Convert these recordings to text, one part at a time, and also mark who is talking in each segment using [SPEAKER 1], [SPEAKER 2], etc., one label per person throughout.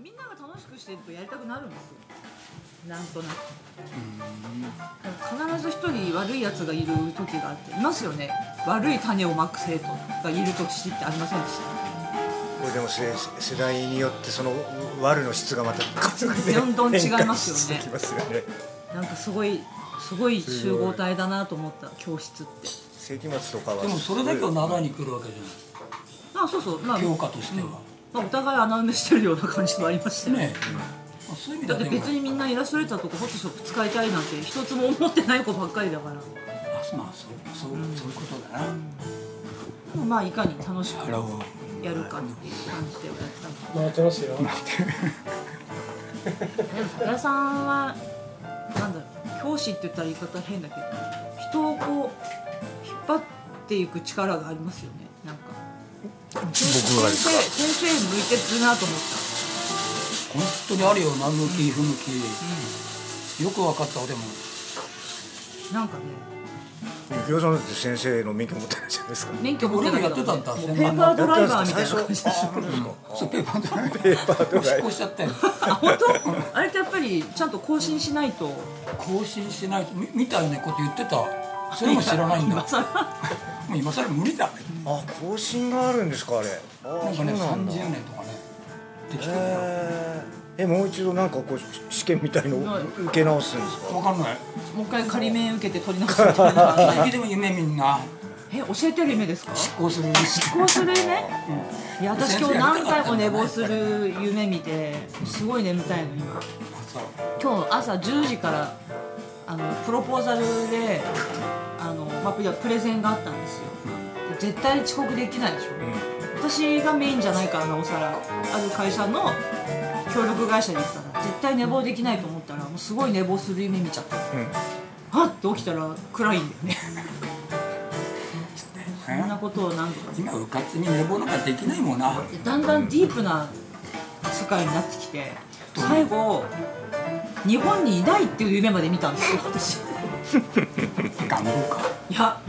[SPEAKER 1] 隠してるとやりたくなるんですよなんとなく必ず一人悪いやつがいる時があっていますよね悪い種をまく生徒がいる時ってありませんでした
[SPEAKER 2] これでも世世代によってその悪の質がまた
[SPEAKER 1] どんどん違いますよね
[SPEAKER 2] 変化してきますよね
[SPEAKER 1] なんかすごいすごい集合体だなと思った教室って
[SPEAKER 2] 世紀末とかは
[SPEAKER 3] でもそれだけは奈良に来るわけじ
[SPEAKER 1] まあそうそうま
[SPEAKER 3] ゃ
[SPEAKER 1] あ
[SPEAKER 3] ない教科としては、
[SPEAKER 1] まあ、お互い穴埋めしてるような感じもありましたよね
[SPEAKER 3] ねまあそういう意味
[SPEAKER 1] だ
[SPEAKER 3] で
[SPEAKER 1] っ
[SPEAKER 3] は
[SPEAKER 1] て
[SPEAKER 3] でも
[SPEAKER 1] 別にみんなイラストレーターとかフォトショップ使いたいなんて一つも思ってない子ばっかりだからで
[SPEAKER 3] あまあそうそうそういうことだな
[SPEAKER 1] もまあいかに楽しく
[SPEAKER 3] あらを
[SPEAKER 1] やるかっていう感じでやったの
[SPEAKER 4] 回ってますよ
[SPEAKER 1] でも桜さんはなんだろう教師って言ったら言い方変だけど人をこう引っ張っていく力がありますよねなんか
[SPEAKER 2] 僕がですか
[SPEAKER 1] 先生先生向いてるなと思っ
[SPEAKER 3] 本当にあるよな向き不向き、よく分かったでも
[SPEAKER 1] たなんかね
[SPEAKER 2] 幸男さんだって先生の免許持ってないじゃないですか
[SPEAKER 1] 免許持ってない
[SPEAKER 3] 俺らやってたんだ
[SPEAKER 1] もうペーパードライバーみたいな
[SPEAKER 2] や
[SPEAKER 1] 感
[SPEAKER 2] ってま
[SPEAKER 1] じ
[SPEAKER 2] すか最初 あ本当ですか
[SPEAKER 3] そうペーパードライバ ー
[SPEAKER 2] ペーパードラ
[SPEAKER 3] 執
[SPEAKER 2] イバ
[SPEAKER 3] 行
[SPEAKER 2] ー
[SPEAKER 3] しちゃったよ
[SPEAKER 1] あ本当 あれってやっぱりちゃんと更新しないと
[SPEAKER 3] 更新しないとみみたいなこと言ってたそれも知らない ん
[SPEAKER 1] 今
[SPEAKER 3] だ
[SPEAKER 1] 更
[SPEAKER 3] もう今更無理だね
[SPEAKER 2] あ更新があるんですかあれあ
[SPEAKER 3] なんか
[SPEAKER 2] そう
[SPEAKER 3] ね
[SPEAKER 2] なんだ
[SPEAKER 3] 30年とかねできてるよ
[SPEAKER 2] へーえもう一度なんかこうし試験みたいの
[SPEAKER 1] はい
[SPEAKER 2] 受け直すんですか
[SPEAKER 3] 分かんない
[SPEAKER 1] もう一回仮免受けて取り直すみたいな
[SPEAKER 3] 最近でも夢みんな
[SPEAKER 1] え教えてる夢ですか
[SPEAKER 3] 執行する
[SPEAKER 1] 執行する夢いや私今日何回も寝坊する夢見てすごい眠たいの今
[SPEAKER 3] そう
[SPEAKER 1] 今日朝10時からあのプロポーザルであの、まあ、プレプレゼンがあったんですよで絶対遅刻できないでしょ、私がメインじゃないからなおさらある会社の協力会社に行ったら絶対寝坊できないと思ったらもうすごい寝坊する夢見ちゃった、はっと起きたら暗いんだよねそんなことを何度か
[SPEAKER 3] 今うかつに寝坊なんかできないもんな
[SPEAKER 1] でだんだんディープな世界になってきて最後日本にいないっていう夢まで見たんですよ私
[SPEAKER 3] 願望か
[SPEAKER 1] いや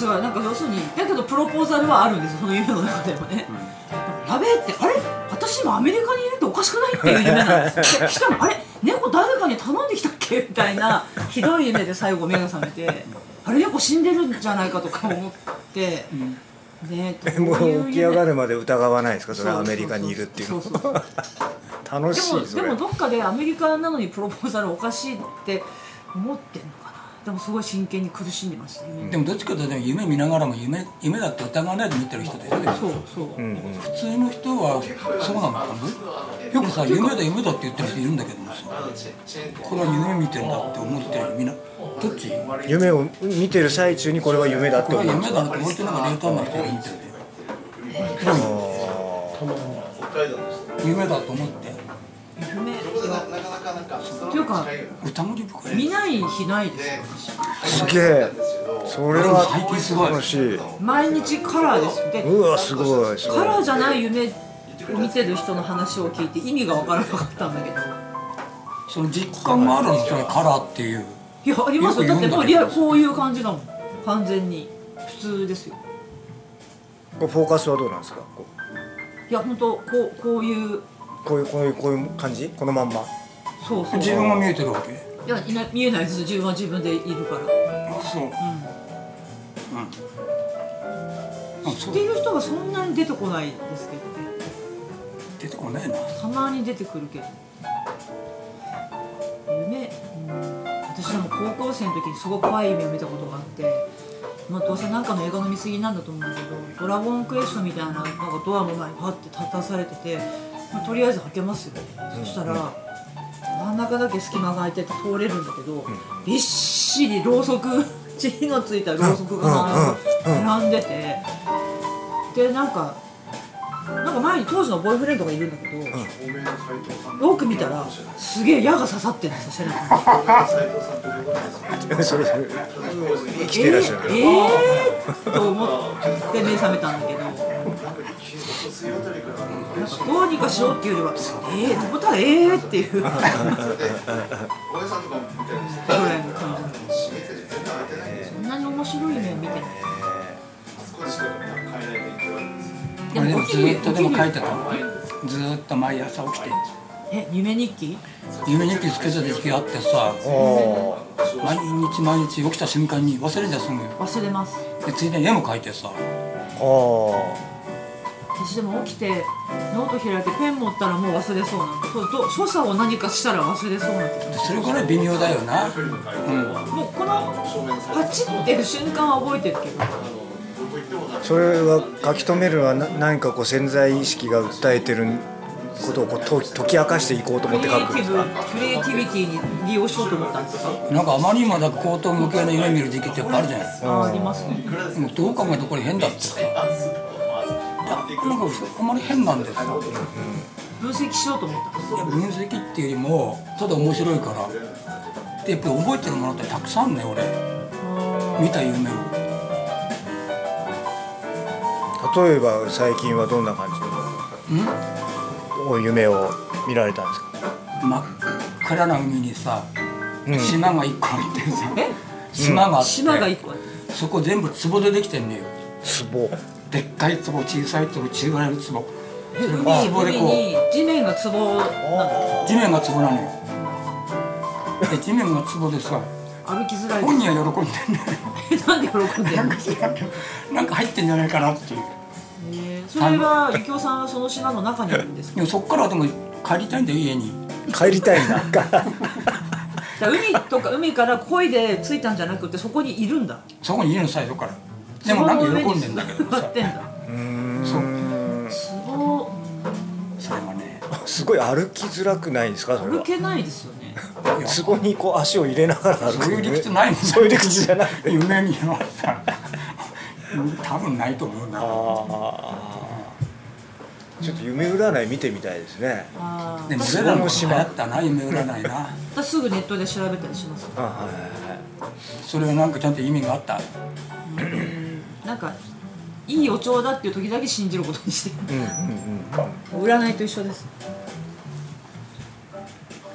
[SPEAKER 1] 違うなんか要するにだけどプロポーザルはあるんですよその夢の中でもね、やべえってあれ私今アメリカにいるっておかしくないっていう夢 なんですでしかもあれ猫誰かに頼んできたっけみたいなひどい夢で最後目が覚めてあれ猫死んでるんじゃないかとか思って、ね
[SPEAKER 2] え もう起き上が
[SPEAKER 1] る
[SPEAKER 2] るまで疑わないですかそれはアメリカにいるっていうの
[SPEAKER 1] そうそうそう
[SPEAKER 2] 楽しい
[SPEAKER 1] で
[SPEAKER 2] そ
[SPEAKER 1] もで
[SPEAKER 2] れ
[SPEAKER 1] もどっかでアメリカなのにプロポーザルおかしいって思ってんのかなでもすごい真剣に苦しんでました夢
[SPEAKER 3] でもどっちかというと夢見ながらも夢夢だって疑わないで見てる人でしょでも
[SPEAKER 1] そうそう、
[SPEAKER 3] 普通の人はそうなのかなよくさ夢だ夢だって言ってる人いるんだけどもさこれは夢見てんだって思ってるみんなどっちこ
[SPEAKER 2] 夢を見てる最中にこれは夢だって
[SPEAKER 3] れは
[SPEAKER 2] 思う
[SPEAKER 3] 夢だなって思ってなんか冷淡な人がいいんだよね夢だと思って
[SPEAKER 1] 夢
[SPEAKER 5] って
[SPEAKER 1] いうか
[SPEAKER 3] 疑り深い
[SPEAKER 1] 見ない日ないですよ
[SPEAKER 2] すげえそれは
[SPEAKER 3] 最近すごい
[SPEAKER 2] 楽しい
[SPEAKER 1] 毎日カラーですよで
[SPEAKER 2] うわすごいすご
[SPEAKER 1] カ
[SPEAKER 2] い
[SPEAKER 1] ラーじゃない夢を見てる人の話を聞いて意味が分からなかったんだけど
[SPEAKER 3] その実感があるのそれカラーっていう
[SPEAKER 1] いやありますよだって
[SPEAKER 3] よく言うんだけど
[SPEAKER 1] もうリアルこういう感じだもん完全に普通ですよ
[SPEAKER 2] これフォーカスはどうなんですかこう
[SPEAKER 1] いや本当こうこういう
[SPEAKER 2] こういうこういうこういう感じこのまんま
[SPEAKER 1] そうそう
[SPEAKER 3] 自分が見えてるわけ
[SPEAKER 1] いやいな見えないです自分は自分でいるから
[SPEAKER 3] そううん
[SPEAKER 1] 知
[SPEAKER 3] そ
[SPEAKER 1] っ
[SPEAKER 3] う
[SPEAKER 1] ている人がそんなに出てこないですけどね
[SPEAKER 3] 出てこないな
[SPEAKER 1] たまに出てくるけど夢、うん、私でも高校生の時にすごい怖い夢を見たことがあって、まあ、どうせなんかの映画の見過ぎなんだと思うんだけど「ドラゴンクエスト」みたいななんかドアの前にパッて立たされてて、まあとりあえず開けますよ、そしたら真ん中だけ隙間が空いてて通れるんだけど、びっしりろうそく 火のついたろうそくが並んでて、でなんかなんか前に当時のボーイフレンドがいるんだけど、よく見たらすげえ矢が刺さってるんですよ背中に
[SPEAKER 2] そ れそれ生きてらっしゃる
[SPEAKER 1] えー、えー、と思って目覚めたんだけどなんかどうにかしようっていうよりはええー、思ったらええー、っていうぐらいの感じだったそんなに面白い夢を見てないで
[SPEAKER 3] 俺で
[SPEAKER 1] も
[SPEAKER 3] も
[SPEAKER 1] 起き
[SPEAKER 3] ず
[SPEAKER 1] る
[SPEAKER 3] ーっとでも書いてたのずーっと毎朝起きて
[SPEAKER 1] え夢日記
[SPEAKER 3] 夢日記つけてた時期があってさ
[SPEAKER 2] お
[SPEAKER 3] 毎日毎日起きた瞬間に忘れちゃすぐよ
[SPEAKER 1] 忘れます
[SPEAKER 3] でついでに絵も描いてさ
[SPEAKER 2] おお
[SPEAKER 1] 私でも起きてノート開いてペン持ったらもう忘れそうなそうど所作を何かしたら忘れそうなって
[SPEAKER 3] でそれぐらい微妙だよな
[SPEAKER 1] もうこのパチってる瞬間は覚えてるけど
[SPEAKER 2] それは書き留めるのはな何かこう潜在意識が訴えてることをこうと解き明かしていこうと思っ
[SPEAKER 1] ク
[SPEAKER 2] て
[SPEAKER 1] リエイ
[SPEAKER 2] 書くん
[SPEAKER 1] ティ
[SPEAKER 2] です
[SPEAKER 1] ブ
[SPEAKER 2] か
[SPEAKER 1] クリエイティビティに利用しようと思ったんですか
[SPEAKER 3] なんかあまりにもなんか高等無形な夢見る時期ってやっぱあるじゃない
[SPEAKER 1] あありますね
[SPEAKER 3] もうどう考えてもこれ変だってさいやなんかあまり変なんですよ
[SPEAKER 1] 分析しようと思ったんです
[SPEAKER 3] いや分析っていうよりもただ面白いからでやっぱり覚えてるものってたくさんあんね俺見た夢を
[SPEAKER 2] 例えば最近はどんな感じのお夢を見られたんですか
[SPEAKER 3] 真っ暗な海にさ、
[SPEAKER 2] うん
[SPEAKER 3] 島が一個あってさ
[SPEAKER 1] え
[SPEAKER 3] 島があって、
[SPEAKER 1] 島が一個あっ
[SPEAKER 3] そこ全部壺でできてんのよ
[SPEAKER 2] 壺
[SPEAKER 3] でっかい壺小さい壺中ぐらいの壺
[SPEAKER 1] て海
[SPEAKER 3] あそれで
[SPEAKER 1] 海
[SPEAKER 3] こう
[SPEAKER 1] に地面が壺なんだ
[SPEAKER 3] 地面が壺なのよで地面が壺でさ
[SPEAKER 1] 歩きづらい
[SPEAKER 3] 本人は喜んでんだよ
[SPEAKER 1] えなんで喜んでるの
[SPEAKER 3] なんか入ってんじゃないかなっていう
[SPEAKER 1] えーそれはゆきおさんはその島の中にいるん ですか
[SPEAKER 3] でもそっからでも帰りたいんだよ家に
[SPEAKER 2] 帰りたいん だ
[SPEAKER 1] じゃあ海とか海から漕いで着いたんじゃなくてそこにいるんだ
[SPEAKER 3] そこにいるの最初からでもなんか喜んでんだけど
[SPEAKER 1] 座っ
[SPEAKER 3] さ
[SPEAKER 1] てんだ
[SPEAKER 3] そう
[SPEAKER 1] すご
[SPEAKER 3] それがね
[SPEAKER 2] すごい歩きづらくないですかそ
[SPEAKER 1] い
[SPEAKER 2] れ
[SPEAKER 1] 歩
[SPEAKER 2] は
[SPEAKER 1] けないですよね
[SPEAKER 3] いや
[SPEAKER 2] 壺にこう足を入れながら歩く
[SPEAKER 3] そういう理屈ないもん
[SPEAKER 2] そういう理屈じゃなくて
[SPEAKER 3] 夢見ました多分ないと思うな
[SPEAKER 2] ちょっと夢占い見てみたいですね
[SPEAKER 1] あ
[SPEAKER 3] で
[SPEAKER 1] ー
[SPEAKER 3] も
[SPEAKER 1] 私
[SPEAKER 3] 俺らの時流行ったな夢占いな
[SPEAKER 1] 私すぐネットで調べたりします
[SPEAKER 2] あはいはいはい
[SPEAKER 3] それはなんかちゃんと意味があった
[SPEAKER 1] なんかいい予兆だっていう時だけ信じることにしてる
[SPEAKER 2] うんうんうん
[SPEAKER 1] 占いと一緒です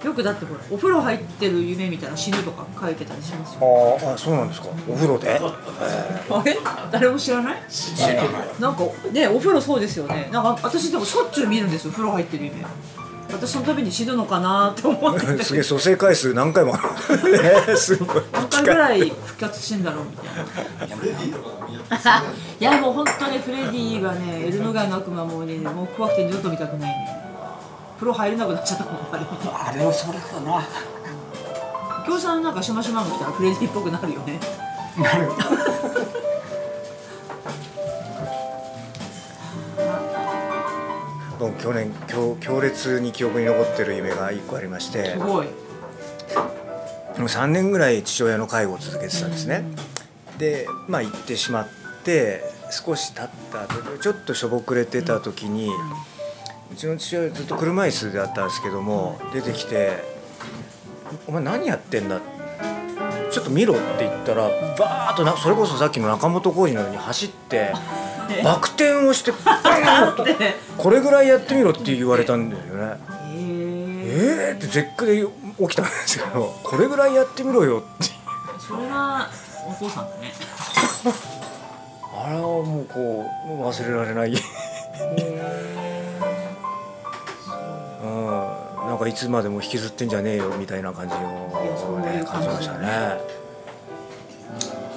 [SPEAKER 1] よくだってほらお風呂入ってる夢見たら死ぬとか書いてたりしますよ
[SPEAKER 2] あーあそうなんですかお風呂 で
[SPEAKER 1] あれ誰も知らない
[SPEAKER 3] 知らない
[SPEAKER 1] なんかねお風呂そうですよねなんか私でもしょっちゅう見るんですよ風呂入ってる夢私その度に死ぬのかなって思ってて
[SPEAKER 2] すげえ蘇生回数何回もある ねえすごい
[SPEAKER 1] 何回ぐらい復活してんだろうみたいな
[SPEAKER 3] でもなんか
[SPEAKER 1] いやもう本当にフレディがねエルノガイの悪魔もねもう怖くて二度と見たくないね風呂入れなくなっちゃったもんあれ見て
[SPEAKER 3] あれはそれだな
[SPEAKER 1] 京さんなんかしましまの来たらフレディっぽくなるよね
[SPEAKER 3] なる
[SPEAKER 2] 僕去年強強烈に記憶に残ってる夢が1個ありまして
[SPEAKER 1] す
[SPEAKER 2] も
[SPEAKER 1] ごいう
[SPEAKER 2] 3年ぐらい父親の介護を続けてたんですねでまあ行ってしまって少し経った後ちょっとしょぼくれてた時にうちの父親ずっと車椅子であったんですけども出てきて「お前何やってんだ?」ちょっと見ろって言ったらバーッとなそれこそさっきの中本浩二のように走って
[SPEAKER 1] え
[SPEAKER 2] バク転をしてバーンと
[SPEAKER 1] で
[SPEAKER 2] これぐらいやってみろって言われたんだよね。
[SPEAKER 1] えー、
[SPEAKER 2] えーって絶句で起きたんですけどこれぐらいやってみろよって
[SPEAKER 1] それはお父さんだね
[SPEAKER 2] あれはもうこう忘れられないうんなんかいつまでも引きずってんじゃねえよみたいな感じを
[SPEAKER 1] いやそうい
[SPEAKER 2] ね
[SPEAKER 1] う感
[SPEAKER 2] 感じ
[SPEAKER 1] じ
[SPEAKER 2] ましたね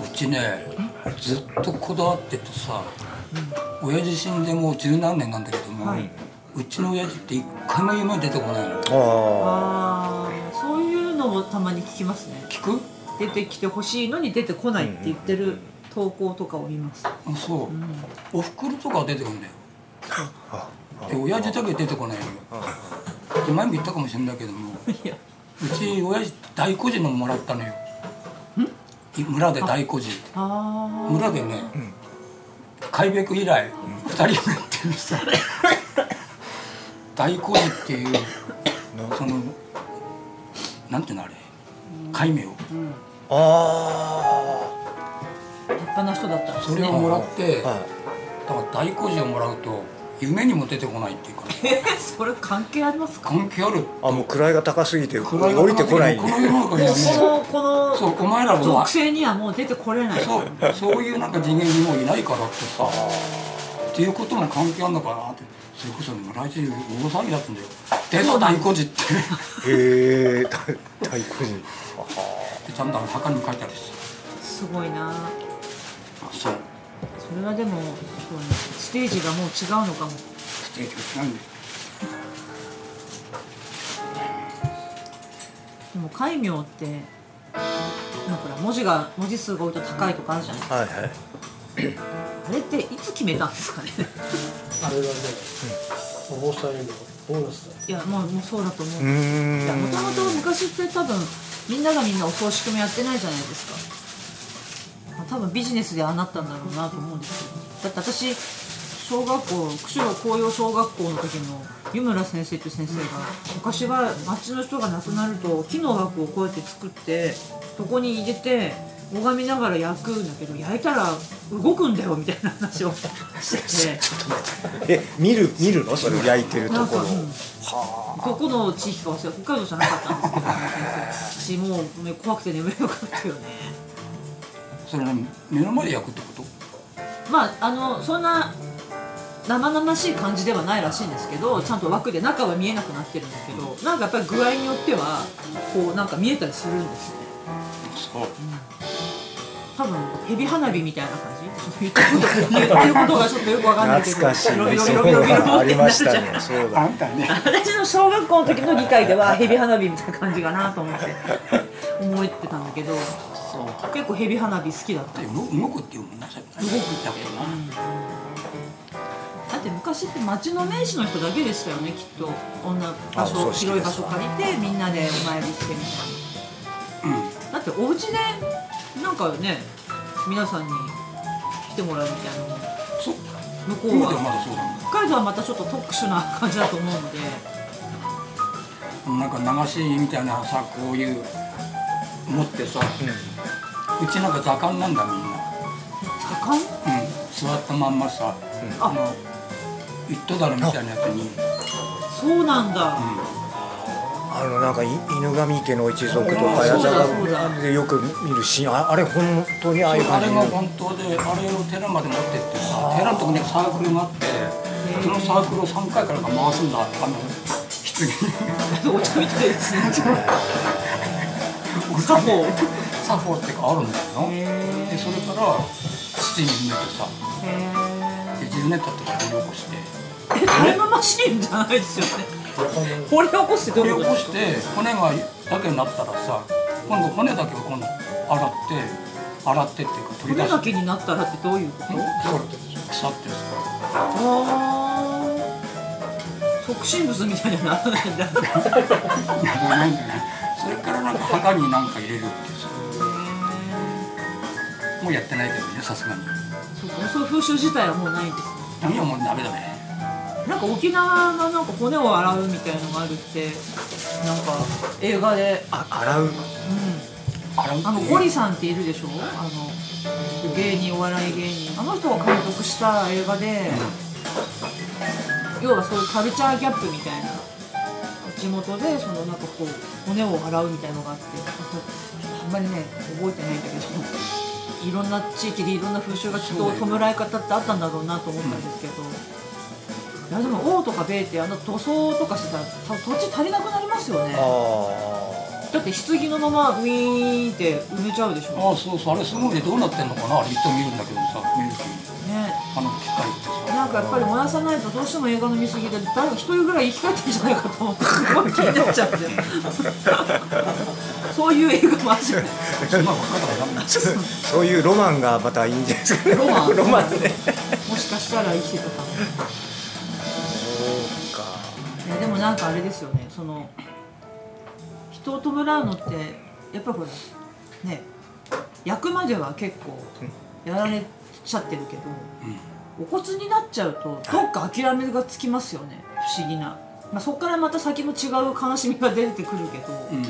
[SPEAKER 3] うちねずっとこだわっててさ親父死んでもう十何年なんだけども、
[SPEAKER 1] はいう
[SPEAKER 3] ちの親父って一回も夢に出てこないの
[SPEAKER 2] あ
[SPEAKER 1] ああそういうのもたまに聞きますね
[SPEAKER 3] 聞く
[SPEAKER 1] 出てきてほしいのに出てこないって言ってる投稿とかを見ます
[SPEAKER 3] あそう、おふくろとかは出てくるんだよで親父だけ出てこないのよで前も言ったかもしれないけども
[SPEAKER 1] いや
[SPEAKER 3] うち親父大孤児のもらったのよい村で大孤児
[SPEAKER 1] あ
[SPEAKER 3] 村でね、開闢以来二人目っていうさ大孤児っていうそのなんていうのあれ解明を
[SPEAKER 2] ああ
[SPEAKER 1] あ立派な人だったんです
[SPEAKER 3] それ
[SPEAKER 1] ね
[SPEAKER 3] をもらって
[SPEAKER 2] あ
[SPEAKER 3] だか
[SPEAKER 2] は
[SPEAKER 3] ら大孤児をもらうと夢にも出てこないっていうからさ
[SPEAKER 1] えー それ関係ありますか
[SPEAKER 3] 関係ある
[SPEAKER 2] いあもう位が高すぎて
[SPEAKER 3] 位が
[SPEAKER 2] 降りてこない
[SPEAKER 3] この世の中に
[SPEAKER 1] もう
[SPEAKER 3] は
[SPEAKER 1] こ
[SPEAKER 3] ね
[SPEAKER 1] のこの
[SPEAKER 3] そうお前らの
[SPEAKER 1] 属
[SPEAKER 3] は
[SPEAKER 1] 性にはもう出てこれない
[SPEAKER 3] そうそういうなんか次元にもういないからってさっていうことも関係あんのかなってそれこそ村井先生大騒ぎだったんだよでそう太鼓字って
[SPEAKER 2] へえ太鼓人あは
[SPEAKER 3] でちゃんと墓に書いてあるし
[SPEAKER 1] すごいな
[SPEAKER 3] そう
[SPEAKER 1] それはでもそうねステージがもう違うのかも
[SPEAKER 3] ステージが違うんで
[SPEAKER 1] でも戒名ってなんかほら文字が文字数が多いと高いとかあるじゃない
[SPEAKER 2] あはいはい
[SPEAKER 1] あれっていつ決めたんですかね
[SPEAKER 4] あれはね、お坊さんへのボーナスだ
[SPEAKER 1] いやもうもうそうだと思う
[SPEAKER 2] うーん
[SPEAKER 1] いやもともと昔って多分みんながみんなお葬式もやってないじゃないですか、まあ、多分ビジネスでああなったんだろうなと思うんですけどだって私小学校釧路紅葉小学校の時の湯村先生という先生が昔は町の人が亡くなると木の枠をこうやって作ってそこに入れて拝みながら焼くんだけど焼いたら動くんだよみたいな話をしてて。
[SPEAKER 2] え見る見るのそれ焼いてると
[SPEAKER 1] なん
[SPEAKER 2] こ
[SPEAKER 1] か、
[SPEAKER 2] ろ
[SPEAKER 1] うん、どこの地域か忘れ北海道じゃなかったんですけど先生私もうね怖くて眠れなかったよね
[SPEAKER 3] それ何目の前で焼くってこと
[SPEAKER 1] まああのそんな生々しい感じではないらしいんですけどちゃんと枠で中は見えなくなってるんだけどなんかやっぱり具合によってはこうなんか見えたりするんですね
[SPEAKER 3] そう
[SPEAKER 1] 多分蛇花火みたいな感じ言ってること言ってることがちょっとよくわかんないけど
[SPEAKER 2] 懐かしい
[SPEAKER 1] ビロビロ
[SPEAKER 2] そ
[SPEAKER 1] ビロ
[SPEAKER 2] う
[SPEAKER 1] ビロビロ
[SPEAKER 2] がありまし
[SPEAKER 1] ってな
[SPEAKER 2] た
[SPEAKER 1] るじゃん
[SPEAKER 2] ねそうだ
[SPEAKER 3] あんたね
[SPEAKER 1] 私の小学校の時の議会では蛇花火みたいな感じかなと思って思ってたんだけど
[SPEAKER 3] そうだ
[SPEAKER 1] 結構蛇花火好きだった
[SPEAKER 3] って
[SPEAKER 1] よ
[SPEAKER 3] 動動くっていうもんな動くってやっ
[SPEAKER 1] だって昔って町の名士の人だけでしたよねきっと女場
[SPEAKER 2] あ
[SPEAKER 1] 所
[SPEAKER 2] お葬式
[SPEAKER 1] 広い場
[SPEAKER 2] です
[SPEAKER 1] 所
[SPEAKER 2] か
[SPEAKER 1] 借りてみんなでお参りしてみた
[SPEAKER 3] たなう
[SPEAKER 1] い
[SPEAKER 3] ん
[SPEAKER 1] なだってお家でなんかね皆さんに来てもらうみたいなのも
[SPEAKER 3] そう
[SPEAKER 1] 向こう
[SPEAKER 3] 今ではま
[SPEAKER 1] は
[SPEAKER 3] だそうだもん
[SPEAKER 1] 北海道はまたちょっと特殊な感じだと思うので
[SPEAKER 3] なんか流しみたいなさこういう持ってさ、うちなんか座間なんだみんな、
[SPEAKER 1] 盛ん
[SPEAKER 3] うん、座ったまんまさ、
[SPEAKER 1] ん
[SPEAKER 3] あの一斗だろみたいなやつに、うん、
[SPEAKER 1] そうなんだ、
[SPEAKER 2] あのなんかい犬神家の一族とかや
[SPEAKER 1] そ
[SPEAKER 2] つ
[SPEAKER 1] うだそうだ
[SPEAKER 2] がでよく見るシーンああれ本当にああいう感
[SPEAKER 3] あ
[SPEAKER 2] じ
[SPEAKER 3] れ
[SPEAKER 2] に
[SPEAKER 3] が
[SPEAKER 2] なる
[SPEAKER 3] 本当であれを寺まで持ってってさ寺のとこにサークルがあってそのサークルを3回からか回すんだあの棺に
[SPEAKER 1] お茶みたいですね
[SPEAKER 3] 作 法作法ってかあるんだよ
[SPEAKER 1] へ
[SPEAKER 3] なでそれから土に埋めてさで10年経ってから掘り起こして
[SPEAKER 1] えタイムマシーンじゃないですよね掘り起こしてど
[SPEAKER 3] 掘
[SPEAKER 1] うい
[SPEAKER 3] り
[SPEAKER 1] うこ
[SPEAKER 3] 起
[SPEAKER 1] と
[SPEAKER 3] こして骨がだけになったらさ今度骨だけを今度洗って洗ってっていうか取り
[SPEAKER 1] 骨
[SPEAKER 3] 出して
[SPEAKER 1] だけになったらってどういうこと
[SPEAKER 3] 腐ってるさ
[SPEAKER 1] あー促進物みたいにはならないんだ
[SPEAKER 3] いやもうなんかねそれからなんか墓になんか入れるっていうさもうやってないけどねさすがに
[SPEAKER 1] そうかそういう風習自体はもうないんですね
[SPEAKER 3] 何はもうダメだね
[SPEAKER 1] なんか沖縄のなんか骨を洗うみたいのがあるってなんか映画で、
[SPEAKER 2] あ洗う
[SPEAKER 1] う
[SPEAKER 3] 洗うっ
[SPEAKER 1] ん、
[SPEAKER 3] て
[SPEAKER 1] あの
[SPEAKER 3] いう
[SPEAKER 1] ゴリさんっているでしょあの芸人お笑い芸人あの人が監督した映画で要はそういうカルチャーギャップみたいな地元でそのなんかこう骨を洗うみたいのがあってあんまりね覚えてないんだけどいろんな地域でいろんな風習がきっと弔い方ってあったんだろうなと思ったんですけど、いやでも王とか米ってあの塗装とかしてたらた土地足りなくなりますよね
[SPEAKER 2] あ
[SPEAKER 1] だって棺のままウィーンって埋めちゃうでしょ
[SPEAKER 3] ああそうそうあれすごいねどうなってんのかなあれいつも見るんだけどさ見る時に
[SPEAKER 1] ね
[SPEAKER 3] あの機械ってさ
[SPEAKER 1] なんかやっぱり燃やさないとどうしても映画の見過ぎで誰か一人ぐらい生き返ってんじゃないかと思ってすごい気になっ ちゃってそういう映画もあるじゃない
[SPEAKER 3] そんなのばっかりだからダメだ
[SPEAKER 2] あそうそういうロマンがまたいいんじゃないですか
[SPEAKER 1] ロマン
[SPEAKER 2] ロマンね
[SPEAKER 1] もしかしたら生きてたかも
[SPEAKER 2] そうか
[SPEAKER 1] いやでもなんかあれですよねその人を弔うのってやっぱりほらね焼くまでは結構やられちゃってるけど、お骨になっちゃうとどっか諦めがつきますよね不思議な、まあ、そこからまた先も違う悲しみが出てくるけど、
[SPEAKER 3] うん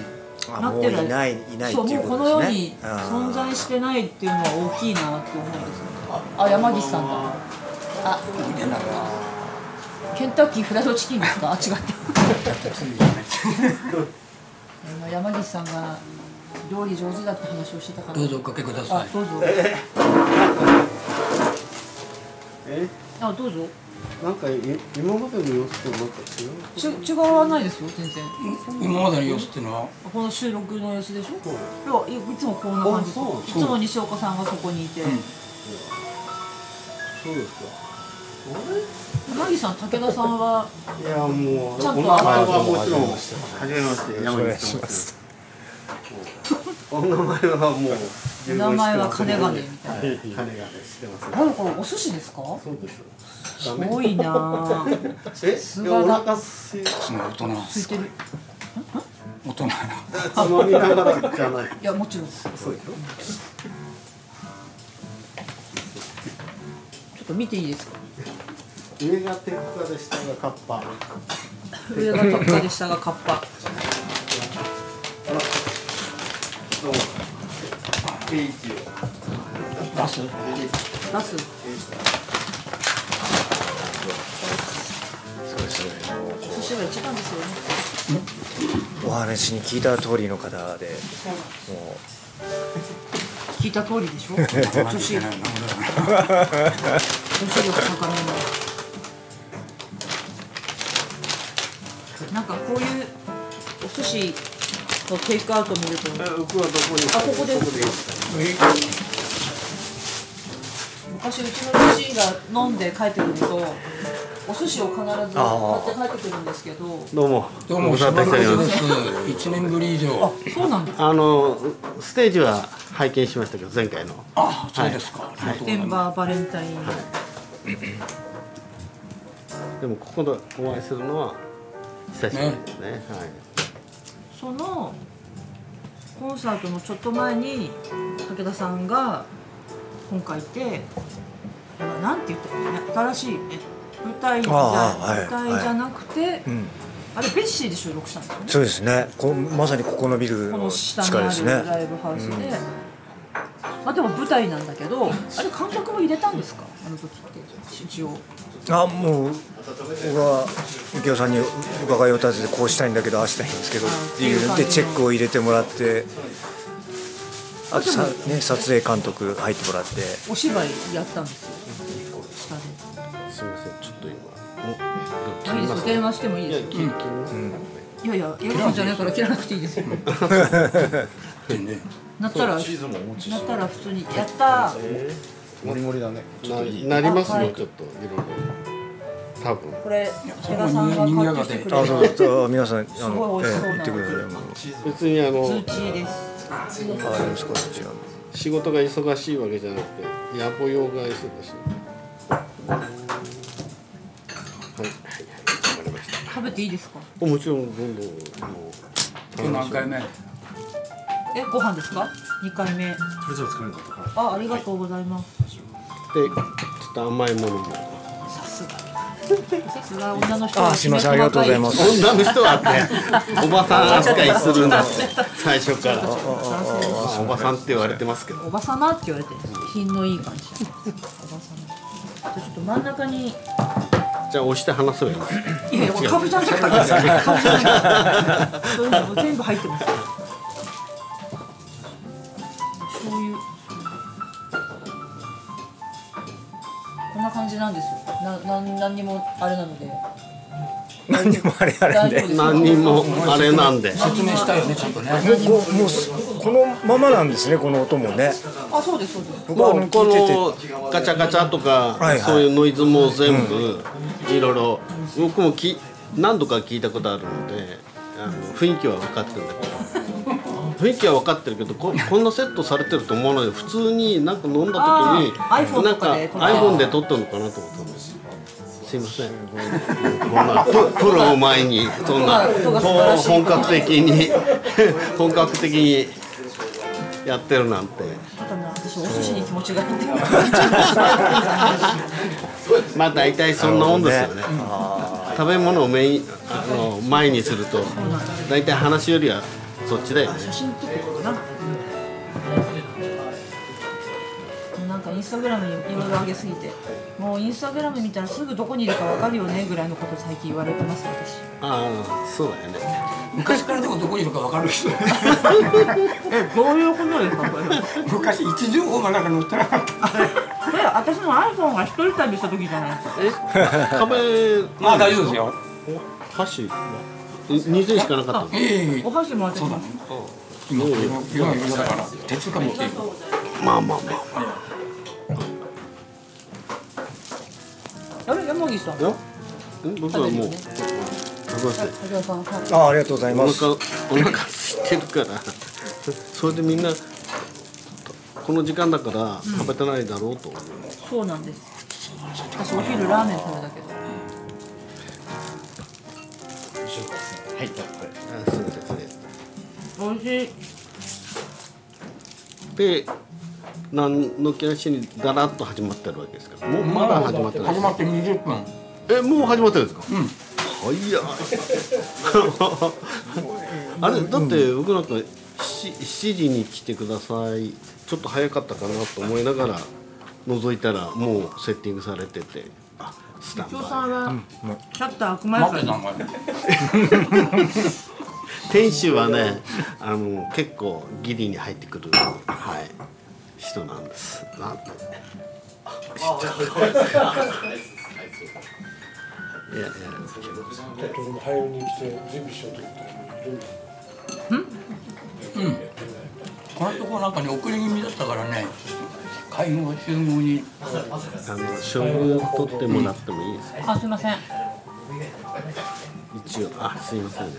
[SPEAKER 2] あ
[SPEAKER 1] なっ
[SPEAKER 2] もう
[SPEAKER 1] て
[SPEAKER 2] い
[SPEAKER 1] る
[SPEAKER 2] ないいない
[SPEAKER 1] そ
[SPEAKER 2] っ
[SPEAKER 1] う
[SPEAKER 2] てい
[SPEAKER 1] も
[SPEAKER 2] う
[SPEAKER 1] う
[SPEAKER 2] こ
[SPEAKER 1] ことの世
[SPEAKER 2] です
[SPEAKER 1] に
[SPEAKER 2] ね
[SPEAKER 1] 存在してないっていうのは大きいなって思うんですよ
[SPEAKER 5] あ、山岸さんだ。あ、
[SPEAKER 3] 見てなかった
[SPEAKER 5] ケンタッキーフライドチキンですか？あ、違 った。
[SPEAKER 3] 罪じゃない
[SPEAKER 5] 今山岸さんが料理上手だって話をしてたから。
[SPEAKER 3] どうぞおかけくださ
[SPEAKER 1] あ
[SPEAKER 3] い
[SPEAKER 1] どうぞあどうぞ
[SPEAKER 5] あ
[SPEAKER 6] なんかい今までの様子となんか違う
[SPEAKER 1] ちゅ違わないですよ全然
[SPEAKER 3] 今までの様子っていうのは
[SPEAKER 1] この収録の様子でしょ
[SPEAKER 6] そう
[SPEAKER 1] いやいつもこんな感じです
[SPEAKER 6] あ
[SPEAKER 1] い
[SPEAKER 6] そう
[SPEAKER 1] つも西岡さんがそこにいて、
[SPEAKER 6] そうですか
[SPEAKER 1] マギさん武田さんはい
[SPEAKER 6] やもう
[SPEAKER 1] ちゃんと
[SPEAKER 6] お名前はもちろん初めまして山口と申ますお名前はもう十分知ってま
[SPEAKER 1] お名
[SPEAKER 6] す
[SPEAKER 1] 前は金金みたいな
[SPEAKER 6] はい金金知ってます
[SPEAKER 5] なんかこれお寿司ですか
[SPEAKER 6] そうです
[SPEAKER 1] すごいなぁ
[SPEAKER 6] えいやお腹すい
[SPEAKER 3] その大人
[SPEAKER 1] ついてる
[SPEAKER 3] 大人
[SPEAKER 6] つまみながらじゃない
[SPEAKER 5] いやもちろん
[SPEAKER 6] そう
[SPEAKER 1] ちょ
[SPEAKER 6] でしょ
[SPEAKER 1] っと見ていいですか
[SPEAKER 6] 上が天下で下がカッパあ
[SPEAKER 1] 上が特化で下がカッパ
[SPEAKER 6] らどうも定位置を
[SPEAKER 3] 出す
[SPEAKER 1] 出す
[SPEAKER 2] そうですね
[SPEAKER 1] 寿司が一番ですよね
[SPEAKER 2] お話に聞いた通りの方でも
[SPEAKER 1] 聞いた通りでしょ女子女
[SPEAKER 3] 同じ
[SPEAKER 1] 子
[SPEAKER 3] じゃ
[SPEAKER 1] 力
[SPEAKER 3] ないな
[SPEAKER 1] 高めのなんかこういうお寿司のテイクアウト見ると
[SPEAKER 6] え僕はどこに
[SPEAKER 1] あここです
[SPEAKER 6] こでいいですか
[SPEAKER 1] 昔うちの父が飲んで帰ってくるとお寿司を必ず買って帰ってくるんですけど
[SPEAKER 6] どうも
[SPEAKER 3] どうも
[SPEAKER 6] ご無沙汰しております
[SPEAKER 3] す一年ぶり以上
[SPEAKER 1] そうなんです
[SPEAKER 6] あのステージは拝見しましたけど前回の
[SPEAKER 3] あそうですか、ありがとうご
[SPEAKER 1] デ
[SPEAKER 3] ざい
[SPEAKER 1] ン
[SPEAKER 3] ま
[SPEAKER 1] バーバレンタイン
[SPEAKER 6] でもここでお会いするのは久しぶりですねはい
[SPEAKER 1] そのコンサートのちょっと前に武田さんが今回いてあれはなんて言ったらいいの新しいね舞台じゃ、
[SPEAKER 2] ああはい
[SPEAKER 1] 舞台じゃなくて、
[SPEAKER 2] う、うん、
[SPEAKER 1] あれベッシーで収録したんですよね
[SPEAKER 2] そうですねこまさにここのビル
[SPEAKER 1] こ
[SPEAKER 2] の
[SPEAKER 1] の
[SPEAKER 2] 地
[SPEAKER 1] 下
[SPEAKER 2] 下です
[SPEAKER 1] にあるラ
[SPEAKER 2] ね
[SPEAKER 1] イブハウスで、まあでも舞台なんだけどあれ観客も入れたんですかあの時って一応
[SPEAKER 2] あもう僕は右京さんに伺いを立ててこうしたいんだけどああしたいんですけどっていうのでチェックを入れてもらってあとさ、ね、撮影監督入ってもらって
[SPEAKER 1] お芝居やったんですよ下です
[SPEAKER 6] みませんちょっと今
[SPEAKER 1] いいですよ電話してもいいですよ
[SPEAKER 6] 切ります
[SPEAKER 1] いやいややるんじゃないから切らなくていいですよ
[SPEAKER 3] すでね
[SPEAKER 1] なったらなったら普通にやった
[SPEAKER 6] なります
[SPEAKER 1] あは
[SPEAKER 6] よ
[SPEAKER 1] い
[SPEAKER 6] ちょっといろいろ多分
[SPEAKER 1] これ江田さんが買ってきてくれ
[SPEAKER 2] あ
[SPEAKER 1] た
[SPEAKER 2] そうですあ皆さんあ
[SPEAKER 1] ごい
[SPEAKER 2] の
[SPEAKER 1] 美味しそうな
[SPEAKER 2] ええ行ってくださいもう
[SPEAKER 6] 別にあ
[SPEAKER 1] 通
[SPEAKER 6] の
[SPEAKER 1] 知です
[SPEAKER 2] あありますかそちらも
[SPEAKER 6] 仕事が忙しいわけじゃなくて野暮用が忙しいはいはいはいわかりました
[SPEAKER 1] 食べていいですか
[SPEAKER 6] おもちろんどんどんも
[SPEAKER 3] 今日何回目
[SPEAKER 1] えご飯ですか二回目あありがとうございます
[SPEAKER 6] うでちょっと甘いものも
[SPEAKER 1] さすがさすが女の人
[SPEAKER 2] あすいませんありがとうございますす
[SPEAKER 6] 女の人はねおばさん扱いするの最初からおばさんって言われてますけど
[SPEAKER 1] おばさまって言われてる品のいい感じじゃないですかおばさまじゃあちょっと真ん中に
[SPEAKER 6] じゃあ押して話そうよ
[SPEAKER 1] いやいや、かぶちゃんじゃなかったです。かぶちゃんじゃない。そういうのも全部入ってます。醤油。こんな感じなんですよ。な、なん、なんにもあれなので。
[SPEAKER 2] 何にもあれあれ
[SPEAKER 1] 大丈夫
[SPEAKER 2] で
[SPEAKER 1] です。
[SPEAKER 6] 何人もあれなんで
[SPEAKER 3] 説明したよねちゃんとね
[SPEAKER 2] もうこうもうすこのままなんですねこの音もね
[SPEAKER 1] あ、そうです、そうです。
[SPEAKER 2] 僕はあ
[SPEAKER 6] も
[SPEAKER 2] の
[SPEAKER 6] うこ
[SPEAKER 2] 聞いてて
[SPEAKER 6] のガチャガチャとか、
[SPEAKER 2] はいはい
[SPEAKER 6] そういうノイズも全部いろいろ僕もき何度か聞いたことあるのであの雰囲気は分かってるんだけど雰囲気は分かってるけ どここんなセットされてると思わないで普通になんか飲んだ時に
[SPEAKER 1] あー iPhone
[SPEAKER 6] なん
[SPEAKER 1] とかで撮った
[SPEAKER 6] iPhone で撮ったのかなと思ったんですすいませんこんなププロを前にそんな
[SPEAKER 1] 音が素晴らしい
[SPEAKER 6] 本格的に本格的にやってるなんて。
[SPEAKER 1] ただね、私、お寿司に気持ちがいって。
[SPEAKER 6] まあ大体そんなもんですよね。食べ物をメインあの前にすると大体話よりはそっちだよね。
[SPEAKER 1] 写真撮ってことかな。なんかインスタグラムにいろいろ上げすぎてもうインスタグラム見たらすぐどこにいるかわかるよねぐらいのこと最近言われてます私
[SPEAKER 6] ああそうだよね。
[SPEAKER 3] 昔からでもどこにいるか分かる人
[SPEAKER 1] えどういうことですかこれ
[SPEAKER 3] 昔位置情報がなんか載ってなかった
[SPEAKER 1] これれ私の iPhone が一人旅した時じゃないですか
[SPEAKER 6] え壁
[SPEAKER 3] まあ大丈夫ですよ
[SPEAKER 6] 箸は2000しかなかったの
[SPEAKER 3] ええ
[SPEAKER 1] お箸もらって
[SPEAKER 3] そうだね今今今今だから鉄か持っていこう
[SPEAKER 6] まあまあまあ
[SPEAKER 1] あれ山岸さん
[SPEAKER 6] よん僕はもう食べません
[SPEAKER 5] 武田さんはい
[SPEAKER 2] あありがとうござい
[SPEAKER 6] お
[SPEAKER 2] ます
[SPEAKER 6] 腹お腹空いてるからそれでみんなこの時間だから食べてないだろうと思う、
[SPEAKER 1] そうなんです私お昼ラーメン食べたけど
[SPEAKER 6] はいこれすいませんね
[SPEAKER 1] 美味しい
[SPEAKER 6] で何の気なしにだらっと始まってるわけですからもうまだ始まってない
[SPEAKER 3] 始まって20分
[SPEAKER 6] えもう始まってるんですか
[SPEAKER 3] うん
[SPEAKER 6] 早い あれだって僕なんかし7時に来てくださいちょっと早かったかなと思いながら覗いたらもうセッティングされててあスタン
[SPEAKER 1] 伊藤
[SPEAKER 6] バ
[SPEAKER 1] さんはシャッター開く前か
[SPEAKER 3] 待ってた
[SPEAKER 1] ら
[SPEAKER 3] んかい
[SPEAKER 6] イ店主はねあの結構ギリに入ってくる、はい、人なんですなんていやいや
[SPEAKER 4] ちょっと俺も早めに来て準備しようと思ってるんだ
[SPEAKER 3] このところなんかね遅れ気味だったからね会合集合に
[SPEAKER 6] あの醤油を取ってもらってもいいですか
[SPEAKER 1] あすいません
[SPEAKER 6] 一応あすいませんね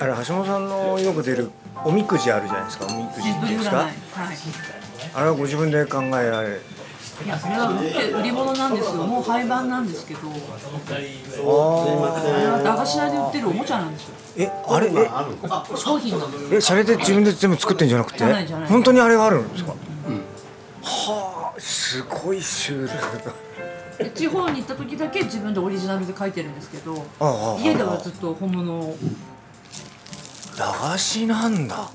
[SPEAKER 2] あれ橋本さんのよく出るおみくじあるじゃないですかおみくじっていうんですか
[SPEAKER 1] はい
[SPEAKER 2] あれはご自分で考えられる
[SPEAKER 1] いやそれは売り物なんですよもう廃盤なんですけど
[SPEAKER 2] ああ
[SPEAKER 1] 駄菓子屋で売ってるおもちゃなんですよ
[SPEAKER 2] えあれえ
[SPEAKER 6] あるの
[SPEAKER 1] 商品なんです
[SPEAKER 2] えそれで自分で全部作ってんじゃなくて
[SPEAKER 1] じゃないじゃない
[SPEAKER 2] 本当にあれがあるんですか、はあすごいシュールだ
[SPEAKER 1] で地方に行った時だけ自分でオリジナルで書いてるんですけど
[SPEAKER 2] ああああ
[SPEAKER 1] 家ではずっと本物を
[SPEAKER 2] 駄菓子なんだ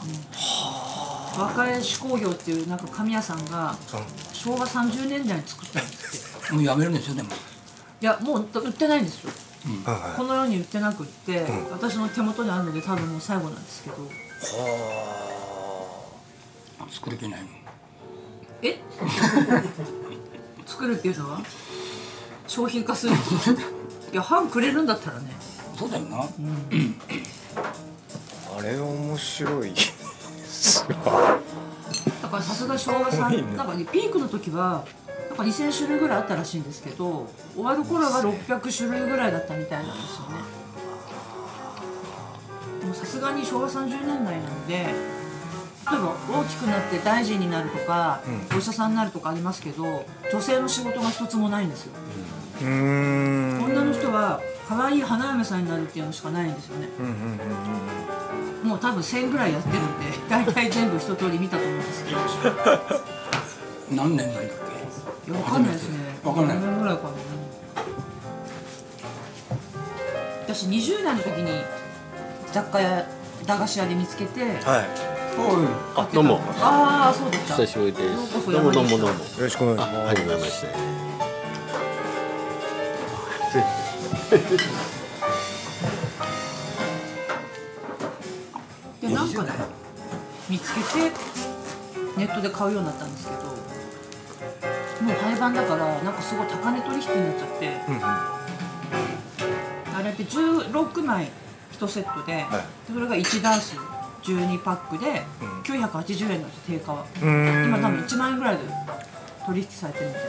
[SPEAKER 1] 若江紙工業っていうなんか紙屋さんが昭和30年代に作ったんですって
[SPEAKER 3] もうやめるんですよでも
[SPEAKER 1] いやもう売ってないんですよ
[SPEAKER 2] はいはい
[SPEAKER 1] この世に売ってなくって、私の手元にあるので多分もう最後なんですけど
[SPEAKER 3] 作る気ないの
[SPEAKER 1] え作るっていうのは商品化する いや半くれるんだったらね
[SPEAKER 3] そうだよな
[SPEAKER 2] あれ面白い
[SPEAKER 1] だからさすが昭和さ
[SPEAKER 2] すごい
[SPEAKER 1] ん
[SPEAKER 2] ね
[SPEAKER 1] なんかねピークの時はなんか2000種類ぐらいあったらしいんですけど終わる頃は600種類ぐらいだったみたいなんですよねでもさすがに昭和30年代なので例えば大きくなって大臣になるとか、お医者さんになるとかありますけど女性の仕事が一つもないんですよ
[SPEAKER 2] うーん
[SPEAKER 1] 女の人は可愛い花嫁さんになるっていうのしかないんですよね、もう多分1000ぐらいやってるんで大体全部一通り見たと思うんですけど
[SPEAKER 3] 何年なんだっ
[SPEAKER 1] いやわかんないですね
[SPEAKER 3] わかんない
[SPEAKER 1] 5年ぐらいかな私20代の時に雑貨屋駄菓子屋で見つけて
[SPEAKER 2] は
[SPEAKER 3] けおい
[SPEAKER 6] あどうも
[SPEAKER 1] ああそうだった
[SPEAKER 6] 久しぶりで
[SPEAKER 1] ようこ
[SPEAKER 6] す
[SPEAKER 1] そ
[SPEAKER 6] どうもどうも
[SPEAKER 1] 山
[SPEAKER 6] どう
[SPEAKER 1] 岸
[SPEAKER 6] も
[SPEAKER 2] いよろしくお願いし
[SPEAKER 6] あ、
[SPEAKER 2] ま
[SPEAKER 6] はじめまして。
[SPEAKER 1] でなんかね見つけてネットで買うようになったんですけどもう廃盤だからなんかすごい高値取引になっちゃって、あれって16枚1セットで,、でそれが1ダース12パックで980円なんです定価は、
[SPEAKER 2] すうーん
[SPEAKER 1] 今多分1万円ぐらいで取引されてるんで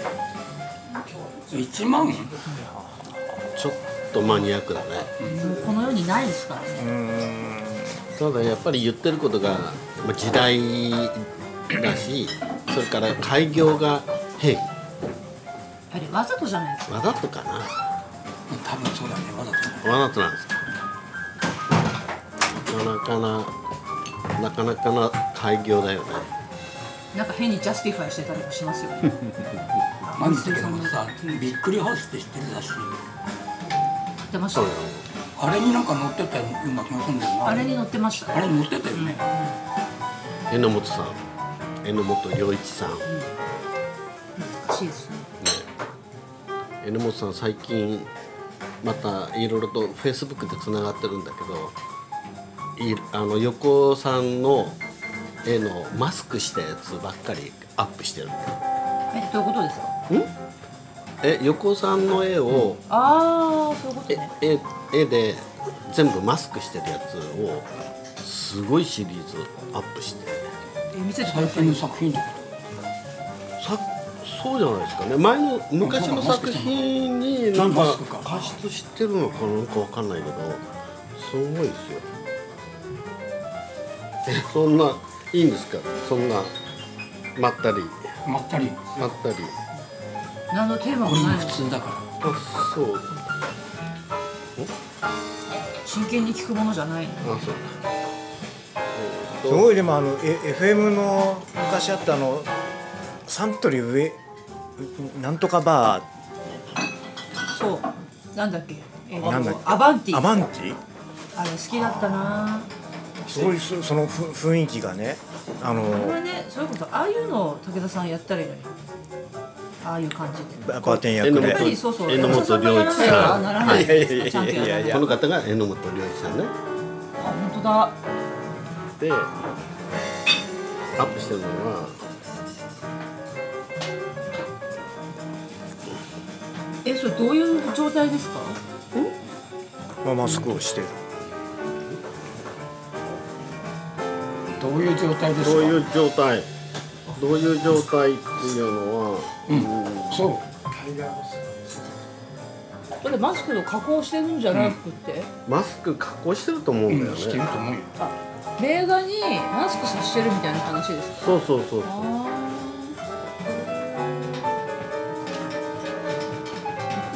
[SPEAKER 3] 1万
[SPEAKER 6] ちょっとマニアックだね。
[SPEAKER 1] もうこの世にないですからね、
[SPEAKER 6] ただやっぱり言ってることがまあ時代だし、それから開業が平
[SPEAKER 1] あれわざとじゃないですか
[SPEAKER 6] わざとかな。
[SPEAKER 3] 多分そうだねわざと
[SPEAKER 6] わざとなんですか。なかなかななかなかな開業だよね。
[SPEAKER 1] なんか変にジャスティファイしてたりもしますよね
[SPEAKER 3] 前見たけどもさびっくりハウスって知ってるだし
[SPEAKER 1] 買ってましたよ
[SPEAKER 3] あれになんか乗ってたような気がするんだよな
[SPEAKER 1] あれに乗ってました
[SPEAKER 3] あれに乗ってたよね
[SPEAKER 6] 榎本さん、榎本良一さん、ね、
[SPEAKER 1] 難しいですね
[SPEAKER 6] 榎本さん最近またいろいろとフェイスブックでつながってるんだけどいあの横尾さんの絵のマスクしたやつばっかりアップしてるんだよ
[SPEAKER 1] えどういうことですか
[SPEAKER 6] え横尾さんの絵を、
[SPEAKER 1] ああそういうこと
[SPEAKER 6] え
[SPEAKER 1] ね
[SPEAKER 6] 絵絵で全部マスクしてるやつをすごいシリーズアップして
[SPEAKER 1] え見せてく
[SPEAKER 3] 最
[SPEAKER 1] ださ
[SPEAKER 3] 近
[SPEAKER 1] い
[SPEAKER 3] の
[SPEAKER 1] よ
[SPEAKER 3] 作品ってこと
[SPEAKER 6] さそうじゃないですかね前の昔の作品になん
[SPEAKER 3] マ
[SPEAKER 6] か
[SPEAKER 3] スクか
[SPEAKER 6] 加湿してるのかなんかわかんないけどすごいですよえそんないいんですかそんなまったり
[SPEAKER 3] まったり
[SPEAKER 6] まったり
[SPEAKER 1] 何のテーマ
[SPEAKER 3] こ
[SPEAKER 1] も
[SPEAKER 3] れが
[SPEAKER 1] ないの
[SPEAKER 3] 普通だから
[SPEAKER 6] あそう
[SPEAKER 1] 真剣に聞くものじゃないの
[SPEAKER 6] あそう
[SPEAKER 2] すごいでもあのえ FM の昔あったあのサントリー上うなんとかバ
[SPEAKER 1] そうなんだっけえ
[SPEAKER 2] なんだっ
[SPEAKER 1] ー
[SPEAKER 2] け
[SPEAKER 1] アバンテ
[SPEAKER 2] ー
[SPEAKER 1] ィ
[SPEAKER 2] アバンティ
[SPEAKER 1] あれ好きだったな
[SPEAKER 2] すごいそそのふ雰囲気がねあの
[SPEAKER 1] これねそういうことああいうのを武田さんやったらいいのにああいう感じで
[SPEAKER 2] バーテン役
[SPEAKER 6] え
[SPEAKER 1] やっぱ
[SPEAKER 2] で
[SPEAKER 1] りそうそう
[SPEAKER 6] 榎本良一さん
[SPEAKER 1] ならない
[SPEAKER 6] いやいやいや
[SPEAKER 1] ちゃんとやらない
[SPEAKER 6] この方が榎本良一さんね
[SPEAKER 1] あ本当だ
[SPEAKER 6] でアップしてるのは
[SPEAKER 1] えそれどういう状態ですか
[SPEAKER 2] まあマスクをしてる
[SPEAKER 3] どういう状態ですか
[SPEAKER 6] どういう状態どういう状態っていうのは、
[SPEAKER 3] そう
[SPEAKER 1] これマスクの加工してるんじゃなくて、
[SPEAKER 6] マスク加工してると思う
[SPEAKER 3] うん
[SPEAKER 6] だよ
[SPEAKER 3] ん
[SPEAKER 6] ね、
[SPEAKER 3] してると思うよ
[SPEAKER 1] 映画にマスクさしてるみたいな話ですか
[SPEAKER 6] そうそうそうそう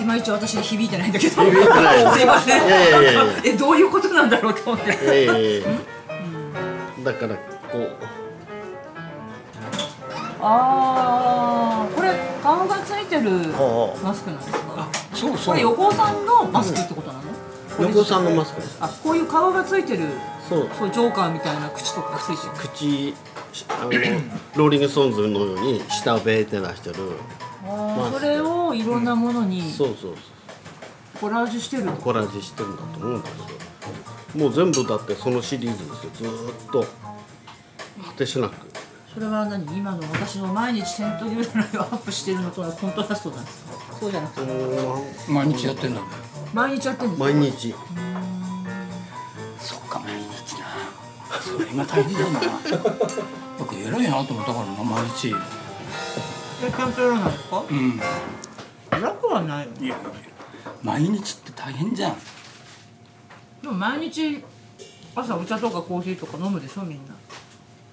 [SPEAKER 1] いまいち私響いてないんだけど
[SPEAKER 6] 響いてないよ
[SPEAKER 1] すいません
[SPEAKER 6] いやいやいやいや
[SPEAKER 1] えどういうことなんだろうと思って
[SPEAKER 6] ええだからこう
[SPEAKER 1] ああこれ顔がついてる
[SPEAKER 2] ほうほう
[SPEAKER 1] マスクなんですか
[SPEAKER 3] そうそ
[SPEAKER 1] こ
[SPEAKER 3] う
[SPEAKER 1] れ横尾さんのマスクってことなの、
[SPEAKER 6] 横尾さんのマスク
[SPEAKER 1] あこういう顔がついてる
[SPEAKER 6] そう
[SPEAKER 1] そうジョーカーみたいな口とかついてる
[SPEAKER 6] 口あのローリング・ストーンズのように下をベーって出してる
[SPEAKER 1] あ
[SPEAKER 6] マス
[SPEAKER 1] ー
[SPEAKER 6] ク
[SPEAKER 1] それをいろんなものに
[SPEAKER 6] そうそうそう
[SPEAKER 1] コラージュしてるの
[SPEAKER 6] コラージュしてるんだと思うんだけどもう全部だってそのシリーズですよずーっと果てしなく
[SPEAKER 1] それは何今の私の毎日セントリューラをアップしてるのとのコントラストなんですかそうじゃなくて
[SPEAKER 3] 毎日やってんだね
[SPEAKER 1] 毎日やってるんですか
[SPEAKER 6] 毎日
[SPEAKER 3] そっか毎日なそれが大変だなよく偉いなと思ったからな毎日
[SPEAKER 1] ちゃんとやらないですか
[SPEAKER 3] うん
[SPEAKER 1] 楽はないよね
[SPEAKER 3] いや毎日って大変じゃん
[SPEAKER 1] でも毎日朝お茶とかコーヒーとか飲むでしょみんな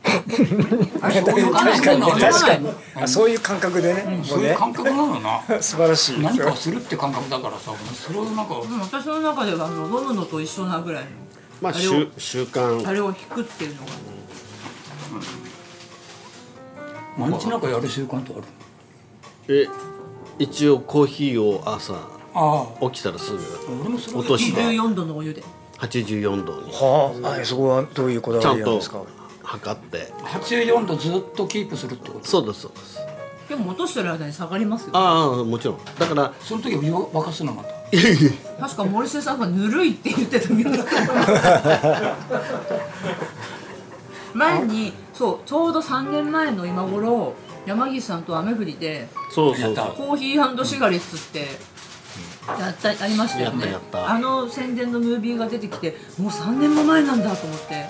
[SPEAKER 3] 確
[SPEAKER 1] かに
[SPEAKER 2] 確かに
[SPEAKER 1] うん
[SPEAKER 2] あそういう感覚でね、も
[SPEAKER 3] そうういう
[SPEAKER 2] ね
[SPEAKER 3] 感覚なのな
[SPEAKER 2] 素晴らしい
[SPEAKER 3] 何かをするって感覚だからさそれをなんか
[SPEAKER 1] でも私の中ではあの飲むのと一緒なぐらいの
[SPEAKER 6] まあ
[SPEAKER 1] あれを
[SPEAKER 6] 習習慣
[SPEAKER 1] あれを引くっていうのが
[SPEAKER 3] 毎日なんかやる習慣ってある
[SPEAKER 6] え一応コーヒーを朝
[SPEAKER 3] ああ
[SPEAKER 6] 起きたらすぐ
[SPEAKER 3] 俺もそれ
[SPEAKER 6] 落として
[SPEAKER 1] 14度のお湯で
[SPEAKER 6] 84度に
[SPEAKER 2] はあ、はい、そこはどういうこだ
[SPEAKER 6] ちゃ
[SPEAKER 2] わ
[SPEAKER 6] ん
[SPEAKER 2] りなん
[SPEAKER 6] と
[SPEAKER 2] ですか
[SPEAKER 6] 測って
[SPEAKER 3] 84度ずっとキープするってこと
[SPEAKER 6] そうですそうです
[SPEAKER 1] でも落としてる間に下がりますよ
[SPEAKER 6] ああもちろんだから
[SPEAKER 3] その時お湯を沸かすのまた
[SPEAKER 1] 確か森末さんがぬるいって言ってたみたいな前にそうちょうど3年前の今頃山岸さんと雨降りで
[SPEAKER 6] そうそ
[SPEAKER 3] やっ
[SPEAKER 6] うそ
[SPEAKER 3] た
[SPEAKER 6] う
[SPEAKER 1] コーヒーシガレッツってやったありましたよね
[SPEAKER 6] やったやった
[SPEAKER 1] あの宣伝のムービーが出てきてもう3年も前なんだと思って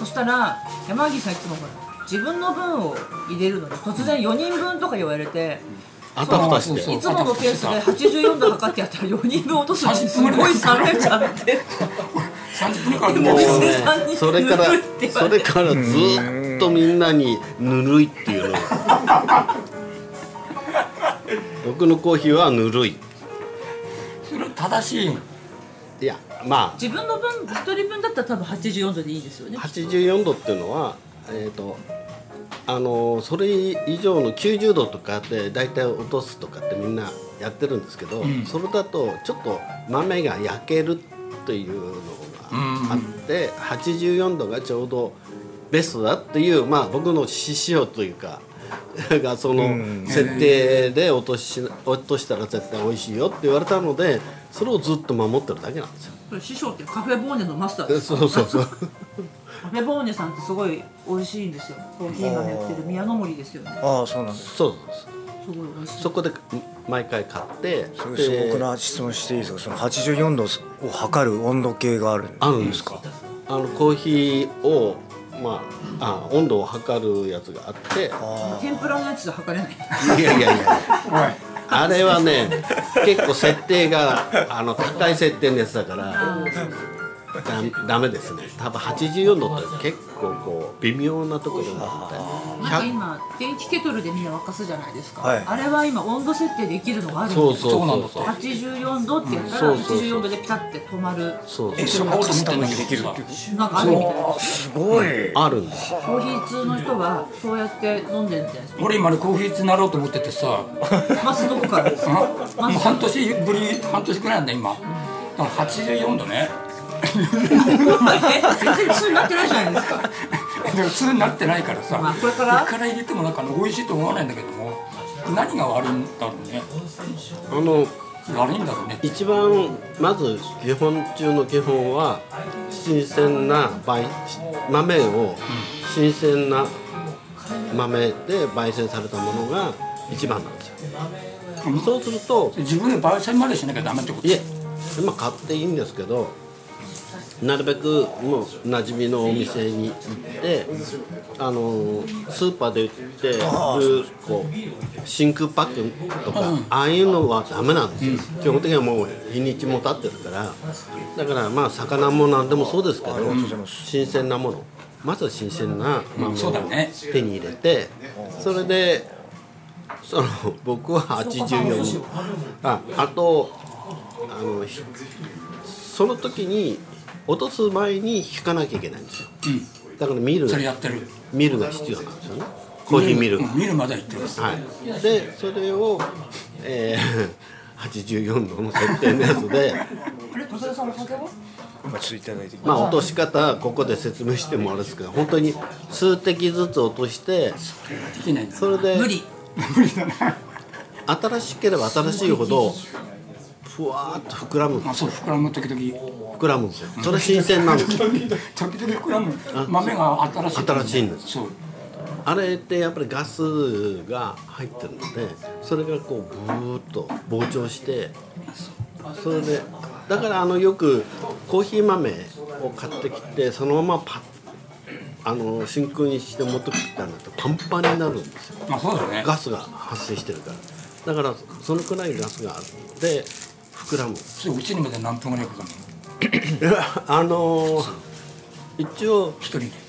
[SPEAKER 1] そしたら山岸さんいつもほら自分の分を入れるのに突然4人分とか言われて、
[SPEAKER 6] あたふたし
[SPEAKER 3] そうそう
[SPEAKER 1] い
[SPEAKER 6] て
[SPEAKER 1] つものペースで84度測ってやったら4人分落とすのにすごい冷めちゃって
[SPEAKER 3] 30分から
[SPEAKER 1] も
[SPEAKER 6] も
[SPEAKER 1] う
[SPEAKER 6] う
[SPEAKER 1] ね
[SPEAKER 3] も
[SPEAKER 6] ねそれから
[SPEAKER 1] ぬるいって言わ
[SPEAKER 6] そ
[SPEAKER 1] れ
[SPEAKER 6] れ
[SPEAKER 1] て
[SPEAKER 6] からずーっとみんなにぬるいっていう のが僕のコーヒーはぬるい
[SPEAKER 3] それは正しい
[SPEAKER 6] いやま
[SPEAKER 1] 自分の分1人分だったら多分84度でいいんですよね
[SPEAKER 6] あ84度っていうのはえっ、とあのそれ以上の90度とかって大体落とすとかってみんなやってるんですけど、
[SPEAKER 3] ん
[SPEAKER 6] それだとちょっと豆が焼けるっていうのがあって、84度がちょうどベストだっていうまあ僕の師匠というか がその
[SPEAKER 2] ん
[SPEAKER 6] 設定で落とし落としたら絶対美味しいよって言われたのでそれをずっと守ってるだけなんですよ。
[SPEAKER 1] これ師匠ってカフェボーネのマスター
[SPEAKER 6] え
[SPEAKER 1] です
[SPEAKER 6] そうそうそう
[SPEAKER 1] ペボーネさんってすごい美味しいんですよコーヒー豆売ってる宮の森ですよね
[SPEAKER 2] ああそうなんです
[SPEAKER 6] そうです
[SPEAKER 1] すごい美味しい
[SPEAKER 6] そこでん毎回買って
[SPEAKER 2] それ素朴な質問していいですかその84度を測る温度計があるん
[SPEAKER 6] あるんですかあのコーヒーをまああ温度を測るやつがあって
[SPEAKER 2] あ
[SPEAKER 1] 天ぷらのやつじゃ測れない
[SPEAKER 6] いやいやいや
[SPEAKER 3] おい
[SPEAKER 6] あれはね結構設定があの高い設定のやつだからだダメですね多分84度って結構こう微妙なところが
[SPEAKER 1] なん
[SPEAKER 6] あ
[SPEAKER 1] か
[SPEAKER 6] って
[SPEAKER 1] 今電気ケトルでみんな沸かすじゃないですか、
[SPEAKER 2] はい
[SPEAKER 1] あれは今温度設定できるのがあるんです
[SPEAKER 6] そう
[SPEAKER 1] う
[SPEAKER 6] そうそう
[SPEAKER 3] そ
[SPEAKER 6] そうう
[SPEAKER 3] なん
[SPEAKER 1] 84度ってやった
[SPEAKER 6] う
[SPEAKER 1] ら
[SPEAKER 6] んそうそうそう
[SPEAKER 1] 84度でピタッて止まる
[SPEAKER 6] そう
[SPEAKER 3] えそ
[SPEAKER 6] そう
[SPEAKER 3] れ買おうと思ってんだけど
[SPEAKER 2] できるって
[SPEAKER 3] さ
[SPEAKER 2] こと
[SPEAKER 1] なんかあるみたいです
[SPEAKER 2] すごい
[SPEAKER 6] あるんです
[SPEAKER 1] コーヒー通の人はそうやって飲んでるみたいです
[SPEAKER 3] 俺今ねコーヒーつなろうと思っててさ
[SPEAKER 1] マスどこからです
[SPEAKER 3] あ
[SPEAKER 1] か
[SPEAKER 3] もう半年ぶり半年くらいなんだ今だから84度ね
[SPEAKER 1] え全然通になってないじゃないですか
[SPEAKER 3] だから通になってないからさ、
[SPEAKER 1] まあこれから
[SPEAKER 3] これ入れてもなんかね美味しいと思わないんだけども何が悪いんだろうね
[SPEAKER 6] あの
[SPEAKER 3] 悪いんだろうね
[SPEAKER 6] 一番まず基本中の基本は新鮮な焙豆を新鮮な豆で焙煎されたものが一番なんですよそうすると
[SPEAKER 3] 自分で焙煎までしなきゃダメってこと
[SPEAKER 6] いえ今買っていいんですけどなるべくもう馴染みのお店に行ってあのスーパーで売ってるこう真空パックとか、ああいうのはダメなんですよ、基本的にはもう日にちも経ってるからだからまあ魚も何でもそうですけど、新鮮なものまずは新鮮な豆
[SPEAKER 3] そうだ
[SPEAKER 6] を
[SPEAKER 3] ね
[SPEAKER 6] 手に入れてそれでその僕は84度ああとあのひその時に落とす前に引かなきゃいけないんですよ、だからミル
[SPEAKER 3] そ
[SPEAKER 6] が
[SPEAKER 3] れやってる
[SPEAKER 6] ミルが必要なんですよねコーヒーミルが、
[SPEAKER 3] うん見るまでは言ってます
[SPEAKER 6] はい、でそれを、えー、84度の設定のやつで
[SPEAKER 2] 今ちょっといただいて
[SPEAKER 6] まあ落とし方ここで説明してもあれですけど本当に数滴ずつ落として
[SPEAKER 3] できないんだ
[SPEAKER 6] それで
[SPEAKER 1] 無理
[SPEAKER 6] 新しければ新しいほどふわーっと膨ら む
[SPEAKER 3] まあそう膨らむ時々
[SPEAKER 6] 膨らむんですよそれ新鮮なんですよ
[SPEAKER 3] 時々膨らむ豆が新しい
[SPEAKER 6] 新しいんです
[SPEAKER 3] そう
[SPEAKER 6] あれってやっぱりガスが入ってるのでそれがこうブーッと膨張してそれでだからあのよくコーヒー豆を買ってきてそのままパッあの真空にして持ってきたのとパンパンになるんですよ
[SPEAKER 3] まあそうだね
[SPEAKER 6] ガスが発生してるからだからそのくらいガスがあるので膨らむ
[SPEAKER 3] それうちにまで何分ぐらいかかるの
[SPEAKER 6] あの一応
[SPEAKER 3] 一人で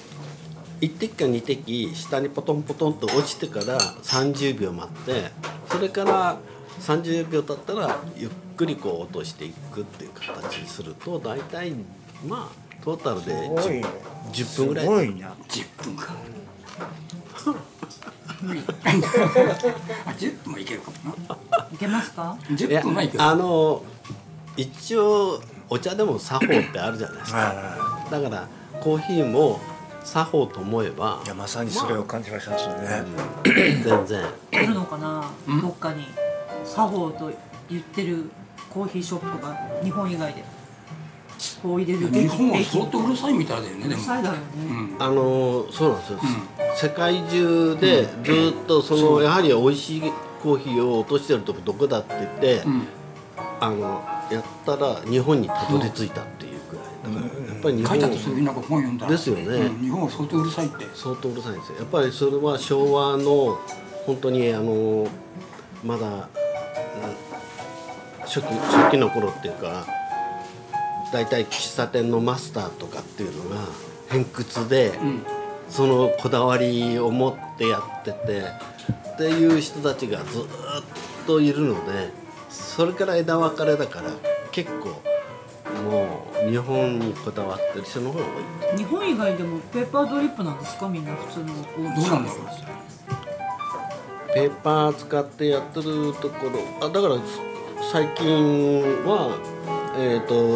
[SPEAKER 6] 1滴か2滴下にポトンポトンと落ちてから30秒待ってそれから30秒経ったらゆっくりこう落としていくっていう形にすると大体まあトータルで 10, 10分ぐら
[SPEAKER 2] すご
[SPEAKER 6] い
[SPEAKER 2] いな
[SPEAKER 3] 10分か あ10分はいけるかもない
[SPEAKER 1] けますか
[SPEAKER 6] いや
[SPEAKER 3] 10分はいける
[SPEAKER 6] あの一応お茶でも作法ってあるじゃないです
[SPEAKER 2] はいはい
[SPEAKER 6] か
[SPEAKER 2] は
[SPEAKER 6] だからコーヒーも作法と思えば
[SPEAKER 2] いいやまさにそれを感じましたですよね、
[SPEAKER 6] 全然
[SPEAKER 1] あるのかなどっかに作法と言ってるコーヒーショップが日本以外でこう入れる
[SPEAKER 3] 日本は
[SPEAKER 1] 駅
[SPEAKER 3] 相当うるさいみたいだよねでも
[SPEAKER 1] サイダーよね、
[SPEAKER 3] うん
[SPEAKER 6] あのそうなんですよ、世界中でずっとその、やはり美味しいコーヒーを落としてるとこどこだって言って、
[SPEAKER 3] ん
[SPEAKER 6] あのやったら日本にたどり着いたっていうくらいだからやっぱり日
[SPEAKER 3] 書い
[SPEAKER 6] 本
[SPEAKER 3] たとするなんか本読んだら
[SPEAKER 6] ですよね
[SPEAKER 3] うん日本は相当うるさいって
[SPEAKER 6] 相当うるさいんですよやっぱりそれは昭和の本当にあのまだな初期初期の頃っていうか大体喫茶店のマスターとかっていうのが偏屈で、そのこだわりを持ってやっててっていう人たちがずーっといるのでそれから枝分かれだから結構もう日本にこだわってる人の方が多い。
[SPEAKER 1] 日本以外でもペーパードリップなんですかみんな普通のどう
[SPEAKER 3] どうなんだろう
[SPEAKER 6] ペーパー使ってやってるところあだからす最近はえっ、と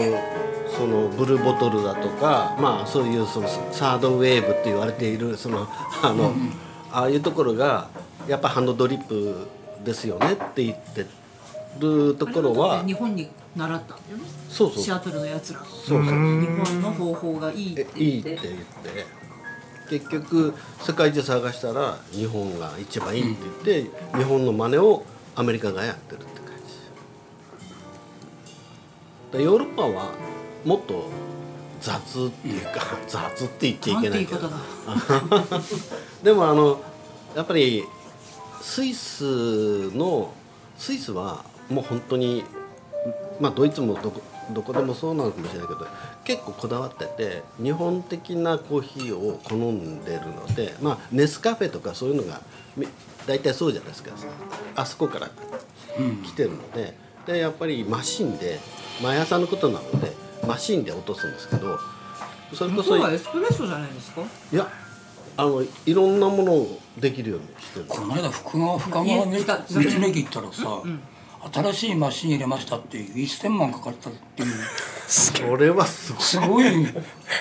[SPEAKER 6] そのブルーボトルだとかまあそういうそのサードウェーブって言われているそのあの、ああいうところがやっぱハンドドリップですよねって言ってるところは
[SPEAKER 1] 日本に習ったんだよね
[SPEAKER 6] そう
[SPEAKER 1] シ
[SPEAKER 6] そ
[SPEAKER 1] ア
[SPEAKER 6] う
[SPEAKER 1] トルのやつら
[SPEAKER 6] そうそう
[SPEAKER 1] 日本の方法がいいっ
[SPEAKER 6] え
[SPEAKER 1] て
[SPEAKER 6] いい
[SPEAKER 1] 言
[SPEAKER 6] っ
[SPEAKER 1] ってて
[SPEAKER 6] 言って結局世界中探したら日本が一番いいって言って、日本の真似をアメリカがやってるって感じでヨーロッパはもっと雑っていうか、雑って言っちゃいけないけど
[SPEAKER 1] なんて
[SPEAKER 6] でもあのやっぱりスイスのスイスはもう本当にまあドイツもどこどこでもそうなのかもしれないけど結構こだわってて日本的なコーヒーを好んでるのでまあネスカフェとかそういうのがみ大体そうじゃないですかあそこから来てるのででやっぱりマシンで毎朝のことなのでマシンで落とすんですけどそれこ
[SPEAKER 1] 向
[SPEAKER 6] そ
[SPEAKER 1] こうはエスプレッソじゃないですか
[SPEAKER 6] いやあのいろんなものをできるようにしてる
[SPEAKER 3] この間深川深川に
[SPEAKER 1] いやいた
[SPEAKER 3] 道の駅行ったらさ、新しいマシン入れましたって1000万かかったっていう
[SPEAKER 6] それはすごい
[SPEAKER 3] すごい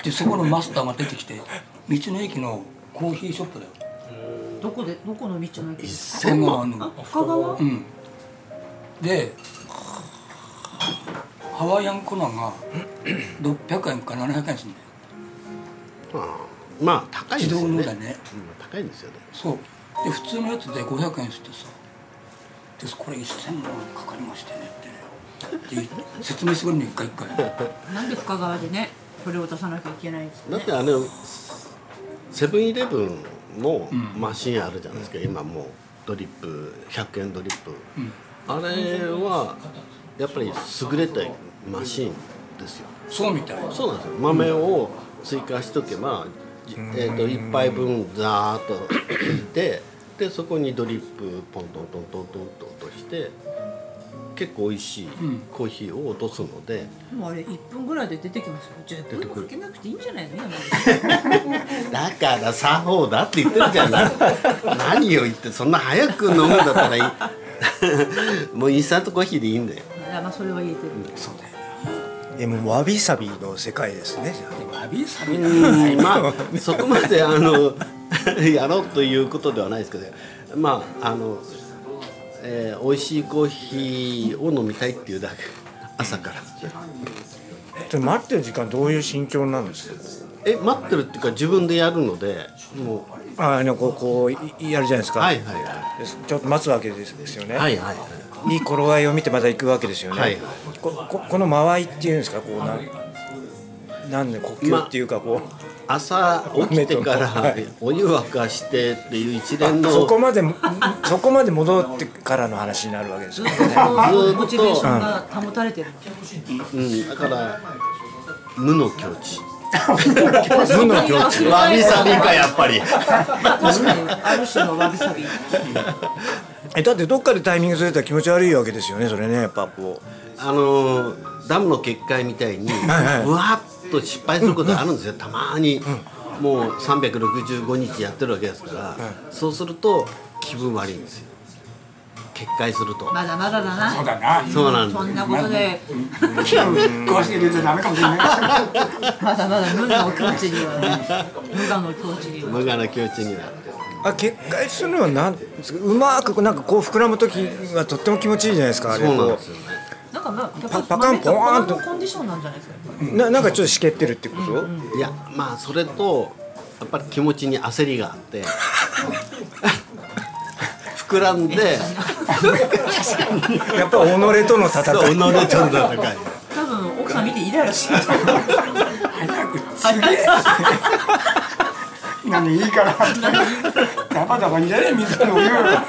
[SPEAKER 3] でそこのマスターが出てきて道の駅のコーヒーショップだよ
[SPEAKER 1] どこでどこの道の駅です
[SPEAKER 3] 深川の
[SPEAKER 1] か深川
[SPEAKER 3] うんでハワイアンコナンが600円か700円するんだよ
[SPEAKER 6] まあまあ高いですよ
[SPEAKER 3] 自動
[SPEAKER 6] ね
[SPEAKER 3] のだね
[SPEAKER 6] うん、高いんですよね
[SPEAKER 3] そうで普通のやつで500円してさ「でこれ1000万かかりましてね」ってねで説明するのに一回一回
[SPEAKER 1] なんで深川でねそれを出さなきゃいけないんですか
[SPEAKER 6] だってあのセブンイレブンのマシンあるじゃないですか、今もうドリップ100円ドリップ、あれはやっぱり優れたマシンですよ
[SPEAKER 3] そうみたい
[SPEAKER 6] そうなんですよ豆を追加しとけば、じえー、と1杯分ザーッと引いてでそこにドリップポントントントントンと落として結構美味しいコーヒーを落とすので、
[SPEAKER 1] でもあれ1分ぐらいで出てきますよ10
[SPEAKER 6] 出て
[SPEAKER 1] 分も
[SPEAKER 6] くる
[SPEAKER 1] かけなくていいんじゃないの山口
[SPEAKER 6] だから作法だって言ってるじゃない何を言ってそんな早く飲むんだったらいいもうインスタントコーヒーでい いんだよ
[SPEAKER 1] さんいやまあそれは言えてる
[SPEAKER 3] そうだよ
[SPEAKER 2] えもうわびさびの世界ですね
[SPEAKER 3] ねわびさびだ
[SPEAKER 6] うんまあそこまであの やろうということではないですけどまああの、えー美味しいコーヒーを飲みたいっていうだけ朝から
[SPEAKER 2] で待ってる時間どういう心境なんですか
[SPEAKER 6] え待ってるっていうか自分でやるのでも
[SPEAKER 2] ああのこうこういやるじゃないです
[SPEAKER 6] う
[SPEAKER 2] か、
[SPEAKER 6] はいはいは
[SPEAKER 2] でちょっと待つわけですよね、
[SPEAKER 6] いはいはい
[SPEAKER 2] いい頃合いを見てまた行くわけですよね、
[SPEAKER 6] はい
[SPEAKER 2] こここの間合いっていうんですかこうなんなんで呼吸っていうかこう、
[SPEAKER 6] 朝起きてか
[SPEAKER 2] は
[SPEAKER 6] ら
[SPEAKER 2] い
[SPEAKER 6] お湯沸かしてっていう一連の
[SPEAKER 2] そこまでもそこまで戻ってからの話になるわけです
[SPEAKER 1] ず
[SPEAKER 2] よ
[SPEAKER 1] っと
[SPEAKER 2] ね
[SPEAKER 1] その
[SPEAKER 6] ずっと
[SPEAKER 1] モチベーションが保たれてる
[SPEAKER 6] うん、だから無の境地
[SPEAKER 2] 無の境地
[SPEAKER 6] わびさびかやっぱり
[SPEAKER 1] 確かにある種のわびさび
[SPEAKER 2] えだってどっかでタイミングずれたら気持ち悪いわけですよねそれねやっぱこ
[SPEAKER 6] あのーダムの決壊みたいに
[SPEAKER 2] いはいう
[SPEAKER 6] わっと失敗することがあるんですよたまにもう365日やってるわけですからそうすると気分悪いんですよ決壊すると
[SPEAKER 1] まだまだだ
[SPEAKER 3] そ
[SPEAKER 1] な
[SPEAKER 3] うだな
[SPEAKER 6] そうなんです
[SPEAKER 1] そんなことで
[SPEAKER 3] 詳しく言うとダメかもしれない
[SPEAKER 1] まだまだ無我の境地には ね無我の境地には
[SPEAKER 6] 無我の境地には
[SPEAKER 2] うあ決壊するのはなんですかうまくなんかこう膨らむ時はとっても気持ちいいじゃないですかあ
[SPEAKER 6] そ
[SPEAKER 2] れこ
[SPEAKER 6] うなんですよね
[SPEAKER 1] なんかまあやっぱ
[SPEAKER 2] パパカンポーンと
[SPEAKER 1] 豆のコンディションなんじゃないですか
[SPEAKER 2] ななんかちょっとしけってるってこと、
[SPEAKER 6] いやまあそれとやっぱり気持ちに焦りがあって 膨らんで
[SPEAKER 2] やっぱ己との
[SPEAKER 6] 己と
[SPEAKER 2] 戦い
[SPEAKER 6] の戦い
[SPEAKER 1] 多分奥さん見てイライラしてると思う
[SPEAKER 3] 早くつけ何いいからダバダバにじゃねえ水のお湯
[SPEAKER 6] いや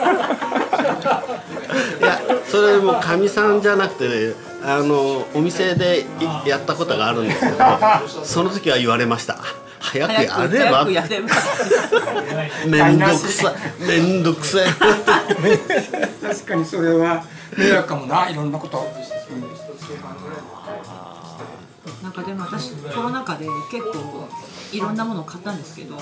[SPEAKER 6] それもかみさんじゃなくてあのお店でいやったことがあるんですけどその時は言われました早くや
[SPEAKER 1] 早く
[SPEAKER 6] れば
[SPEAKER 1] 早くやれば
[SPEAKER 6] めんどくさいめんどくさい
[SPEAKER 3] 確かにそれは迷惑かもないろんなこと
[SPEAKER 1] なんかでも私コロナ禍で結構いろんなものを買ったんですけど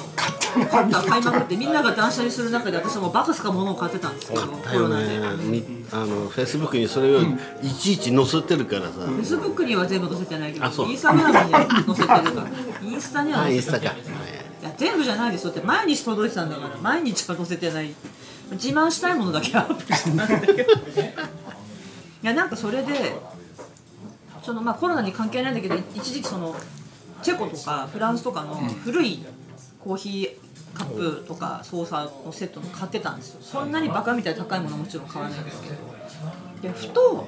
[SPEAKER 1] 買った買いまくってみんなが断捨離する中で私はもうバカすかものを買ってたんですけど
[SPEAKER 6] だ
[SPEAKER 1] コロ
[SPEAKER 6] よ
[SPEAKER 1] ナで。
[SPEAKER 6] ねみあのフェイスブックにそれをいちいち載せてるからさ、
[SPEAKER 1] フェイスブックには全部載せてないけど
[SPEAKER 6] あそう
[SPEAKER 1] インスタグラムには載せてるからインスタには
[SPEAKER 6] あ
[SPEAKER 1] 載
[SPEAKER 6] イン
[SPEAKER 1] せ
[SPEAKER 6] ス
[SPEAKER 1] て
[SPEAKER 6] タ
[SPEAKER 1] る
[SPEAKER 6] かはい
[SPEAKER 1] いや全部じゃないですよって毎日届いてたんだから毎日は載せてない自慢したいものだけアップしてたんだけどやなんかそれでそのまあコロナに関係ないんだけど一時期そのチェコとかフランスとかの古いコーヒーカップとかソーサーのセットの買ってたんですよそんなにバカみたいに高いものはもちろん買わないんですけどでふと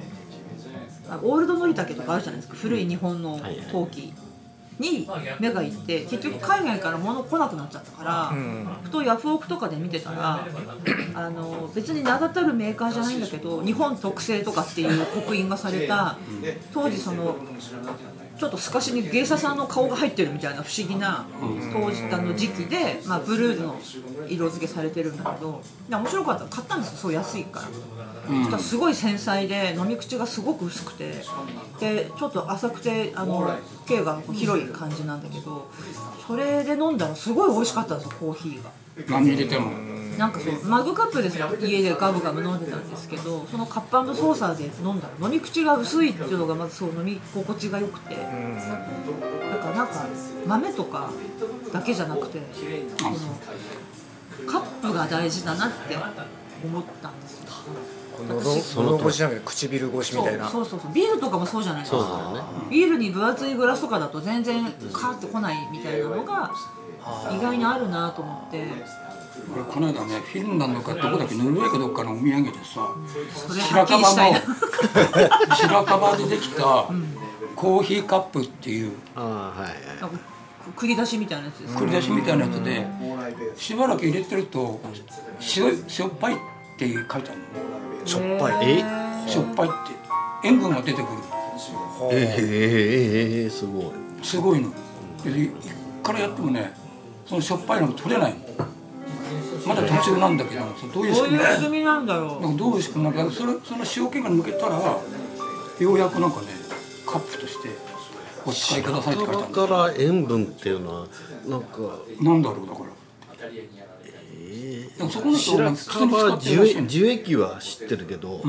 [SPEAKER 1] あオールドのりたけとかあるじゃないですか古い日本の陶器に目がいって結局海外から物来なくなっちゃったから、ふとヤフオクとかで見てたらあの別に名だたるメーカーじゃないんだけど日本特製とかっていう刻印がされた当時そのちょっと透かしに芸者さんの顔が入ってるみたいな不思議な当時あの時期で、まあ、ブルーの色付けされてるんだけどで面白かった買ったんですよそう安いから。そしたらすごい繊細で飲み口がすごく薄くてでちょっと浅くてあの径が広い感じなんだけどそれで飲んだらすごい美味しかったんですよコーヒーが。
[SPEAKER 3] 何入れても
[SPEAKER 1] なんかそうマグカップです家でガブガブ飲んでたんですけどそのカップソーサーで飲んだら飲み口が薄いっていうのがまずそう飲み心地が良くてだからなんか豆とかだけじゃなくてそのカップが大事だなって思ったんですよ
[SPEAKER 2] 喉喉越しじゃなくて唇越しみたいな
[SPEAKER 1] そうそうそうそうビールとかもそうじゃないですか
[SPEAKER 6] そうだよね
[SPEAKER 1] ビールに分厚いグラスとかだと全然カーってこないみたいなのが意外にあるなと思って
[SPEAKER 3] 俺この間ねフィンランドかどこだっけノルウェーかどっかのお土産でさ
[SPEAKER 1] それは
[SPEAKER 3] 白
[SPEAKER 1] っきり
[SPEAKER 3] 樺
[SPEAKER 1] したいな
[SPEAKER 3] の白樺でできたコーヒーカップっていう
[SPEAKER 6] ああはいはい
[SPEAKER 1] なんか繰り出しみたいなやつですか
[SPEAKER 3] 繰り出しみたいなやつでしばらく入れてると塩しょっぱいって書いてある
[SPEAKER 2] しょっぱい
[SPEAKER 6] え
[SPEAKER 3] のしょっぱいって塩分が出てくる
[SPEAKER 6] ええええええすごい
[SPEAKER 3] すごいのでいくらやってもねそのしょっぱいのが取れないのまだ途中なんだけどそれどういう仕
[SPEAKER 1] どう
[SPEAKER 3] 組み
[SPEAKER 1] いう仕
[SPEAKER 3] だなんか
[SPEAKER 1] 組みなんだろう
[SPEAKER 3] どういう仕組みなんかそれその塩気が抜けたらようやくなんかねカップとしてお使いくださいって書いてある
[SPEAKER 6] だから塩分っていうのはなんか
[SPEAKER 3] なんだろうだから。でもそこの人は
[SPEAKER 6] 白
[SPEAKER 3] 普通に使
[SPEAKER 6] 樺
[SPEAKER 3] ってるらしい
[SPEAKER 6] 樹
[SPEAKER 3] の
[SPEAKER 6] 樹液は知ってるけど、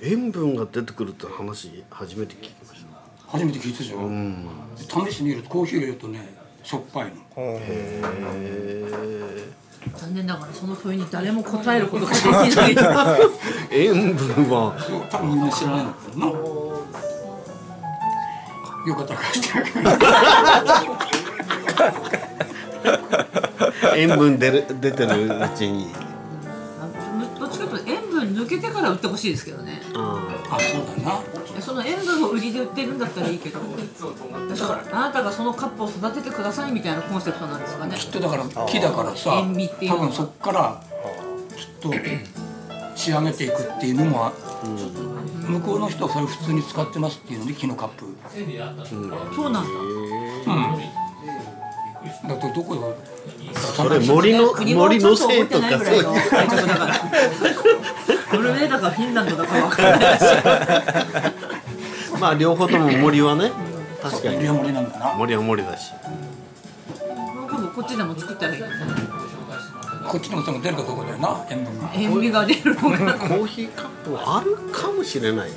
[SPEAKER 6] 塩分が出てくるって話初めて聞きました
[SPEAKER 3] 初めて聞いたでしょ、試してみるとコーヒー入れるとねしょっぱいの
[SPEAKER 1] 残念ながらその問いに誰も答えることができ ないな
[SPEAKER 6] 塩分 は
[SPEAKER 3] 多分みんな知らないのかなよかったら貸してあげる
[SPEAKER 6] 塩分出る出てるうちに
[SPEAKER 1] どっちかというと塩分抜けてから売ってほしいですけどね
[SPEAKER 3] あそうだな
[SPEAKER 1] その塩分を売りで売ってるんだったらいいけどだからあなたがそのカップを育ててくださいみたいなコンセプトなんですかね
[SPEAKER 3] きっとだから木だからさ
[SPEAKER 1] 塩味っていう
[SPEAKER 3] 多
[SPEAKER 1] の
[SPEAKER 3] 分そっからきっと仕上げていくっていうのもあ向こうの人はそれ普通に使ってますっていうので木のカップ
[SPEAKER 1] そうなんだ
[SPEAKER 3] だってどこだ
[SPEAKER 6] それ森の
[SPEAKER 1] 国も
[SPEAKER 6] 森
[SPEAKER 1] ちょ
[SPEAKER 6] の
[SPEAKER 1] っと覚
[SPEAKER 6] せ
[SPEAKER 1] え
[SPEAKER 6] い
[SPEAKER 1] て
[SPEAKER 6] と
[SPEAKER 1] ない
[SPEAKER 6] か
[SPEAKER 1] ぐら
[SPEAKER 6] そ
[SPEAKER 1] い
[SPEAKER 6] ういう
[SPEAKER 1] の会長だからノルウェーだかフィンランドだかわからないし
[SPEAKER 6] まあ両方とも森はね確か
[SPEAKER 3] 入
[SPEAKER 6] に
[SPEAKER 3] れ盛りなんだな
[SPEAKER 6] 森は森だし
[SPEAKER 1] 今度こっちでも作ったらいい
[SPEAKER 3] こっちの人が出るかどうかだよな塩分が
[SPEAKER 1] 塩味が出るのが
[SPEAKER 6] コーヒーカップはあるかもしれないね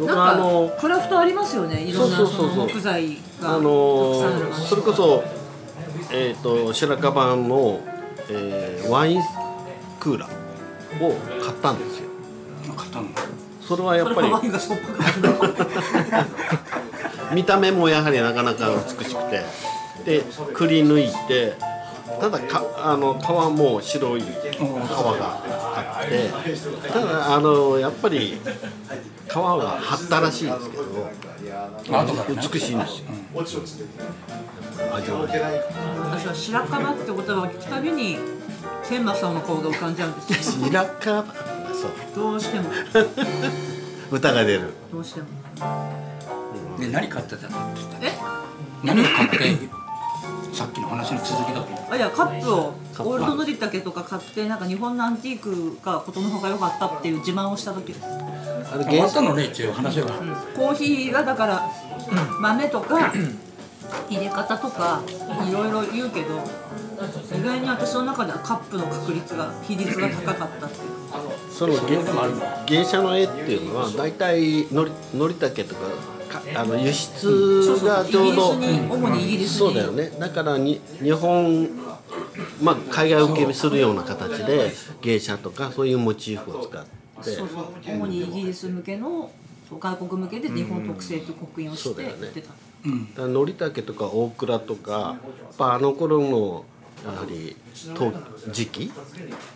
[SPEAKER 6] 僕はあ
[SPEAKER 1] なん
[SPEAKER 6] の
[SPEAKER 1] かクラフトありますよねいろんな
[SPEAKER 6] そうそ
[SPEAKER 1] そ
[SPEAKER 6] うそうそう
[SPEAKER 1] の木材が
[SPEAKER 6] あ
[SPEAKER 1] たくさんあ
[SPEAKER 6] の
[SPEAKER 1] る
[SPEAKER 6] ー
[SPEAKER 1] 感じ
[SPEAKER 6] それこそ、えー、と白樺の、えーワインクーラーを買ったんですよ
[SPEAKER 3] 買ったの
[SPEAKER 6] それはや
[SPEAKER 1] そ
[SPEAKER 6] っ
[SPEAKER 1] れ
[SPEAKER 6] ぱ
[SPEAKER 1] はワイ
[SPEAKER 6] り
[SPEAKER 1] ンがしょっぱくなる
[SPEAKER 6] 見た目もやはりなかなか美しくてでくり抜いてただかあの皮も白い皮があってただあのやっぱり皮は張ったらしいですけど
[SPEAKER 3] 後からね
[SPEAKER 6] 美しいんですよ味わい
[SPEAKER 1] 私は白樺って言葉を聞くたびに千馬さんの顔が浮かんじゃうんですよ
[SPEAKER 6] 白樺そ
[SPEAKER 1] どうしても
[SPEAKER 6] う歌が出る
[SPEAKER 1] どうしても
[SPEAKER 3] で何買ってたのって言ったら
[SPEAKER 1] え
[SPEAKER 3] 何を買ってさっきの話の続きだと思う
[SPEAKER 1] あいやカップをオールドのりたけとか買ってなんか日本のアンティークがことのほか良かったっていう自慢をした時です
[SPEAKER 6] あれ
[SPEAKER 3] 終わったのね一応話は
[SPEAKER 1] コーヒーはだから豆とか入れ方とかいろいろ言うけど意外に私の中ではカップの確率が比率が高かったっていう
[SPEAKER 6] その芸
[SPEAKER 3] でもあるな
[SPEAKER 6] 芸者の絵っていうのは大体のりのりたけとかかあの輸
[SPEAKER 1] そう
[SPEAKER 6] 出
[SPEAKER 1] そう
[SPEAKER 6] がちょうど
[SPEAKER 1] イギリスに主にイギリスに
[SPEAKER 6] そうだよねだからに日本まあ海外受けするような形で芸者とかそういうモチーフを使って
[SPEAKER 1] そうそう主にイギリス向けの外国向けで日本特製と刻印をして売
[SPEAKER 6] うんそうだよ
[SPEAKER 1] っ
[SPEAKER 6] ね
[SPEAKER 1] てた、
[SPEAKER 3] うん
[SPEAKER 6] だからのりたけとか大蔵とかやっぱあの頃のやはり当時期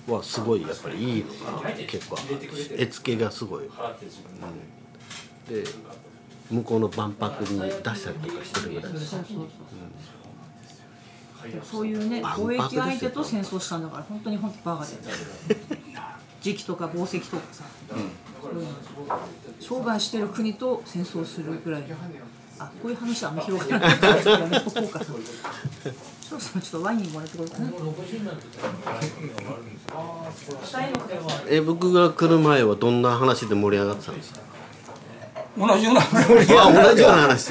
[SPEAKER 6] はすごいやっぱりいいのが結構ある絵付けがすごい、うんで向こうの万博に出したりとかしてるぐらいです
[SPEAKER 1] そうそうそう、そういうね貿易相手と戦争したんだから本当に本当バカで時期とか宝石とかさ、うん商売してる国と戦争するぐらいのあこういう話はあんま広がらないからちょっとやめとこうかなそろそろちょっとワインもらってこようかな
[SPEAKER 6] え僕が来る前はどんな話で盛り上がってたんですか
[SPEAKER 3] 同じような
[SPEAKER 6] あ同じような話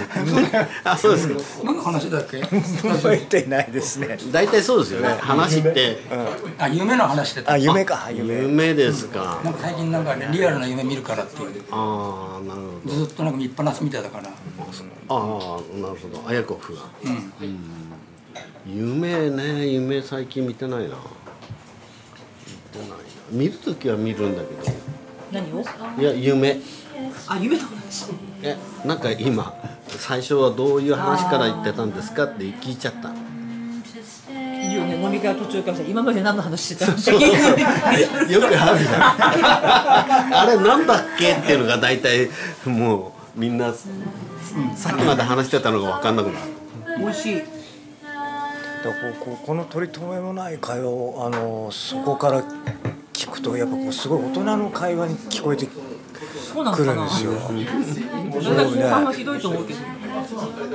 [SPEAKER 6] あそうですか
[SPEAKER 3] 何の話だっ け
[SPEAKER 2] 覚えてないですね
[SPEAKER 6] 大体そうですよね話って
[SPEAKER 3] あ夢の話で
[SPEAKER 2] あ夢か夢
[SPEAKER 6] 夢ですか
[SPEAKER 3] なんか最近なんかねリアルな夢見るからっていう
[SPEAKER 6] ああなるほ
[SPEAKER 3] ずっとなんか見っぱなしみたいだから
[SPEAKER 6] どああなるほど綾子夫が
[SPEAKER 3] うん
[SPEAKER 6] 夢ね夢最近見てないな見てないな見るときは見るんだけ
[SPEAKER 1] 何を
[SPEAKER 6] どいや夢
[SPEAKER 1] あ夢の話
[SPEAKER 6] えなんか今最初はどういう話から言ってたんですかって聞いちゃった
[SPEAKER 1] いいよね飲み会途中からさ今まで何の話してたの
[SPEAKER 6] そうそうそうえよくあるじ ゃんあれなんだっけっていうのが大体もうみんなさっきまで話してたのが分かんなくなる
[SPEAKER 1] 美味しい
[SPEAKER 2] だからこうこうこの取り留めもない会話をあのそこから聞くとやっぱこうすごい大人の会話に聞こえてく
[SPEAKER 1] そうなのか
[SPEAKER 2] る
[SPEAKER 1] なん
[SPEAKER 2] ですよ。
[SPEAKER 1] それが後半はひどいと思うけど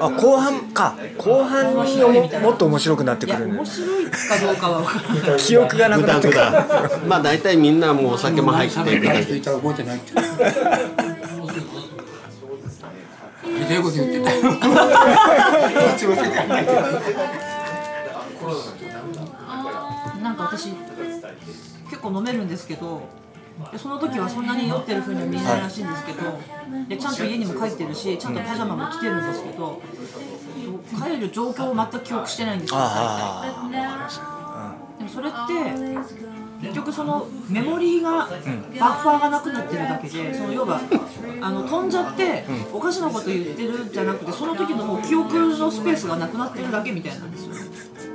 [SPEAKER 2] あ後半か後半にももっと面白くなって
[SPEAKER 1] い
[SPEAKER 2] く
[SPEAKER 1] や
[SPEAKER 2] るん
[SPEAKER 1] 面
[SPEAKER 2] です
[SPEAKER 1] 白いかどうかは分からない
[SPEAKER 2] 記憶がなく
[SPEAKER 6] ぐ
[SPEAKER 2] な
[SPEAKER 6] だ
[SPEAKER 2] って
[SPEAKER 6] ぐ
[SPEAKER 2] くる
[SPEAKER 6] だまあ大体みんなもうお酒も入って
[SPEAKER 3] 何喋
[SPEAKER 6] る
[SPEAKER 3] るか聞いたら覚えてないってひどいこと言ってたよどっちも世界 ないけど
[SPEAKER 1] なんか私結構飲めるんですけどでその時はそんなに酔ってる風には見えないらしいんですけど、でちゃんと家にも帰ってるしちゃんとパジャマも着てるんですけど帰る状況を全く記憶してないんですよ
[SPEAKER 2] ああ
[SPEAKER 1] でもそれって結局そのメモリーが、バッファーがなくなってるだけでその要はあの飛んじゃって、おかしなこと言ってるんじゃなくてその時のもう記憶のスペースがなくなってるだけみたいなんですよ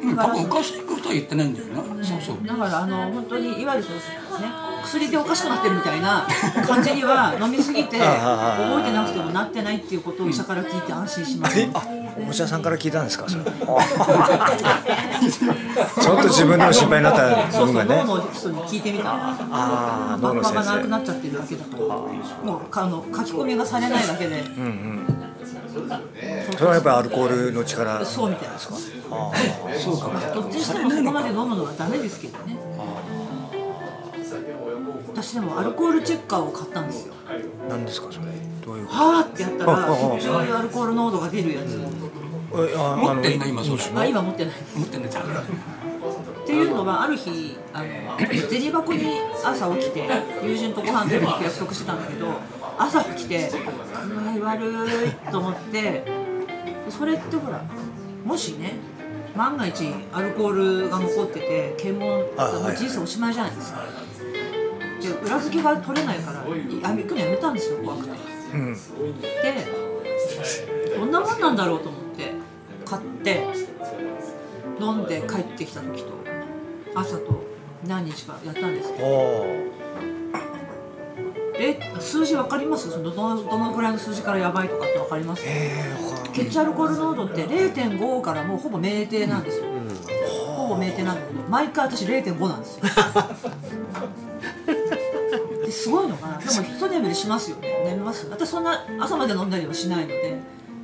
[SPEAKER 3] うん多分おかしいことは言ってないんだよなそうそう
[SPEAKER 1] だからあの本当にいわゆるそうですね薬でおかしくなってるみたいな感じには飲みすぎて覚えてなくてもなってないっていうことを医者から聞いて安心しました
[SPEAKER 2] お医者さんから聞いたんですかそれちょっと自分でも心配になった
[SPEAKER 1] そうそ
[SPEAKER 2] 分
[SPEAKER 1] う脳
[SPEAKER 2] がね
[SPEAKER 1] の人に聞いてみたら
[SPEAKER 2] ああ
[SPEAKER 1] マ
[SPEAKER 2] 脳
[SPEAKER 1] ッ
[SPEAKER 2] の
[SPEAKER 1] パが
[SPEAKER 2] 先
[SPEAKER 1] なくな
[SPEAKER 2] 生
[SPEAKER 1] っちゃってるだけだからもうかあの書き込みがされないだけで
[SPEAKER 2] それはやっぱりアルコールの力
[SPEAKER 1] そうみたいですかどっちにしてもそこまで飲むのはダメですけどね私でもアルコールチェッカーを買ったんですよ
[SPEAKER 2] なんですかそれどういうこと
[SPEAKER 1] はーってやったら
[SPEAKER 2] あああ
[SPEAKER 1] そういうアルコール濃度が出るやつ、
[SPEAKER 2] えああの
[SPEAKER 3] 持ってんの今それ
[SPEAKER 1] あ今持ってない
[SPEAKER 3] 持ってんのダメだよ
[SPEAKER 1] っていうのはある日あの銭箱に朝起きて友人とご飯食べに行く約束してたんだけど朝起きて具合悪いと思ってそれってほらもしね万が一アルコールが残ってて検問
[SPEAKER 2] あはい
[SPEAKER 1] もう人生おしまいじゃないですかで裏付けが取れないからあ行くのやめたんですよ怖くて
[SPEAKER 2] うん
[SPEAKER 1] でどんなもんなんだろうと思って買って飲んで帰ってきた時と朝と何日かやったんですけど
[SPEAKER 2] お
[SPEAKER 1] え数字分かりますそのどのどのぐらいの数字からやばいとかって分かります血アルコール濃度って0.5からもうほぼ酩酊なんですよ、ほぼ酩酊なんだけど毎回私0.5なん ですよですごいのかなでも一眠りしますよね眠ますよ私そんな朝まで飲んだりはしないので、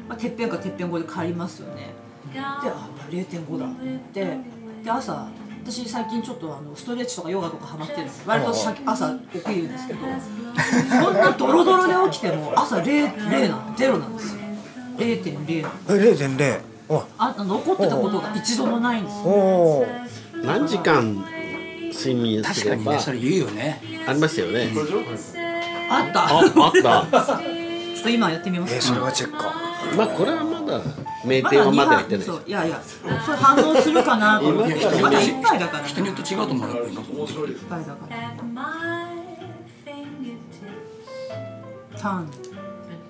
[SPEAKER 1] まあ、てっぺんかてっぺん5で帰りますよねであ0.5だってで朝私最近ちょっとあのストレッチとかヨガとかハマってるんです割とさ朝僕言うんですけどそんなドロドロで起きても朝 0, 0なんゼロなんですよ0.0なん
[SPEAKER 2] え0.0お
[SPEAKER 1] あ残ってたことが一度もないんですよ
[SPEAKER 2] おー
[SPEAKER 6] 何時間睡眠す
[SPEAKER 3] 確か
[SPEAKER 6] れ
[SPEAKER 3] に
[SPEAKER 6] ば
[SPEAKER 3] ねそれ言うよね
[SPEAKER 6] ありましたよね
[SPEAKER 1] あった
[SPEAKER 6] ああった
[SPEAKER 1] ちょっと今やってみま
[SPEAKER 2] え
[SPEAKER 1] す
[SPEAKER 2] それはチェッカー
[SPEAKER 6] まあこれはまだ名
[SPEAKER 1] ま
[SPEAKER 6] 店
[SPEAKER 1] だ
[SPEAKER 6] は
[SPEAKER 1] 二
[SPEAKER 6] まだやっ
[SPEAKER 1] 杯
[SPEAKER 6] てない
[SPEAKER 1] そういやいやそれ反応するかなと思って
[SPEAKER 3] 今
[SPEAKER 1] まだ一杯だから
[SPEAKER 3] 人によって違うと思うよ
[SPEAKER 1] 一杯だから三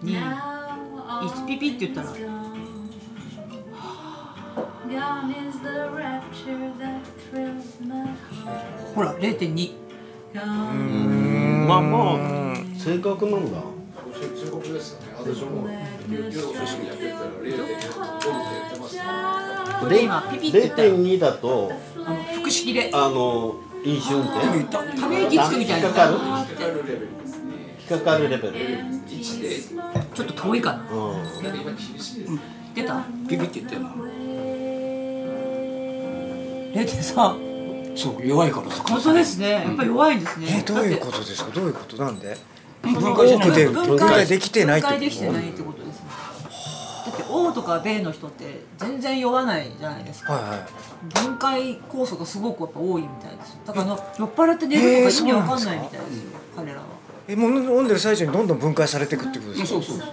[SPEAKER 1] に1ピピって言ったらほら0.2
[SPEAKER 6] まあまあ正確なんだ
[SPEAKER 1] で今ピピって言ったら
[SPEAKER 6] 0.2だと
[SPEAKER 1] あの腹式で
[SPEAKER 6] あの飲酒運転
[SPEAKER 3] た
[SPEAKER 1] ため息つくみたいな
[SPEAKER 6] 引っかかる引っかかるレベル、うん、
[SPEAKER 1] ちょっと遠いかな出た
[SPEAKER 3] ピピって言ったよな
[SPEAKER 1] 0.3
[SPEAKER 3] そう弱いからさ
[SPEAKER 1] 本当ですねやっぱり弱いんですね、
[SPEAKER 2] えどういうことですかどういうことなんで
[SPEAKER 1] 分
[SPEAKER 2] 解してない
[SPEAKER 1] 分
[SPEAKER 2] 分解できてないって
[SPEAKER 1] 分
[SPEAKER 2] こと
[SPEAKER 1] 解できてないってことですねだって O とか B の人って全然酔わないじゃないですか
[SPEAKER 2] はいはい
[SPEAKER 1] 分解酵素がすごくやっぱ多いみたいですよだからあの酔っ払って寝るとか意味わかんないみたいですよ彼らは
[SPEAKER 2] えもう飲んでる最中にどんどん分解されていくってことですか
[SPEAKER 3] そうそうそう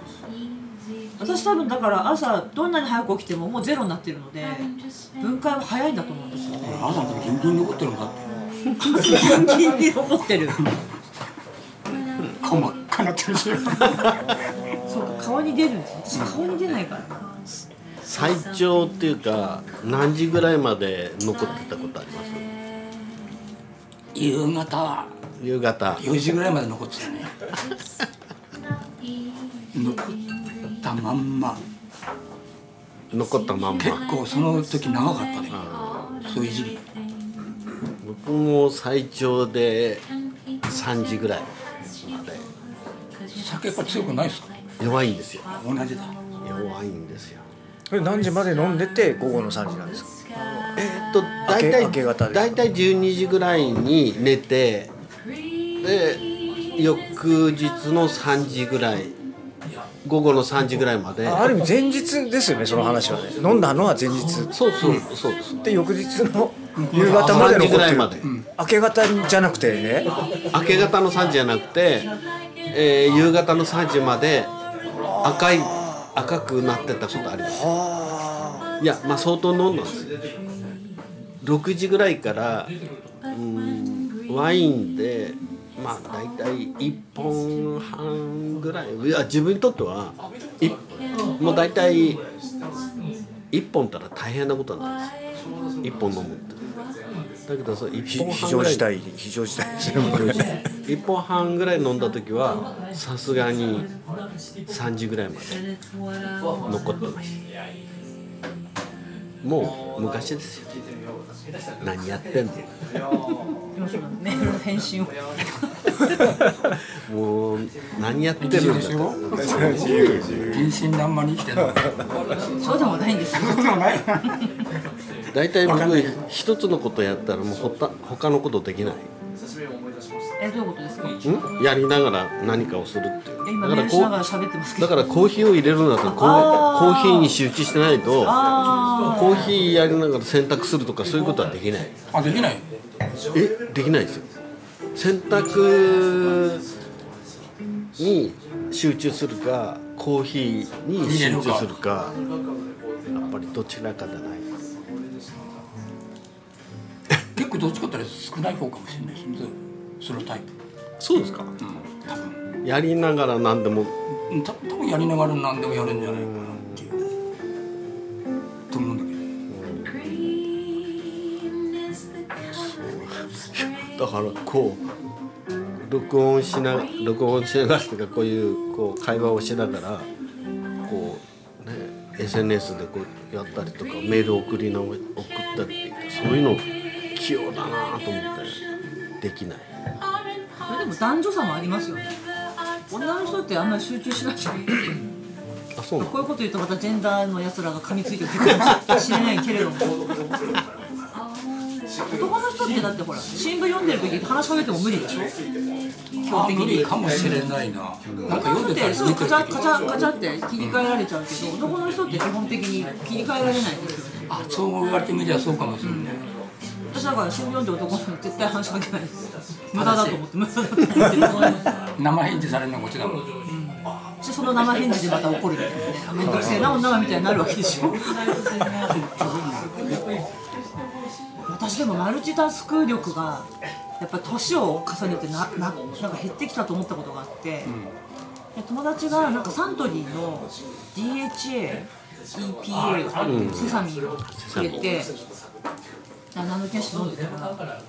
[SPEAKER 1] 私多分だから朝どんなに早く起きてももうゼロになってるので分解は早いんだと思うん ですよね
[SPEAKER 3] あなたギンギン残ってるんだって
[SPEAKER 1] キンキンに残ってる
[SPEAKER 3] 顔真っ赤になって るし
[SPEAKER 1] そうか顔に出るんです私顔に出ないからな
[SPEAKER 6] 最長っていうか何時ぐらいまで残ってたことあります
[SPEAKER 3] 夕方
[SPEAKER 6] 夕方
[SPEAKER 3] 4時ぐらいまで残ってたね残ったまんま
[SPEAKER 6] 残ったまんま
[SPEAKER 3] 結構その時長かったねそういじり
[SPEAKER 6] 僕も最長で3時ぐらいまで
[SPEAKER 3] 酒やっぱ強くないですか
[SPEAKER 6] 弱いんですよ
[SPEAKER 3] 同じだ
[SPEAKER 6] 弱いんですよ
[SPEAKER 2] それ何時まで飲んでて午後の3時なんですか
[SPEAKER 6] えーっと大
[SPEAKER 2] 明け
[SPEAKER 6] 体
[SPEAKER 2] 明け方です
[SPEAKER 6] 大体12時ぐらいに寝てで翌日の3時ぐらい午後の3時ぐらいまで
[SPEAKER 2] あある意味前日ですよねその話はね飲んだのは前日
[SPEAKER 6] そうそうそうです
[SPEAKER 2] で翌日の夕方まで
[SPEAKER 6] 3時
[SPEAKER 2] 残
[SPEAKER 6] ぐら
[SPEAKER 2] っ
[SPEAKER 6] い
[SPEAKER 2] て
[SPEAKER 6] ま
[SPEAKER 2] る
[SPEAKER 6] で
[SPEAKER 2] 明け方じゃなくてね
[SPEAKER 6] 明け方の3時じゃなくて、えー夕方の3時まで赤い赤くなってたことありますいやまあ相当飲んだんですよ6時ぐらいからうーんワインでまあ大体1本半ぐらいいや自分にとっては一もう大体1本ったら大変なことなんですよ1本飲むってだけどそう
[SPEAKER 2] ひ
[SPEAKER 6] 1本
[SPEAKER 2] 非
[SPEAKER 6] 半
[SPEAKER 2] 常
[SPEAKER 6] ぐらい
[SPEAKER 2] 事態に非常事態ですね
[SPEAKER 6] 一本半ぐらい飲んだ時はさすがに3時ぐらいまで残ってましたもう昔ですよ何やってんの
[SPEAKER 1] でもそのメールの返信を
[SPEAKER 6] もう何やってんの
[SPEAKER 3] でしょ人心乱漫に生きてる
[SPEAKER 1] そうでもないんですよ
[SPEAKER 3] そうでもない
[SPEAKER 6] 大体僕一つのことやったらもうほた他のことできない
[SPEAKER 1] えどういうことですか
[SPEAKER 6] んやりながら何かをするってい
[SPEAKER 1] え
[SPEAKER 6] う
[SPEAKER 1] 今
[SPEAKER 6] だ
[SPEAKER 1] メ
[SPEAKER 6] か
[SPEAKER 1] ールし
[SPEAKER 6] らこう
[SPEAKER 1] ながら喋ってますけ
[SPEAKER 6] だ
[SPEAKER 1] ど
[SPEAKER 6] からコーヒーを入れるならコーコーヒーに集中してないと
[SPEAKER 1] あ
[SPEAKER 6] コーヒーやりながら洗濯するとかそういうことはできない
[SPEAKER 3] あできない
[SPEAKER 6] えできないですよ洗濯に集中するかコーヒーに集中するかやっぱりどちらかじゃない
[SPEAKER 3] 結構どっちかって言ったら少ない方かもしれないですねそのタイプ
[SPEAKER 6] そうですか
[SPEAKER 3] うん多分
[SPEAKER 6] やりながら何でも
[SPEAKER 3] うんた多分やりながら何でもやれるんじゃないかなっていうと思うんだ
[SPEAKER 6] だからこう録音しな録音しながらというかこういうこう会話をしながらこうね SNS でこうやったりとかメール送りな送ったりっていうかそういうの器用だなと思ってできない。
[SPEAKER 1] あそれでも男女差もありますよね女の人ってあんまり集中しないじゃん
[SPEAKER 6] あそうなの
[SPEAKER 1] こういうこと言うとまたジェンダーのやつらが噛みついてくるかもしれないけれども男の人ってだってほら新聞読んでる時話しかけても無理でしょ
[SPEAKER 3] けどあ無理かもしれないななんか
[SPEAKER 1] 女の人っ
[SPEAKER 3] 読ん
[SPEAKER 1] て
[SPEAKER 3] でたら
[SPEAKER 1] すぐカチャカチャカチャって切り替えられちゃうけど男の人って基本的に切り替えられないですよね
[SPEAKER 3] あそう言われてみりゃそうかもしれない、
[SPEAKER 1] 私だから新聞読んでる男の人に絶対話しかけないです無駄だと思って無駄だと思ってる
[SPEAKER 3] 生返事されるのはこっちだもん
[SPEAKER 1] でその生返事でまた怒るみたいな面倒くせえな女はみたいになるわけでしょ私でもマルチタスク力がやっぱ年を重ねてなななんか減ってきたと思ったことがあって、で友達がなんかサントリーの DHA EPA が入ってるセサミンをくれてあナノキャッシュ飲んでたから1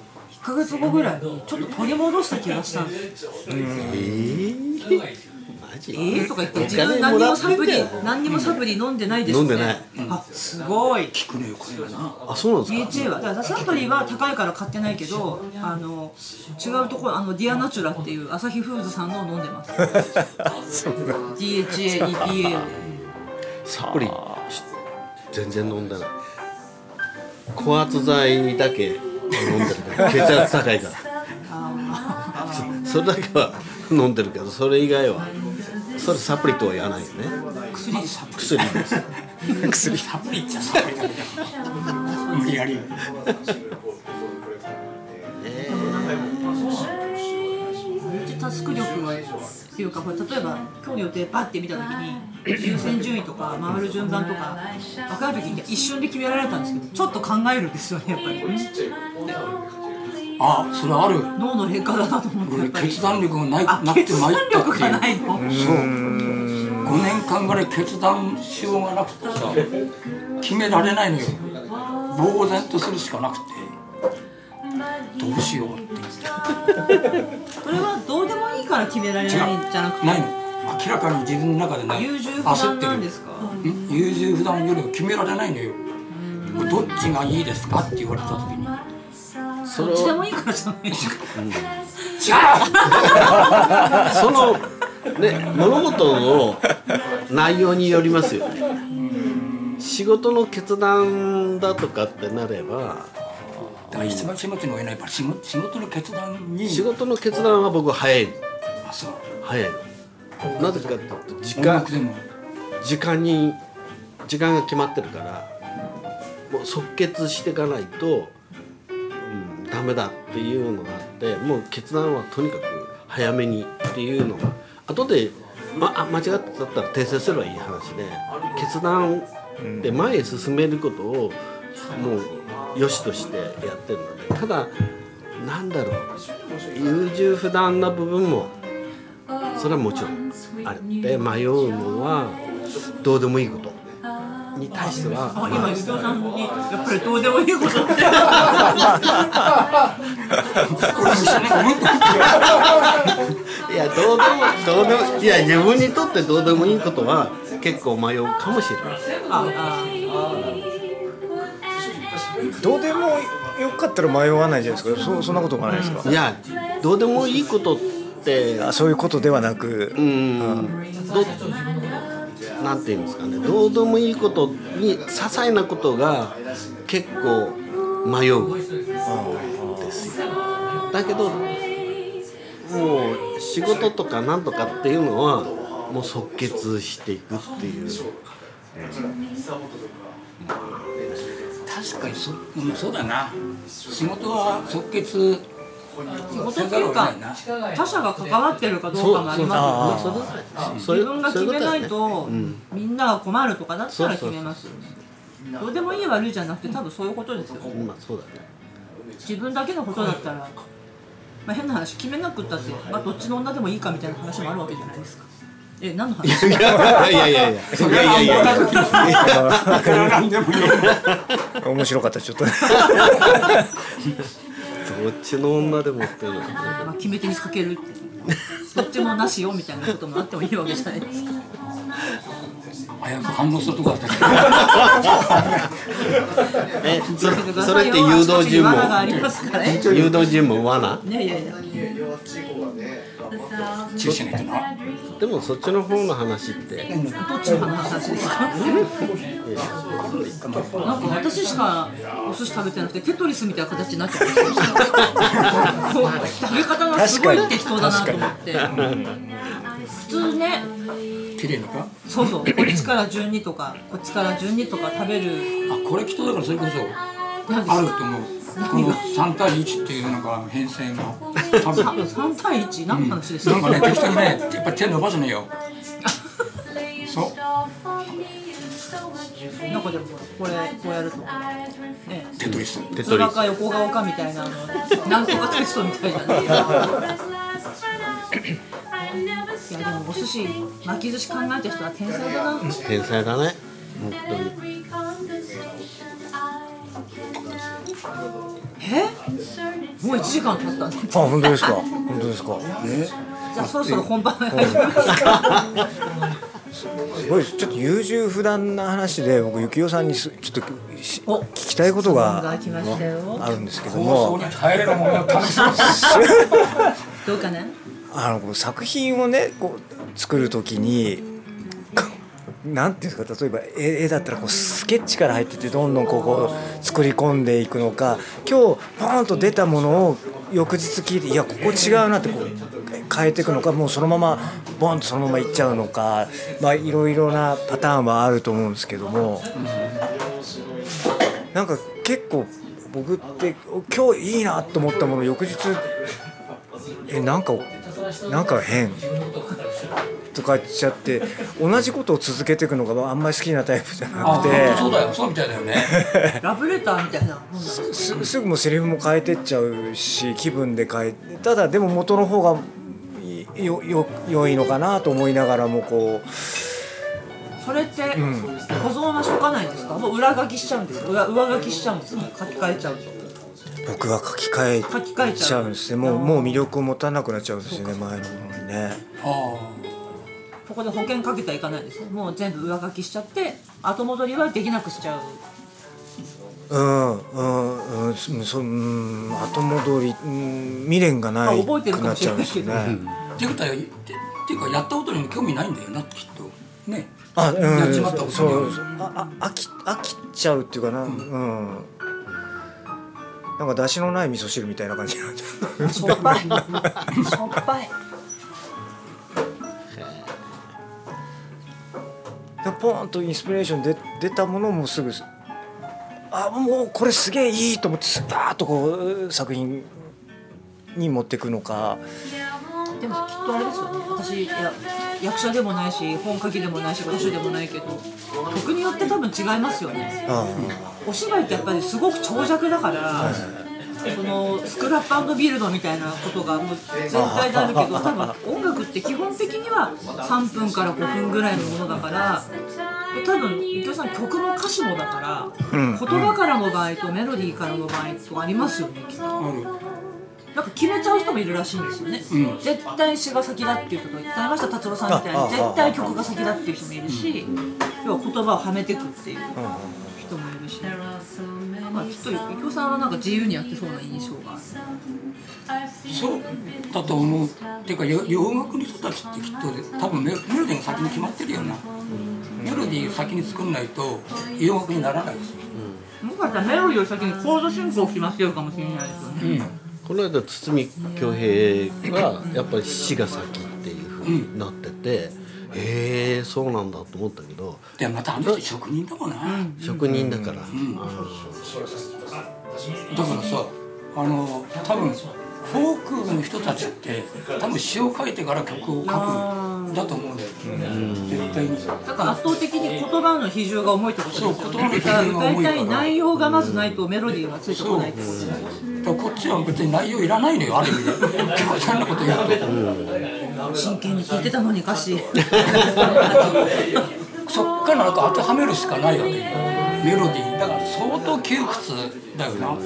[SPEAKER 1] ヶ月後ぐらいにちょっと取り戻した気がしたんです
[SPEAKER 6] えー、マジ
[SPEAKER 1] えーとか言って自分何にもサプリ何にもサプリ飲んでないですね
[SPEAKER 6] 飲んでない
[SPEAKER 1] あすごい
[SPEAKER 3] 聞くのよこれがな
[SPEAKER 6] あそうなんですか
[SPEAKER 1] DHA はだからサントリーは高いから買ってないけどあの違うところあのディアナチュラっていうアサヒフーズさんのを飲んで ます DHA EPA
[SPEAKER 6] サプリ全然飲んでない高圧剤だけ飲んでるけど血圧高いからそれだけは飲んでるけどそれ以外はそれサプリとは言わないよね
[SPEAKER 1] 薬でサプ
[SPEAKER 6] 薬です
[SPEAKER 3] 薬サプリっちゃサプリだけど無理やり
[SPEAKER 1] リマルチタスク力はっていうかこれ例えば今日の予定バッて見た時に優先順位とか回る順番とか分かる時に一瞬で決められたんですけどちょっと考えるんですよねやっぱり
[SPEAKER 3] あそれある
[SPEAKER 1] 脳の劣化だなと思ってや
[SPEAKER 3] 俺
[SPEAKER 1] っぱり
[SPEAKER 3] 決断力がない
[SPEAKER 1] あ
[SPEAKER 3] なって
[SPEAKER 1] 決
[SPEAKER 3] ま
[SPEAKER 1] 断
[SPEAKER 3] いったって
[SPEAKER 1] 力がないの
[SPEAKER 3] そう5年間ぐらい決断しようがなくてさ決められないのよ呆然とするしかなくてどうしようって
[SPEAKER 1] それはどうでもいいから決められ
[SPEAKER 3] 違
[SPEAKER 1] ないんじゃなく
[SPEAKER 3] う
[SPEAKER 1] て
[SPEAKER 3] ないの明らかに自分の中でない
[SPEAKER 1] 優柔不
[SPEAKER 3] 焦
[SPEAKER 1] 断
[SPEAKER 3] って
[SPEAKER 1] なんで
[SPEAKER 3] る
[SPEAKER 1] すか
[SPEAKER 3] うん優柔不断よりも決められないのよこれどっちがいいですかって言われた時に
[SPEAKER 6] そ
[SPEAKER 1] どっ
[SPEAKER 6] れ
[SPEAKER 1] ちで
[SPEAKER 6] を
[SPEAKER 1] もいいからじゃないですか
[SPEAKER 3] 違
[SPEAKER 6] そのね物事の内容によりますよね仕事の決断だとかってなれば
[SPEAKER 3] うだから一番始末の上ないから仕事仕事の決断に
[SPEAKER 6] 仕事の決断は僕は早い
[SPEAKER 3] あそう
[SPEAKER 6] 早いなぜかっていうと時
[SPEAKER 3] 音
[SPEAKER 6] 間
[SPEAKER 3] 楽でも
[SPEAKER 6] 時間に時間が決まってるからもう即決していかないと、うん、ダメだっていうのがあってもう決断はとにかく早めにっていうのが後で、ま、あ間違ってたったら訂正すればいい話で決断で前へ進めることをもう良しとしてやってるのでただなんだろう優柔不断な部分もそれはもちろんあるで迷うのはどうでもいいことに対しては
[SPEAKER 1] あ今ゆきおさんにやっぱりどうでもいいことって
[SPEAKER 3] これも一緒に思った
[SPEAKER 6] いやどうでもどうでもいや自分にとってどうでもいいことは結構迷うかもしれない
[SPEAKER 1] ああ
[SPEAKER 2] どうでもよかったら迷わないじゃないですかそそんなことがないですか、
[SPEAKER 6] いやどうでもいいことって
[SPEAKER 2] あそういうことではなく、
[SPEAKER 6] うんどなんていうんですかねどうでもいいことに些細なことが結構迷うですよだけどもう仕事とかなんとかっていうのはもう即決していくっていう
[SPEAKER 3] 確かにそ,、うん、そうだな仕事は即決
[SPEAKER 1] 仕事っていうか他者が関わってるかどうかもありま
[SPEAKER 6] あ
[SPEAKER 1] す
[SPEAKER 6] そ
[SPEAKER 1] よ
[SPEAKER 6] う
[SPEAKER 1] ね
[SPEAKER 6] だそ
[SPEAKER 1] 自分が決めない
[SPEAKER 6] そううこと
[SPEAKER 1] みんなが困るとかだったら決めますよねどうでもいい悪いじゃなくて多分そういうことですよ
[SPEAKER 6] とだよね まあそうだね
[SPEAKER 1] 自分だけのことだったら、まあ、変な話決めなくったって、まあ、どっちの女でもいいかみたいな話もあるわけじゃないですかえ何の話
[SPEAKER 6] いやいやいやいや
[SPEAKER 3] それは思った時にいくらなんでもいい
[SPEAKER 2] 面白かったちょっと
[SPEAKER 6] どっちの女でもっていうのは
[SPEAKER 1] まあ決め手にかけるってどっちもなしよみたいなこともあってもいいわけじゃないですか
[SPEAKER 3] 早く反応するとこあったけ
[SPEAKER 6] えそれそれって誘導尋
[SPEAKER 1] 罠があ
[SPEAKER 6] 問
[SPEAKER 1] りますからね
[SPEAKER 6] 誘導尋問罠
[SPEAKER 1] いやいやいや
[SPEAKER 3] ど 注意しないとな
[SPEAKER 6] でもそっちの方の話っ
[SPEAKER 1] ど
[SPEAKER 6] て
[SPEAKER 1] っちの話ですかなんか私しかお寿司食べてなくてテトリスみたいな形になっちゃって食べ方がすごい適当だなと思って普通ね
[SPEAKER 3] 綺麗にか
[SPEAKER 1] そうそうこっちから順にとかこっちから順にとか食べる
[SPEAKER 3] あこれきっとだからそれこそ
[SPEAKER 1] 何
[SPEAKER 3] ある
[SPEAKER 1] で
[SPEAKER 3] と思うこの3対1っていうのが編成が多
[SPEAKER 1] すか
[SPEAKER 3] 分
[SPEAKER 1] 3対1何の話でした、
[SPEAKER 3] なん かね適当にねやっぱり手伸ばすのよそう
[SPEAKER 1] なんかでもこれこうやるとね
[SPEAKER 3] テトリス
[SPEAKER 6] テ
[SPEAKER 1] そ
[SPEAKER 6] トリ
[SPEAKER 1] ら
[SPEAKER 6] ス
[SPEAKER 1] か横顔かみたいなあのなんとかテストみたいなねいやでもお寿寿司巻き寿司考えた人は天才だな
[SPEAKER 6] 天才だね本当に
[SPEAKER 1] えもう1時間経ったね
[SPEAKER 2] あ本当ですか本当ですか
[SPEAKER 1] じゃあそろそろ本番入りますか
[SPEAKER 2] すごいですちょっと優柔不断な話で僕幸男さんにすちょっとし聞きたいことが
[SPEAKER 1] が来ましたよ
[SPEAKER 2] あるんですけど
[SPEAKER 3] 放送
[SPEAKER 2] も
[SPEAKER 3] に耐えれるもんが楽しそう
[SPEAKER 1] どうかね
[SPEAKER 2] あのこの作品をねこう作るときにこうなんていうんですか例えば絵絵だったらこうスケッチから入ってってどんどんこうこう作り込んでいくのか今日ポーンと出たものを翌日聞いていやここ違うなってこう変えていくのかもうそのままボンとそのままいっちゃうのかまあいろいろなパターンはあると思うんですけども。なんか結構僕って今日いいなと思ったもの翌日えなんかなんか変とか言っちゃって同じことを続けていくのがあんまり好きなタイプじゃな
[SPEAKER 3] あ
[SPEAKER 2] く
[SPEAKER 3] ーそうだ
[SPEAKER 2] て
[SPEAKER 3] よそうみたいだよね
[SPEAKER 1] ラブレターみたいなもんだ
[SPEAKER 2] すすぐもうセリフも変えてっちゃうし気分で変えてただでも元の方がいよよ良いのかなと思いながらもこう。
[SPEAKER 1] それって保存はしとかないんですかもう裏書きしちゃうんですか裏上書きしちゃうんですか書き換えちゃうと
[SPEAKER 2] 僕は書き換
[SPEAKER 1] 書き換え
[SPEAKER 2] えちゃうんですねもうもう魅力を持たなくなっちゃうんですよね前のものにね
[SPEAKER 3] あ
[SPEAKER 1] ここで保険かけてはいかないですねもう全部上書きしちゃって後戻りはできなくしちゃう
[SPEAKER 2] うんうんうんそそうん後戻り、うん、未練がない
[SPEAKER 1] まあ覚えてる
[SPEAKER 2] く
[SPEAKER 1] か
[SPEAKER 2] な
[SPEAKER 1] も
[SPEAKER 2] っ
[SPEAKER 1] し
[SPEAKER 2] ち
[SPEAKER 1] れ
[SPEAKER 2] ゃう
[SPEAKER 1] なんいけど
[SPEAKER 2] ですよね。
[SPEAKER 3] あっていうことはてっていうかやったことにも興味ないんだよなきっとね
[SPEAKER 2] あ、うん、
[SPEAKER 3] やっちまったこと
[SPEAKER 2] そう
[SPEAKER 3] に
[SPEAKER 2] そうああ飽き飽きちゃうっていうかな、うん。なんか出汁のない味噌汁みたいな感じになっちゃう。
[SPEAKER 1] しょっぱいしょっぱい
[SPEAKER 2] でポーンとインスピレーションで出たものもすぐあもうこれすげえいいと思ってスパーッとこう作品に持っていくのか。
[SPEAKER 1] でもきっとあれですよね私いや役者でもないし本書きでもないし歌手でもないけど曲によって多分違いますよね
[SPEAKER 2] うん
[SPEAKER 1] お芝居ってやっぱりすごく長尺だから、そのスクラップビルドみたいなことがもう全体であるけど多分音楽って基本的には3分から5分ぐらいのものだからで多分伊藤さん曲も歌詞もだから、
[SPEAKER 2] うん
[SPEAKER 1] 言葉からの場合とメロディーからの場合とありますよねきっと。
[SPEAKER 3] ある
[SPEAKER 1] なんか決めちゃう人もいるらしいんですよね、
[SPEAKER 3] うん
[SPEAKER 1] 絶対詩が先だっていうことを言ってました達郎さんみたい
[SPEAKER 2] ああ
[SPEAKER 1] に
[SPEAKER 2] あ
[SPEAKER 1] 絶対曲が先だっていう人もいるし、要は言葉をはめてくっていう人もいるし、まあ、きっと伊藤さんはなんか自由にやってそうな印象がある
[SPEAKER 3] そうだと思うていうかよ洋楽の人たちってきっと多分メメロディーが先に決まってるよな、メロディーを先に作んないと洋楽にならないですよ、
[SPEAKER 1] もしかしたらメロディーより先にコード進行を決まってるかもしれないですよね、
[SPEAKER 6] この間堤恭平がやっぱり死が先っていうふうになってて、へえそうなんだと思ったけど
[SPEAKER 3] でまたあの人職人だもんな、
[SPEAKER 6] 職人だから、あ
[SPEAKER 3] だからさあの多分フォークの人たちって多分詩を書いてから曲を書くんだと思うんだよ、絶対に
[SPEAKER 1] だから圧倒的に言葉の比重が重いってことですよ
[SPEAKER 3] そう言葉の
[SPEAKER 1] ね
[SPEAKER 3] 比重が重いから
[SPEAKER 1] 歌いたい内容がまずないとメロディーがついてこないってことですよね
[SPEAKER 3] だからこっちは別に内容いらないのよある意味で結構ちゃんなこと言うと。
[SPEAKER 1] 真剣に聞いてたのに歌 詞
[SPEAKER 3] そっからなんか当てはめるしかないわけよメロディーだから相当窮屈だよな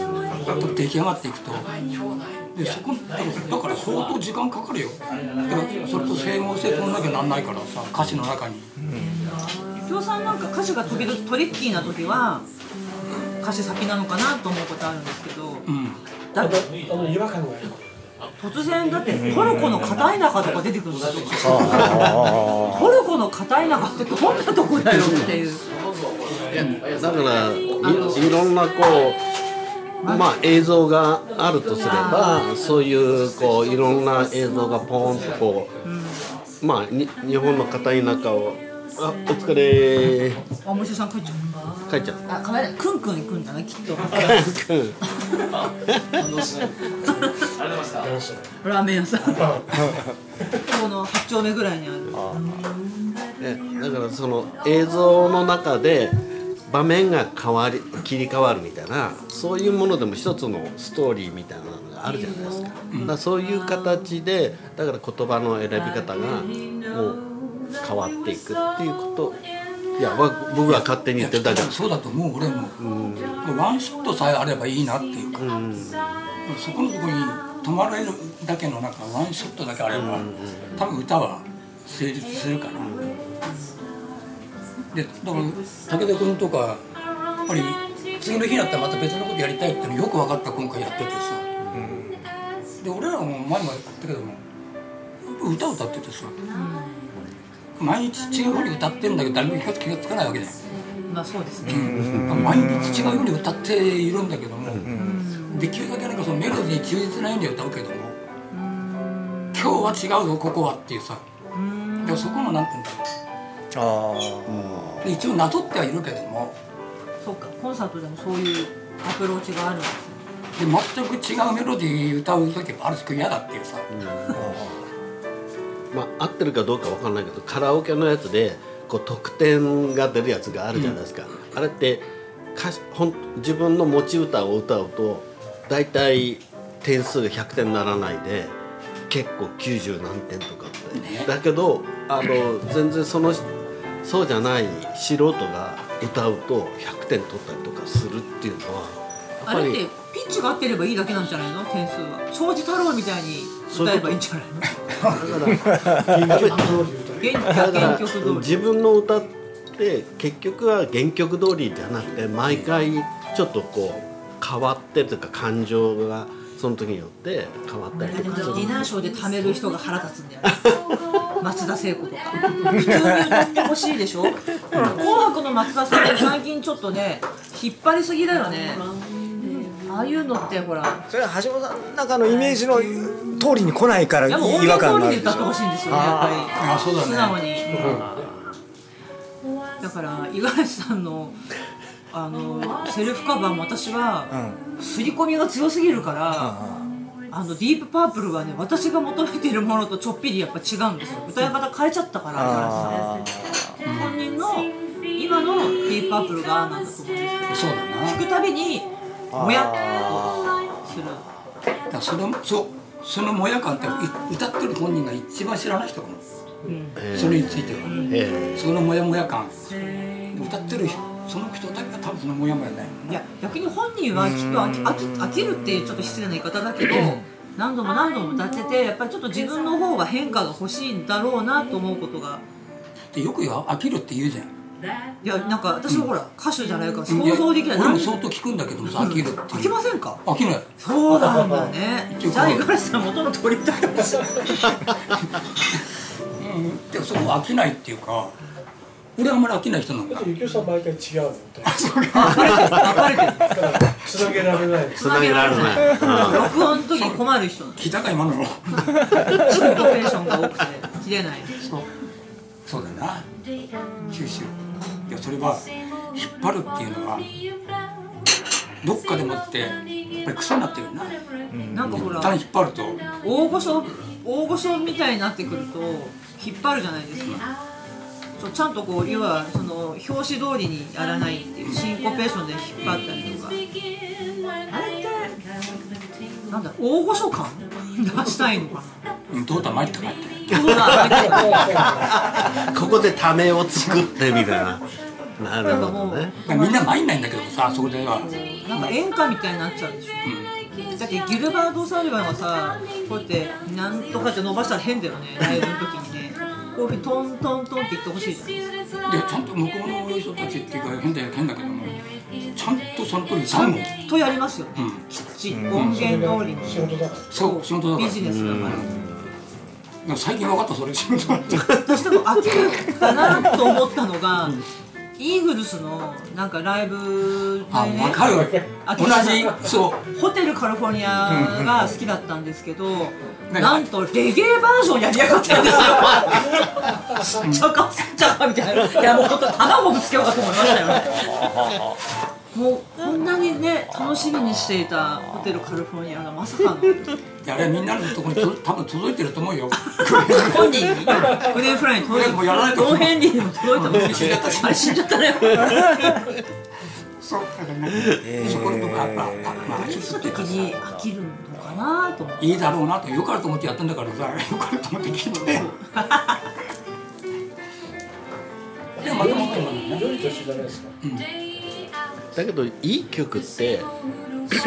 [SPEAKER 3] 出来上がっていくとでそこだからだから相当時間かかるよだからそれと整合性取らなきゃなんないからさ歌詞の中に
[SPEAKER 1] 伊藤さんなんか歌詞が時々トリッキーな時は歌詞先なのかなと思うことあるんですけど
[SPEAKER 3] うん
[SPEAKER 1] だって
[SPEAKER 4] あの違和感がいい
[SPEAKER 1] 突然だってトルコの片田舎とか出てくるんですよ
[SPEAKER 2] あ
[SPEAKER 1] トルコの片田舎ってどんなとこだよっていう
[SPEAKER 6] ーだからいいろんなこうまあ映像があるとすればそういうこういろんな映像がポーンとこう、まあに日本の片田舎をあお疲れ
[SPEAKER 1] あ森下さん帰っちゃう
[SPEAKER 6] 書いちゃう。
[SPEAKER 1] あカメラクンクン行くんだなきっとラーメン屋さんこの八丁目ぐらいにある
[SPEAKER 6] えだからその映像の中で場面が変わり切り替わるみたいなそういうものでも一つのストーリーみたいなのがあるじゃないですか,、だからそういう形でだから言葉の選び方がもう変わっていくっていうこといやわ僕は勝手に
[SPEAKER 3] い
[SPEAKER 6] 言
[SPEAKER 3] や
[SPEAKER 6] ってるだけなんです
[SPEAKER 3] そうだと思う俺も、ワンショットさえあればいいなっていうか、そこのとこに泊まれるだけのなんかワンショットだけあれば、多分歌は成立するかな、でだから武田君とかやっぱり次の日になったらまた別のことやりたいっていうのよく分かった今回やっててさ、で俺らも前もやったけどもやっぱ歌歌っててさ、毎日違うふうに歌ってるんだけど誰も気が気がつかないわけだよ、
[SPEAKER 1] まあそうですね、
[SPEAKER 3] 毎日違うように歌っているんだけども、できるだけなんかそのメロディー忠実なように歌うけども、今日は違うぞここはっていうさ、でもそこもなんていうんだろ
[SPEAKER 2] あ
[SPEAKER 3] うで一応なぞってはいるけども
[SPEAKER 1] そうかコンサートでもそういうアプローチがあるんですね
[SPEAKER 3] で全く違うメロディー歌う時もあるし嫌だっていうさ、
[SPEAKER 6] まあ、合ってるかどうかわかんないけどカラオケのやつでこう得点が出るやつがあるじゃないですか、あれって歌詞ほん自分の持ち歌を歌うと大体点数が100点にならないで結構90何点とかってだけどあの全然そのそうじゃない素人が歌うと100点取ったりとかするっていうのはやっ
[SPEAKER 1] あ
[SPEAKER 6] ぱ
[SPEAKER 1] れっ
[SPEAKER 6] り
[SPEAKER 1] てピッチが合ってればいいだけなんじゃないの点数は庄司太郎みたいに歌えばいいんじゃないの
[SPEAKER 6] だか
[SPEAKER 1] 原
[SPEAKER 6] ら
[SPEAKER 1] 曲通り
[SPEAKER 6] 自分の歌って結局は原曲通りじゃなくて毎回ちょっとこう変わってというか感情がその時によって変わったり
[SPEAKER 1] で
[SPEAKER 6] と
[SPEAKER 1] も
[SPEAKER 6] かする
[SPEAKER 1] ディナーショーで貯める人が腹立つんだよ ね松田聖子とか普通に歌ってほしいでしょ紅白の松田聖子最近ちょっとね引っ張りすぎだよねああいうのってほら
[SPEAKER 2] あそれは橋本さんの中のイメージの通りに来ないから
[SPEAKER 1] でも音
[SPEAKER 2] 違和
[SPEAKER 1] 源
[SPEAKER 2] 感
[SPEAKER 1] 通
[SPEAKER 2] があ
[SPEAKER 1] りで
[SPEAKER 2] るん
[SPEAKER 1] 歌
[SPEAKER 2] で
[SPEAKER 1] っ
[SPEAKER 2] してょ
[SPEAKER 1] ほしいんですよねやっぱ
[SPEAKER 3] あーそう
[SPEAKER 1] り
[SPEAKER 3] だね
[SPEAKER 1] 素直にだから五十嵐さんのあのセルフカバーも私は刷り込みが強すぎるから、あのディープパープルはね私が求めているものとちょっぴりやっぱ違うんですよ歌い方変えちゃったから
[SPEAKER 2] あ
[SPEAKER 1] 五十嵐さん本人の今のディープパープルがああなんだと思うんですけど
[SPEAKER 3] そうだな
[SPEAKER 1] 聞くたびにもやっとする
[SPEAKER 3] だからそのそうそのもや感ってい歌ってる本人が一番知らない人かも、それについては、
[SPEAKER 6] え
[SPEAKER 3] そのもやもや感歌ってる人その人だけが多分そのもやもやだよ
[SPEAKER 1] いや逆に本人はきっと飽き飽き飽きるってちょっと失礼な言い方だけど何度も何度も歌っててやっぱりちょっと自分の方は変化が欲しいんだろうなと思うことが
[SPEAKER 3] でよくよ飽きるって言うじゃん
[SPEAKER 1] いやなんか私もほら歌手じゃないから想像できない
[SPEAKER 3] や俺
[SPEAKER 1] 何
[SPEAKER 3] も相当聞くんだけどもさ飽きるって
[SPEAKER 1] 飽きませんか
[SPEAKER 3] 飽きない
[SPEAKER 1] そうなんだね
[SPEAKER 3] うん
[SPEAKER 1] じゃあ五十嵐さん元の取りたいかも しれない
[SPEAKER 3] うんでもそこは飽きないっていうか俺はあんまり飽きない人なんだ
[SPEAKER 4] ゆきおさん毎回違うのって
[SPEAKER 1] 分かれてる
[SPEAKER 4] つなげられない
[SPEAKER 6] つなげられない、うん
[SPEAKER 1] 録音の時に困る人なの
[SPEAKER 3] 聞いたか今 の
[SPEAKER 1] シンコペーションが多くて切れない
[SPEAKER 3] そうそうだよな九州いやそれは引っ張るっていうのはどっかでもってやっぱり癖になってるよな
[SPEAKER 1] なんかほ
[SPEAKER 3] 一
[SPEAKER 1] ら
[SPEAKER 3] 旦引っ張ると
[SPEAKER 1] 大御所大御所みたいになってくると引っ張るじゃないですかそうちゃんとこう要はその表紙通りにやらないっていうシンコペーションで引っ張ったりとかあれってなんだ大御所感出したいのかな
[SPEAKER 3] うんどうだ参ったかって
[SPEAKER 1] そうだ
[SPEAKER 6] ここでためを作ってみたいななるほどね
[SPEAKER 3] だからみんな参んないんだけどもさそこでは
[SPEAKER 1] なんか演歌みたいになっちゃうでしょだってギルバート・サリバンはさこうやってなんとかって伸ばしたら変だよねライブの時にねこういうふうにトントントンって言ってほしいじゃないですか
[SPEAKER 3] でちゃんと向こうの人たちっていうか変だよ変だけどもちゃんとその通り残念
[SPEAKER 1] とやりますよね、
[SPEAKER 3] うん
[SPEAKER 1] きっちり音源通りに、
[SPEAKER 4] 仕事だから
[SPEAKER 3] そう仕事だから
[SPEAKER 1] ビジネスだから、
[SPEAKER 3] でも最近分かったそれ仕事だって
[SPEAKER 1] 私でも飽きるかなと思ったのが、イーグルスのなんかライブ
[SPEAKER 3] あ
[SPEAKER 1] でね
[SPEAKER 3] 分かるわ
[SPEAKER 1] あ
[SPEAKER 3] 同じそう
[SPEAKER 1] ホテルカリフォルニアが好きだったんですけど、
[SPEAKER 3] ね
[SPEAKER 1] なんとレゲエバージョンやりやがったんですよちゃかちゃかみたいないやもうほんと卵ぶつけようかと思いましたよねもうこんなにね楽しみにしていたホテルカリフォルニアがまさ かの
[SPEAKER 3] いやあれみんなのところにと多分届いてると 思うよ
[SPEAKER 1] 本人にグレーフライに届い
[SPEAKER 3] もうやらない
[SPEAKER 1] て
[SPEAKER 3] と
[SPEAKER 1] ドンヘンリーにも届いたもんね
[SPEAKER 3] 死んじゃった
[SPEAKER 1] あれ死んじゃったね
[SPEAKER 3] そうだからね
[SPEAKER 2] へー
[SPEAKER 3] そこの部分はやっぱあまあ飽き
[SPEAKER 1] した
[SPEAKER 3] るっていう
[SPEAKER 1] 時
[SPEAKER 3] か
[SPEAKER 1] に飽きるのかなと思って
[SPEAKER 3] いいだろうなとよかれと思ってやったんだからさよかれと思って聞いてでもまたもっともね
[SPEAKER 4] より年じゃないですか。
[SPEAKER 6] だけどいい曲ってそ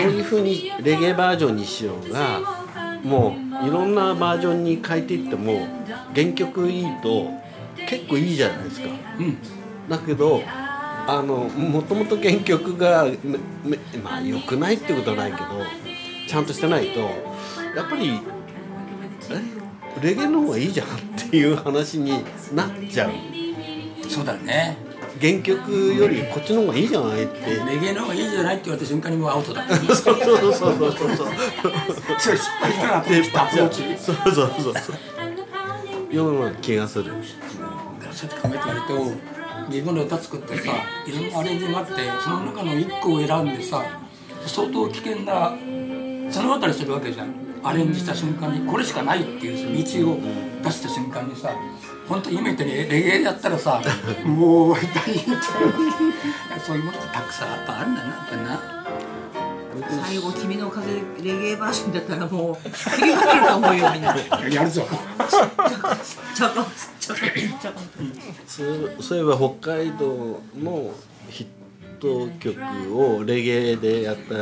[SPEAKER 6] ういう風にレゲエバージョンにしようがもういろんなバージョンに変えていっても原曲いいと結構いいじゃないですか
[SPEAKER 3] うん
[SPEAKER 6] だけどあのもともと原曲がめめまあ良くないってことはないけどちゃんとしてないとやっぱりえレゲエの方がいいじゃんっていう話になっちゃう
[SPEAKER 3] そうだね
[SPEAKER 6] 原曲よりこっちの方がいいじゃないって
[SPEAKER 3] レゲエの方がいいじゃないって言われた瞬間にもうアウトだ
[SPEAKER 6] そうそうそうそうそうそうそうそうそうそうそう
[SPEAKER 3] それ失敗したなと思ったアプローチ
[SPEAKER 6] ような気がする
[SPEAKER 3] そうやって考えてやると自分の歌作ってさいろんなアレンジがあってその中の1個を選んでさ相当危険なそのあたりするわけじゃんアレンジした瞬間にこれしかないっていう道を出した瞬間にさ本当今言ったようにレゲエやったらさもう大変だそういうものってたくさんやっぱあるんだなってな
[SPEAKER 1] 最後君の風レゲエバージョンだったらもうひっくり返ると思うよみんな
[SPEAKER 3] やるぞ
[SPEAKER 1] ちゃかんちゃかんちゃかん
[SPEAKER 6] そうそういえば北海道のヒット曲をレゲエでやった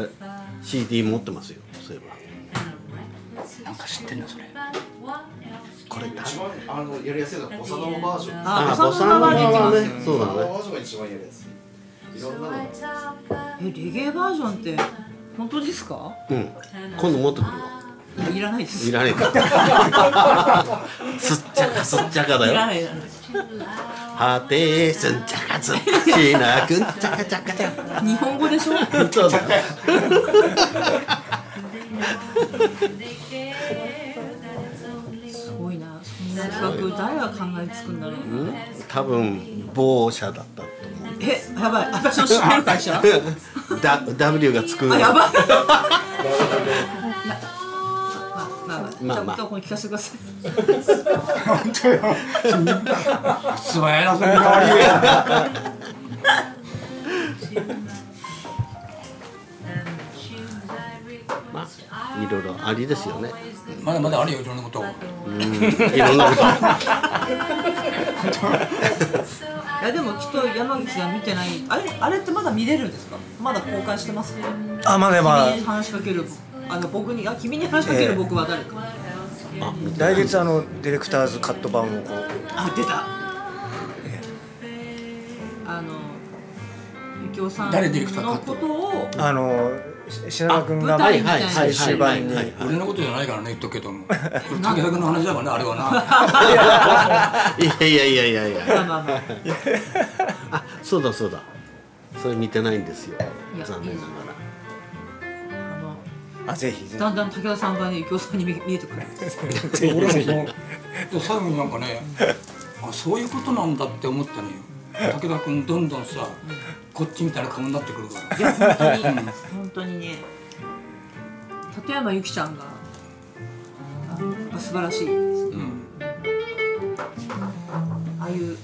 [SPEAKER 6] CD 持ってますよそういえば
[SPEAKER 3] なんか知ってんだそれ
[SPEAKER 6] これだ
[SPEAKER 7] あのやりやすいのはボサノババージョン。
[SPEAKER 1] あ
[SPEAKER 6] あ
[SPEAKER 1] ボサノバ
[SPEAKER 6] ボ
[SPEAKER 1] に
[SPEAKER 6] サ
[SPEAKER 1] 行き
[SPEAKER 6] ノバは
[SPEAKER 1] ます
[SPEAKER 6] ねそうだね
[SPEAKER 7] ボサノババージョンが一番やりやすい。いろんなの。
[SPEAKER 1] えレゲエバージョンって本当ですか
[SPEAKER 6] うん今度持ってくるわ
[SPEAKER 1] いやいらないです
[SPEAKER 6] いらねえかすっちゃかすっちゃかだ
[SPEAKER 1] い
[SPEAKER 6] よ
[SPEAKER 1] らないいらない
[SPEAKER 6] 果てすんちゃかつしなくんちゃかちゃかちゃ
[SPEAKER 1] 日本語でしょ
[SPEAKER 6] そうだ
[SPEAKER 1] すごいなそんな企画誰が考えつくんだろうな
[SPEAKER 6] 多分某社だったと思
[SPEAKER 1] えやばい私の知ってる会社
[SPEAKER 6] うだ W がつく
[SPEAKER 1] あやばい
[SPEAKER 4] なるほど。
[SPEAKER 1] まあまあ
[SPEAKER 6] まあまあ
[SPEAKER 1] じゃあ今度聞かせてください
[SPEAKER 3] 本当よ素早いなその代わり
[SPEAKER 6] まあいろいろありですよね
[SPEAKER 3] まだまだあるよいろんなこと
[SPEAKER 6] いろんなこと
[SPEAKER 1] いやでもきっと山口さん見てないあれあれってまだ見れるんですかまだ公開してますか
[SPEAKER 2] あまだまあ
[SPEAKER 1] 君に話しかけるあの僕にあ君に話しかける僕は誰か、
[SPEAKER 2] 来月あのディレクターズカット版をこう
[SPEAKER 1] あ出たあのゆきおさん
[SPEAKER 3] 誰ディレクター
[SPEAKER 1] の
[SPEAKER 3] かと
[SPEAKER 1] ことを
[SPEAKER 2] あのし品川君が
[SPEAKER 1] あ舞台みたいな
[SPEAKER 2] 最終版に
[SPEAKER 6] はいは
[SPEAKER 3] 俺のことじゃないからね言っとくけども武田君の話だからねあれはな
[SPEAKER 6] いいやいやいやいやい
[SPEAKER 1] まあ
[SPEAKER 6] や
[SPEAKER 1] まあまあ
[SPEAKER 6] あそうだそうだそれ見てないんですよ
[SPEAKER 1] いや
[SPEAKER 6] 残念ながら
[SPEAKER 1] あの
[SPEAKER 2] あぜひぜひ
[SPEAKER 1] だんだん武田さんがねゆきおさんに見見えてくる
[SPEAKER 3] 俺もそので最後になんかねあそういうことなんだって思ったのよ武田君どんどんさこっちみたいな顔になってくるから
[SPEAKER 1] 本当にね立山由紀ちゃんがあのやっぱ素晴らしいです
[SPEAKER 3] うん
[SPEAKER 1] ああいう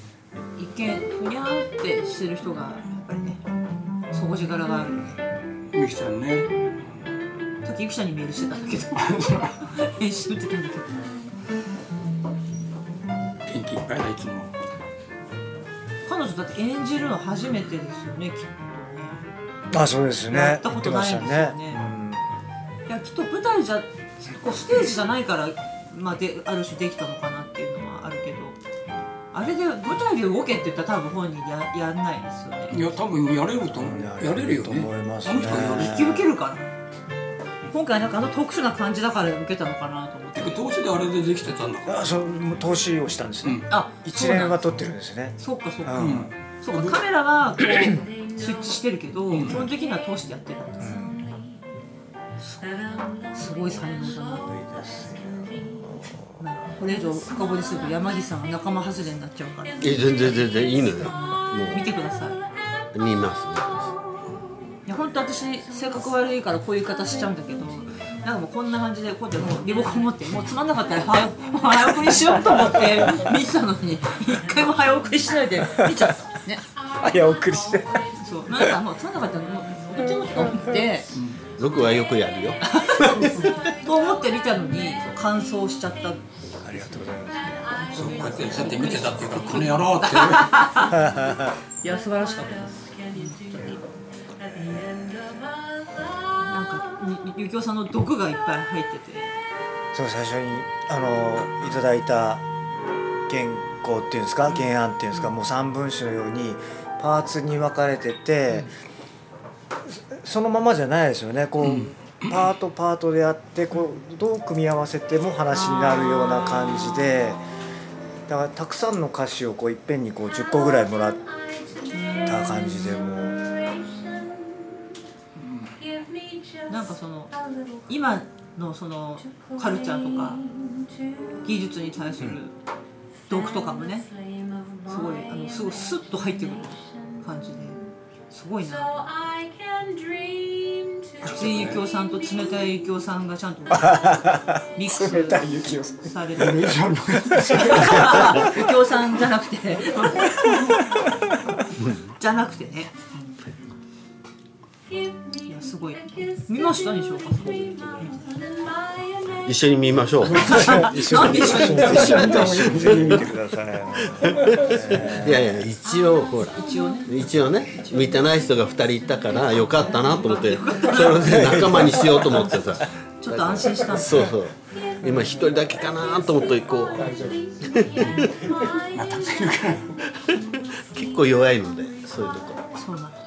[SPEAKER 1] 一見ふにゃーってしてる人がやっぱりね底力があるよね
[SPEAKER 3] ゆきちゃんね
[SPEAKER 1] さっき由紀ちゃんにメールしてたんだけど 編集打ってたんだけど
[SPEAKER 3] 元気いっぱいだいつも
[SPEAKER 1] 彼女だって演じるの初めてですよねきっとね
[SPEAKER 2] あそうですね
[SPEAKER 1] やったことないんですよね
[SPEAKER 2] 言ってました
[SPEAKER 1] いやきっと舞台じゃこうステージじゃないから、まあ、である種できたのかなっていうのはあるけどあれで舞台で動けって言ったら多分本人ややんないですよ
[SPEAKER 3] い
[SPEAKER 1] ね
[SPEAKER 3] や多分やれると思う
[SPEAKER 2] やれる
[SPEAKER 3] やれるよね
[SPEAKER 2] と思いますね
[SPEAKER 3] あの人はやれ
[SPEAKER 1] 引
[SPEAKER 3] る
[SPEAKER 1] き受けるから今回なんかあの特殊な感じだから受けたのかなと思って
[SPEAKER 3] てか投資であれでできてたんだか
[SPEAKER 2] うん
[SPEAKER 3] ら
[SPEAKER 2] あそうもう投資をしたんです
[SPEAKER 3] う
[SPEAKER 2] ね
[SPEAKER 3] ん
[SPEAKER 1] あ
[SPEAKER 2] 一連は
[SPEAKER 1] と
[SPEAKER 2] 撮ってるんですね
[SPEAKER 1] そっかそっ
[SPEAKER 2] う
[SPEAKER 1] か
[SPEAKER 2] ん
[SPEAKER 3] うん
[SPEAKER 1] そうかカメラはこ うスイッチしてるけど基本的には通してやってるんですすごい才能だなまあこれ以上深掘りすると山岸さんは仲間外れになっちゃうから
[SPEAKER 6] え全然全然いいのよも
[SPEAKER 1] 見てくださいう
[SPEAKER 6] 見ます見ま
[SPEAKER 1] いや本当私性格悪いからこういう言い方しちゃうんだけどなんかもうこんな感じでこうやってもうリモコン持ってもうつまんなかったら 早もう早送りしようと思って見てたのに一回も早送りしないで見ちゃったね
[SPEAKER 2] 早送りして
[SPEAKER 1] そうまあなんかもうつまんなかったらもう行っちゃおうと思って
[SPEAKER 6] 僕はよくやるよ
[SPEAKER 1] と思って見たのに乾燥しちゃった
[SPEAKER 2] ありがとうございます
[SPEAKER 3] そうこうやってそうやって見てたっていうからこの野郎って
[SPEAKER 1] いや素晴らしかったですなんかゆきおさんの毒がいっぱい入ってて
[SPEAKER 2] そう最初にあのいただいた原稿っていうんですか原案っていうんですかもう三文書のようにパーツに分かれてて、そそのままじゃないですよねこう、パートパートであってこうどう組み合わせても話になるような感じでだからたくさんの歌詞をこういっぺんにこう10個ぐらいもらった感じでもう
[SPEAKER 1] なんかその今のそのカルチャーとか技術に対する毒とかもねすごいあのすごいスッと入ってくる感じですごいな熱いゆきおさんと冷たいゆきおさんがちゃ んとミックスされてるゆきおさんじゃなくてじゃなくてねいやすごい見ましたでしょうか
[SPEAKER 6] 一緒に見ましょう
[SPEAKER 1] なんでしょう
[SPEAKER 2] ぜひ見てください。
[SPEAKER 6] いやいや一応ほら
[SPEAKER 1] 一応ね
[SPEAKER 6] 一応ね見てない人が2人いたからよかったなと思ってそれをね仲間にしようと思ってさ
[SPEAKER 1] ちょっと安心したんです
[SPEAKER 6] そうそう今一人だけかなと思ってこう結構弱いのでそういうとこ
[SPEAKER 1] そうなんだ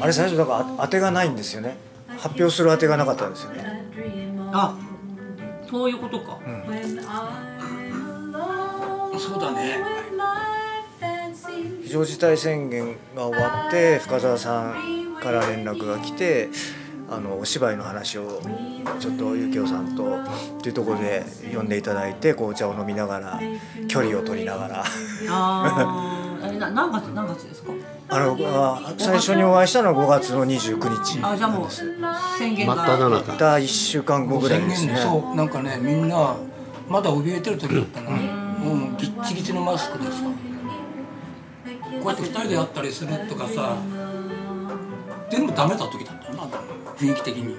[SPEAKER 2] あれ最初だからあ当てがないんですよね発表する当てがなかったんですよね
[SPEAKER 1] あそういうことか、
[SPEAKER 3] そうだね
[SPEAKER 2] 非常事態宣言が終わって深澤さんから連絡が来てあのお芝居の話をちょっと幸男さんとっていうところで呼んでいただいてこうお茶を飲みながら距離を取りながら
[SPEAKER 1] あーあれな何月何月ですか
[SPEAKER 2] あのあ最初にお会いしたのは5月の29日
[SPEAKER 1] あじゃあもう宣言
[SPEAKER 6] 真
[SPEAKER 1] が
[SPEAKER 6] っ只
[SPEAKER 2] ま
[SPEAKER 6] 中
[SPEAKER 2] た1週間後ぐらい
[SPEAKER 3] 宣
[SPEAKER 2] です
[SPEAKER 3] 言
[SPEAKER 2] ね
[SPEAKER 3] でそうなんかねみんなまだ怯えてる時だったな、うん、ギッチギチのマスクでさこうやって二人でやったりするとかさでもダメだ時だったよな雰囲気的に、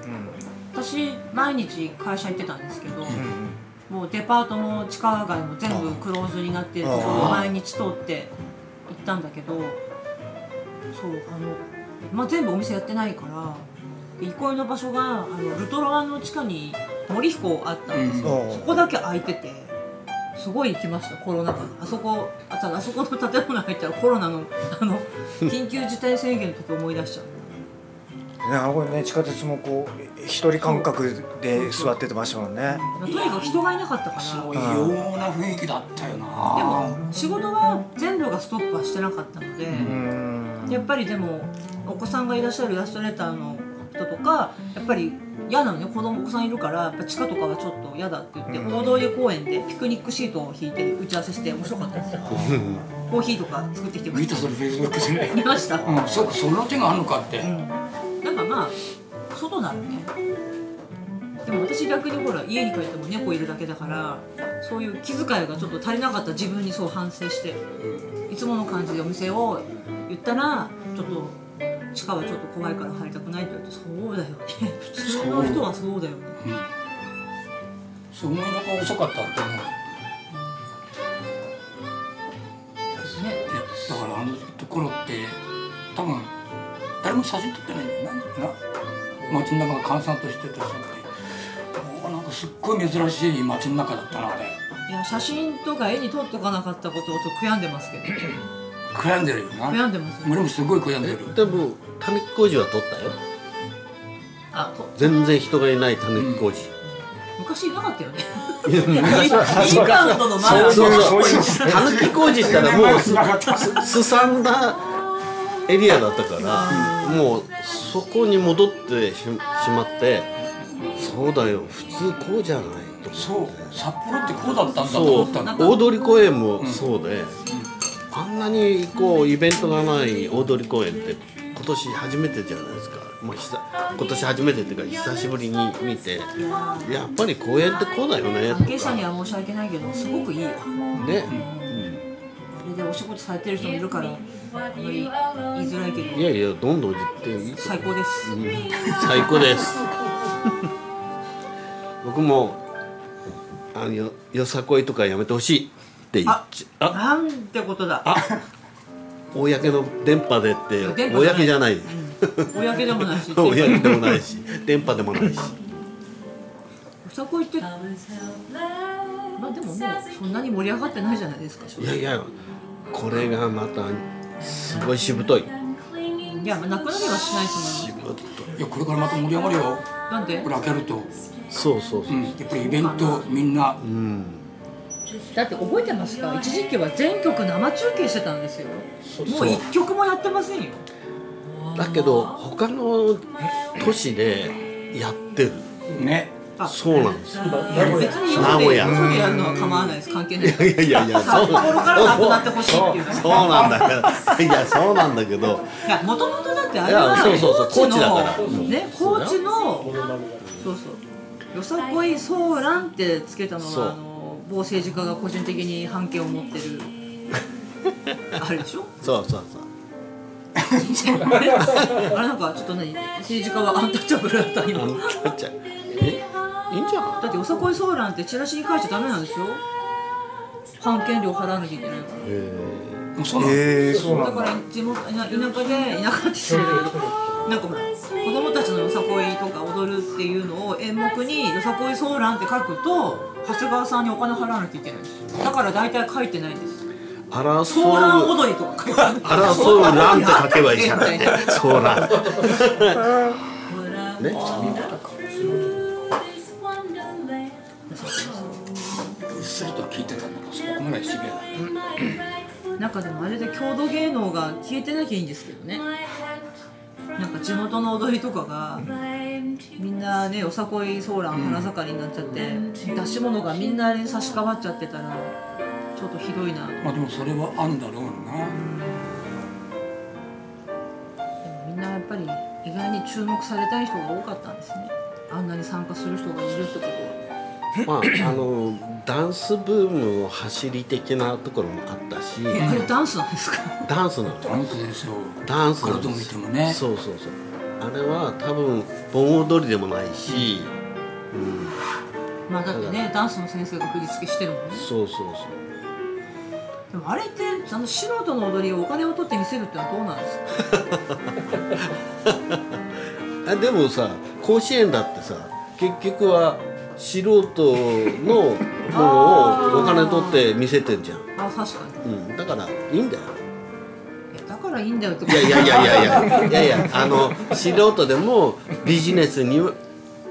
[SPEAKER 1] 私毎日会社行ってたんですけど、もうデパートも地下街も全部クローズになってるから
[SPEAKER 2] あ
[SPEAKER 1] 毎日通って行ったんだけどそうあの、まあ、全部お店やってないからで憩いの場所があのルトロワンの地下に森彦あったんですよ、
[SPEAKER 2] うん
[SPEAKER 1] そこだけ空いててすごい行きましたコロナ禍にあそこあただあそこの建物入ったらコロナのあ の緊急事態宣言の時思い出しちゃう
[SPEAKER 2] ねあの頃ね地下鉄もこう一人間隔で座っててましたもんね
[SPEAKER 1] とにかく人がいなかったから
[SPEAKER 3] すごいような雰囲気だったよな
[SPEAKER 1] でも仕事は全部がストップはしてなかったので、
[SPEAKER 2] うん
[SPEAKER 1] やっぱりでもお子さんがいらっしゃるイラストレーターの人とかやっぱり嫌なのね子供お子さんいるからやっぱ地下とかはちょっと嫌だって言って、
[SPEAKER 2] うん
[SPEAKER 1] 大通公園でピクニックシートを引いて打ち合わせして面白かったですよコーヒーとか作ってきてくれ
[SPEAKER 3] 見た
[SPEAKER 1] て
[SPEAKER 3] それフェイスブックじゃない
[SPEAKER 1] 見ました、
[SPEAKER 3] うん、そうかその手があるのかって、
[SPEAKER 1] なんかまあ外ならねでも私逆にほら家に帰っても猫いるだけだからそういう気遣いがちょっと足りなかった自分にそう反省していつもの感じでお店を言ったらちょっと地下はちょっと怖いから入りたくないって言われてそうだよね普通の人はそうだよね
[SPEAKER 3] そう思いのほか遅かったって思う
[SPEAKER 1] ね
[SPEAKER 3] いやだからあのところって多分誰も写真撮ってないんだよなな街の中が閑散としててさおーなんかすっごい珍しい街の中だったなあれ
[SPEAKER 1] いや写真とか絵に撮っとかなかったことをちょっと悔やんでますけど
[SPEAKER 3] 悔やんでるよな
[SPEAKER 1] 悔やんでますよ
[SPEAKER 3] 俺もすごい悔やんでる
[SPEAKER 6] でも狸小路は撮ったよ
[SPEAKER 1] あと
[SPEAKER 6] 全然人がいない狸小路、
[SPEAKER 1] 昔いなかったよね
[SPEAKER 6] いや昔は
[SPEAKER 1] インカウントの前
[SPEAKER 6] そう
[SPEAKER 1] は
[SPEAKER 6] そうそう狸小路ったらもうすすすさんだエリアだったからもうそこに戻ってししまってそうだよ普通こうじゃないと
[SPEAKER 3] そう札幌ってこうだったんだと
[SPEAKER 6] そ
[SPEAKER 3] 思ったの
[SPEAKER 6] う大通公園もそうで、あんなにこうイベントがない大通公園って今年初めてじゃないですか、まあ、久今年初めてっていうか久しぶりに見てやっぱり公園ってこうだよねと
[SPEAKER 1] 関係者に
[SPEAKER 6] か
[SPEAKER 1] は申し訳ないけどすごくいいよ
[SPEAKER 6] ね、
[SPEAKER 1] あれでお仕事されてる人もいるからあまり言いづらいけ
[SPEAKER 6] い
[SPEAKER 1] ど
[SPEAKER 6] やいやどんどん言っていいと
[SPEAKER 1] 最高です、
[SPEAKER 6] うん最高です 僕もあのよよさこいとかやめてほしいって言っちゃあ
[SPEAKER 1] なんてことだ
[SPEAKER 6] 公の電波でって
[SPEAKER 1] 電波
[SPEAKER 6] 公じゃない
[SPEAKER 1] 公でもないし
[SPEAKER 6] 公でもないし電波でもないし
[SPEAKER 1] おさこいってまあでももうそんなに盛り上がってないじゃないですか正
[SPEAKER 6] い
[SPEAKER 1] 直
[SPEAKER 6] やいやこれがまたすごいしぶとい
[SPEAKER 1] いやまあなくなりはしないと思い
[SPEAKER 6] しぶとい
[SPEAKER 3] いやこれからまた盛り上がるよ
[SPEAKER 1] ますなんで
[SPEAKER 3] これ開けると、、
[SPEAKER 6] そうそうそううん
[SPEAKER 3] やっぱりイベントみんな
[SPEAKER 6] うん
[SPEAKER 1] だって覚えてますか一時期は全曲生中継してたんですよもう一曲もやってませんよ
[SPEAKER 6] だけど他の都市でやってる
[SPEAKER 3] ね
[SPEAKER 1] あ
[SPEAKER 6] そうなん ですよ
[SPEAKER 1] 別によ
[SPEAKER 6] 名
[SPEAKER 1] そ
[SPEAKER 6] 古
[SPEAKER 1] で
[SPEAKER 6] 屋
[SPEAKER 1] よそでやるのは構わないです関係ない
[SPEAKER 6] いやいやいや
[SPEAKER 1] 札
[SPEAKER 6] そう
[SPEAKER 1] 幌からなくなってほしいっていうね
[SPEAKER 6] そうなんだからいやそうなんだけど
[SPEAKER 1] いやもともとだってあれはい
[SPEAKER 6] やそうそうそう
[SPEAKER 1] 高知の
[SPEAKER 6] 高知だから
[SPEAKER 1] ね高知の
[SPEAKER 4] 物まねが
[SPEAKER 1] そうそうよさこいソーランってつけたの
[SPEAKER 6] そう
[SPEAKER 1] はあの某政治家が個人的に判権を持って るあれでしょ
[SPEAKER 6] そうそうそう
[SPEAKER 1] あれなんかちょっと何政治家はアンタッチャブルだった今だ
[SPEAKER 6] あっちゃんえいいんじゃない
[SPEAKER 1] ってよさこいソーランってチラシに書いちゃダメなんですよ判権料払わなきゃいけないから
[SPEAKER 3] もうそうなの、
[SPEAKER 2] ええそうな
[SPEAKER 1] だ
[SPEAKER 2] ん
[SPEAKER 1] か
[SPEAKER 2] だ
[SPEAKER 1] ら地元田田舎で田舎って言ってるけどなんかほら子供たちのよさこいとか踊るっていうのを演目に「よさこいソーラン」って書くと長谷川さんにお金払わなきゃいけないんですよだから大体書いてないんです
[SPEAKER 6] 争
[SPEAKER 1] ソーラン
[SPEAKER 6] う
[SPEAKER 1] 踊りとか書いてある
[SPEAKER 6] 争うなんて書けばいいじゃないそうなんね
[SPEAKER 3] うっすりとは聞いてたんだけどそこまではシビアだ
[SPEAKER 1] なんかでもあれで郷土芸能が消えてなきゃいいんですけどねなんか地元の踊りとかがみんなねよさこいソーラン花盛りになっちゃって、出し物がみんなあれに差し替わっちゃってたらちょっとひどいな
[SPEAKER 3] まあでもそれはあるんだろうな、
[SPEAKER 1] でもみんなやっぱり意外に注目されたい人が多かったんですねあんなに参加する人がいるってことは
[SPEAKER 6] まああのダンスブームの走り的なところもあったし
[SPEAKER 1] えあれダンスなんですか
[SPEAKER 6] ダンスなの
[SPEAKER 3] ダンスですよ
[SPEAKER 6] ダンスなん
[SPEAKER 3] 体を
[SPEAKER 6] で
[SPEAKER 3] 見
[SPEAKER 6] す
[SPEAKER 3] てもね
[SPEAKER 6] そうそうそうあれは多分盆踊りでもないし、うん、
[SPEAKER 1] まあだってねダンスの先生が振り付けしてるもんね
[SPEAKER 6] そうそうそう
[SPEAKER 1] でもあれってあの素人の踊りをお金を取って見せるってのはどうなんですか
[SPEAKER 6] あでもさ甲子園だってさ結局は素人のものをお金取って見せてんじゃん、
[SPEAKER 1] あ確かに
[SPEAKER 6] うん、だからいいんだよ
[SPEAKER 1] いやだからいいんだよってこ
[SPEAKER 6] い
[SPEAKER 1] と
[SPEAKER 6] やいやいやいやいやいやいやあの素人でもビジネスに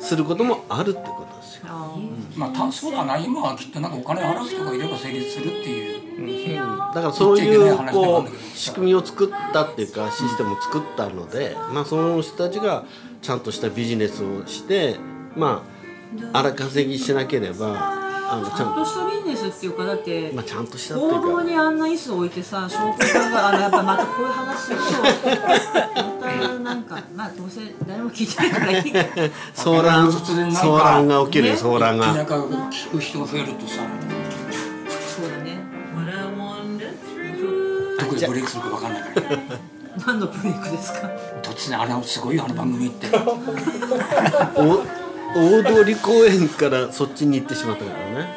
[SPEAKER 6] することもあるってことですよ
[SPEAKER 1] あー
[SPEAKER 3] まあたそうだな今はきっとなんかお金払う人がいれば成立するっていう、
[SPEAKER 6] だからそうい
[SPEAKER 3] 言っ
[SPEAKER 6] う
[SPEAKER 3] ちゃいけない話だと思
[SPEAKER 6] こ
[SPEAKER 3] うんだけど
[SPEAKER 6] う仕組みを作ったっていうかシステムを作ったので、まあ、その人たちがちゃんとしたビジネスをしてまあ荒稼ぎしなければあの
[SPEAKER 1] ち
[SPEAKER 6] ちゃ
[SPEAKER 1] ゃん
[SPEAKER 6] ん
[SPEAKER 1] と
[SPEAKER 6] と、
[SPEAKER 1] したビジネスっていうかだって
[SPEAKER 6] まあ、ちゃんとしたってい
[SPEAKER 1] 行
[SPEAKER 6] うか。
[SPEAKER 1] 動にあんな椅子置いてさ証拠さんがあのやっぱまたこういう話するとまたなんかまあどうせ誰も聞いてないから いいけど
[SPEAKER 6] 騒乱
[SPEAKER 3] 突然なんか
[SPEAKER 6] 騒乱が起きるよ
[SPEAKER 1] ね
[SPEAKER 6] 騒乱
[SPEAKER 3] 田舎
[SPEAKER 6] が
[SPEAKER 3] が聞く人が増えるとさ
[SPEAKER 1] そうだね
[SPEAKER 3] どこでブレイクするか分かんないから
[SPEAKER 1] 何のブレイクですか
[SPEAKER 3] 突然あれすごいよあの番組って
[SPEAKER 6] お 大通公園からそっちに行ってしまったからね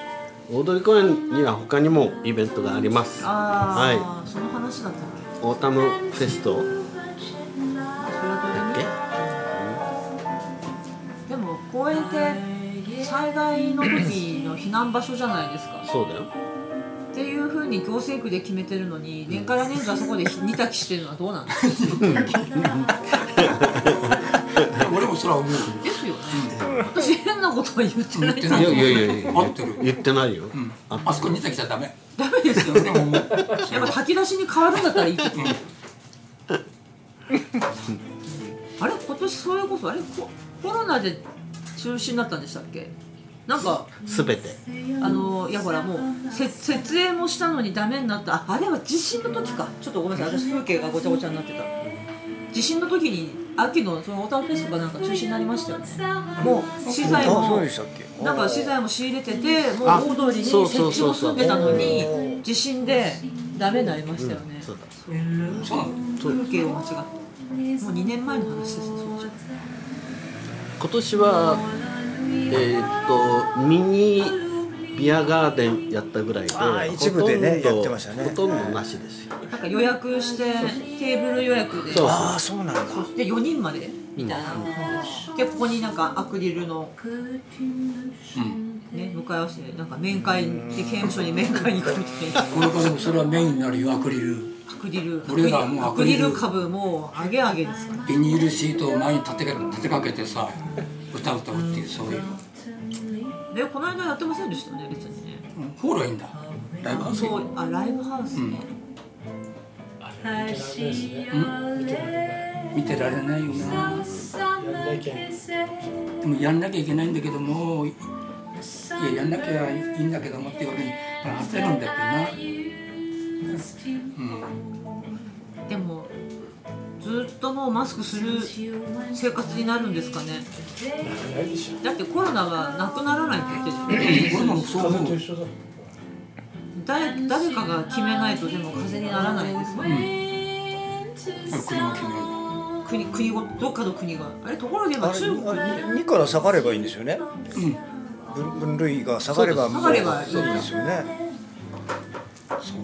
[SPEAKER 6] 大通公園には他にもイベントがあります
[SPEAKER 1] ああ、
[SPEAKER 6] は
[SPEAKER 1] その話だったの
[SPEAKER 6] いオータムフェスト
[SPEAKER 1] それは
[SPEAKER 6] だっけ
[SPEAKER 1] どれでも公園って災害の時の避難場所じゃないですか
[SPEAKER 6] そうだよ
[SPEAKER 1] っていうふうに行政区で決めてるのに年から年中あそこで煮炊きしてるのはどうなんですか
[SPEAKER 3] 俺もそれは思う
[SPEAKER 1] ですよね私変なことは言ってない
[SPEAKER 3] 言ってないい
[SPEAKER 6] やいやいやいや
[SPEAKER 3] 合ってる
[SPEAKER 6] 言ってないよ、あ
[SPEAKER 3] あそこにたきちゃダメ
[SPEAKER 1] ダメですよね
[SPEAKER 3] でももう
[SPEAKER 1] やっぱ炊き出しに変わるんだったらいいけどあれ今年それこそあれココロナで中止になったんでしたっけなんか
[SPEAKER 6] 全て
[SPEAKER 1] あのいやほらもうせ設営もしたのにダメになったああれは地震の時かちょっとごめんなさい私風景がごちゃごちゃになってた地震の時に秋のそのオータムフェスとかなんか中止になりましたよねもう資材
[SPEAKER 2] あそう
[SPEAKER 1] も
[SPEAKER 2] でしたっけ
[SPEAKER 1] なんか資材も仕入れててもう
[SPEAKER 6] あ
[SPEAKER 1] 大通りに
[SPEAKER 6] そう
[SPEAKER 1] 設
[SPEAKER 6] そう
[SPEAKER 1] 置
[SPEAKER 6] そう
[SPEAKER 1] も
[SPEAKER 6] そう
[SPEAKER 1] 済んでたのに地震でダメになりましたよね、
[SPEAKER 6] そうだ
[SPEAKER 3] そうなの
[SPEAKER 1] 風景を間違ってもう2年前の話ですねそうじゃ
[SPEAKER 6] 今年はえーっとミニビアガーデンやったぐらいで
[SPEAKER 2] あー一部でね
[SPEAKER 6] ほとんど
[SPEAKER 2] やってましたね
[SPEAKER 6] ほとんどなしですよ
[SPEAKER 1] なんか予約してテーブル予約で
[SPEAKER 6] そう
[SPEAKER 2] ああそうなんだ
[SPEAKER 1] で4人までみたいな、でここになんかアクリルの、ね、向かい合わせてなんか面会で刑務所に面会に行くみたいな
[SPEAKER 3] これからでもそれはメインになるよアクリル
[SPEAKER 1] アクリルアクリ
[SPEAKER 3] 俺ら
[SPEAKER 1] ル
[SPEAKER 3] もう
[SPEAKER 1] ア
[SPEAKER 3] ア
[SPEAKER 1] ク
[SPEAKER 3] ク
[SPEAKER 1] リ
[SPEAKER 3] リル
[SPEAKER 1] ル株もう上げ上げですから
[SPEAKER 3] ビニールシートを前に立てかけ立てかけてさ歌歌うっていうそういう
[SPEAKER 1] でこの間やってませんでしたよね別にね
[SPEAKER 3] うんホールはいいんだライブハウス
[SPEAKER 1] そうあライブハウスね、
[SPEAKER 3] 見てられないよな
[SPEAKER 4] やんなきゃ
[SPEAKER 3] でもやんなきゃいけないんだけどもいややんなきゃいいんだけどもっていうふうにやっぱ焦るんだよな
[SPEAKER 1] でもずっともうマスクする生活になるんですかね
[SPEAKER 4] ないでしょ
[SPEAKER 1] だってコロナはなくならないって言ってるでしょ
[SPEAKER 3] 俺らもそう
[SPEAKER 4] 風
[SPEAKER 3] 思
[SPEAKER 4] と
[SPEAKER 3] う
[SPEAKER 4] 一緒だ
[SPEAKER 1] 誰誰かが決めないとでも風邪にならないですよね
[SPEAKER 3] 国が決めるんだ
[SPEAKER 1] 国国ごどっかの国があれところで今
[SPEAKER 2] あれ
[SPEAKER 1] 中国
[SPEAKER 2] 2から下がればいいんですよね分分類が下がれば
[SPEAKER 1] そうです下
[SPEAKER 2] もう
[SPEAKER 1] が
[SPEAKER 2] いい
[SPEAKER 1] ればいい
[SPEAKER 2] ですよね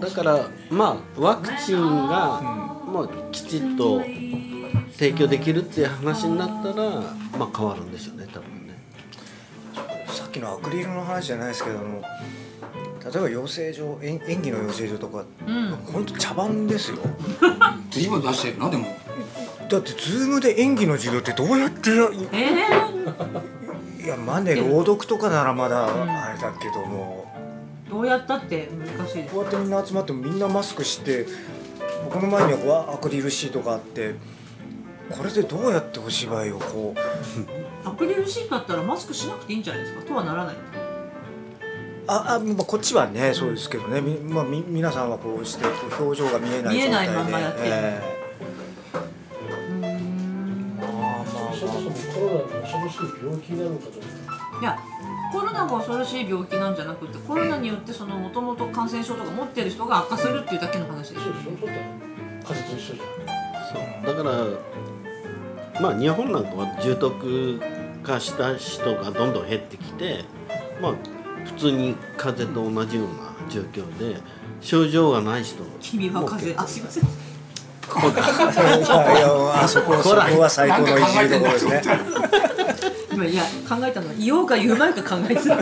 [SPEAKER 6] だからまあワクチンがもうきちっと提供できるっていう話になったらまあ変わるんですよね多分ね
[SPEAKER 2] さっきのアクリルの話じゃないですけども例えば養成所演演技の養成所とか、本当茶番ですよ
[SPEAKER 3] 随分出してるなでも
[SPEAKER 2] だってズームで演技の授業ってどうやってや
[SPEAKER 1] えー、
[SPEAKER 2] いやマネ朗読とかならまだあれだけども、
[SPEAKER 1] どうやったって難しいです
[SPEAKER 2] こうやってみんな集まってもみんなマスクして僕の前にはこうアクリルシートがあってこれでどうやってお芝居をこう
[SPEAKER 1] アクリルシートだったらマスクしなくていいんじゃないですかとはならない
[SPEAKER 2] ああ、まあ、こっちはねそうですけどねみ、まあ、み皆さんはこうしてこう表情が見えない
[SPEAKER 1] 見え
[SPEAKER 2] 状
[SPEAKER 1] ない
[SPEAKER 2] 態で
[SPEAKER 1] まんまやってる
[SPEAKER 2] え えまあまあ
[SPEAKER 4] そもそもコロナの恐ろしい病気なのかと思って
[SPEAKER 1] いやコロナが恐ろしい病気なんじゃなくてコロナによってそのもともと感染症とか持ってる人が悪化するっていうだけの話ですよ
[SPEAKER 4] そうでしょそうだよ風と一緒じゃ
[SPEAKER 6] そうだからまあ日本なんかは重篤化した人がどんどん減ってきてまあ普通に風邪と同じような状況で症状がない人
[SPEAKER 1] 君は風邪あすいません
[SPEAKER 2] いやいやあそこそこは最高のいじりどころですね
[SPEAKER 1] 今いや考えたのは言おうか言うまいか考えてた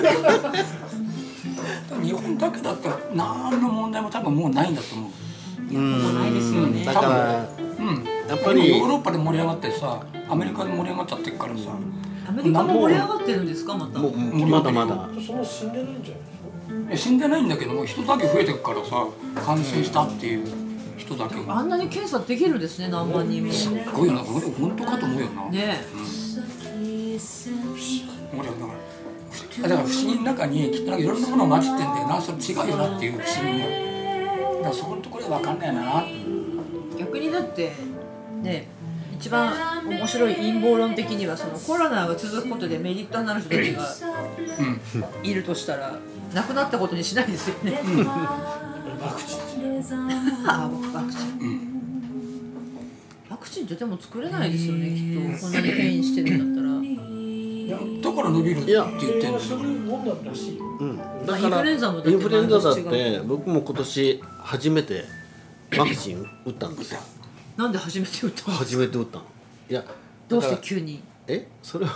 [SPEAKER 3] 日本だけだったら何の問題も多分もうないんだと思う
[SPEAKER 1] もうないですよね
[SPEAKER 6] だから
[SPEAKER 3] うん
[SPEAKER 6] やっぱり
[SPEAKER 3] ヨーロッパで盛り上がってさアメリカで盛り上がっちゃってるからさ
[SPEAKER 1] アメリカも盛り上がってるんですかまた
[SPEAKER 6] もうまだまだ
[SPEAKER 4] んそんな死んでないんじゃない
[SPEAKER 3] え死んでないんだけども人だけ増えてくからさ感染したっていう人だけが
[SPEAKER 1] あんなに検査できるんですね何万人もね
[SPEAKER 3] すごいよな俺本当かと思うよな、
[SPEAKER 1] え
[SPEAKER 3] 俺はだからふだから不思議の中にきっとなんかいろんなものが混じってんだよなそれ違うよなっていう不思議もだからそこのところは分かんないな
[SPEAKER 1] 逆にだってね一番面白い陰謀論的にはそのコロナが続くことでメリットになる人たちがいるとしたら亡くなったことにしないですよね。あワクチンワクチンってでも作れないですよねきっとこんなに変異してるんだったら。
[SPEAKER 3] だから伸びるって言ってんだよ
[SPEAKER 4] それもんだったらしいよ
[SPEAKER 6] うん
[SPEAKER 1] まあ
[SPEAKER 6] だ
[SPEAKER 1] イン
[SPEAKER 6] か
[SPEAKER 1] フ
[SPEAKER 6] ら
[SPEAKER 1] ルエンザもだって
[SPEAKER 6] インフルエンザだっ
[SPEAKER 1] 毎年違
[SPEAKER 6] て僕も今年初めてワクチン打ったんですよ
[SPEAKER 1] なんで初めて打ったの
[SPEAKER 6] 初めて打ったのいや
[SPEAKER 1] どうし
[SPEAKER 6] だ
[SPEAKER 1] て
[SPEAKER 6] から
[SPEAKER 1] 急に
[SPEAKER 6] えそれは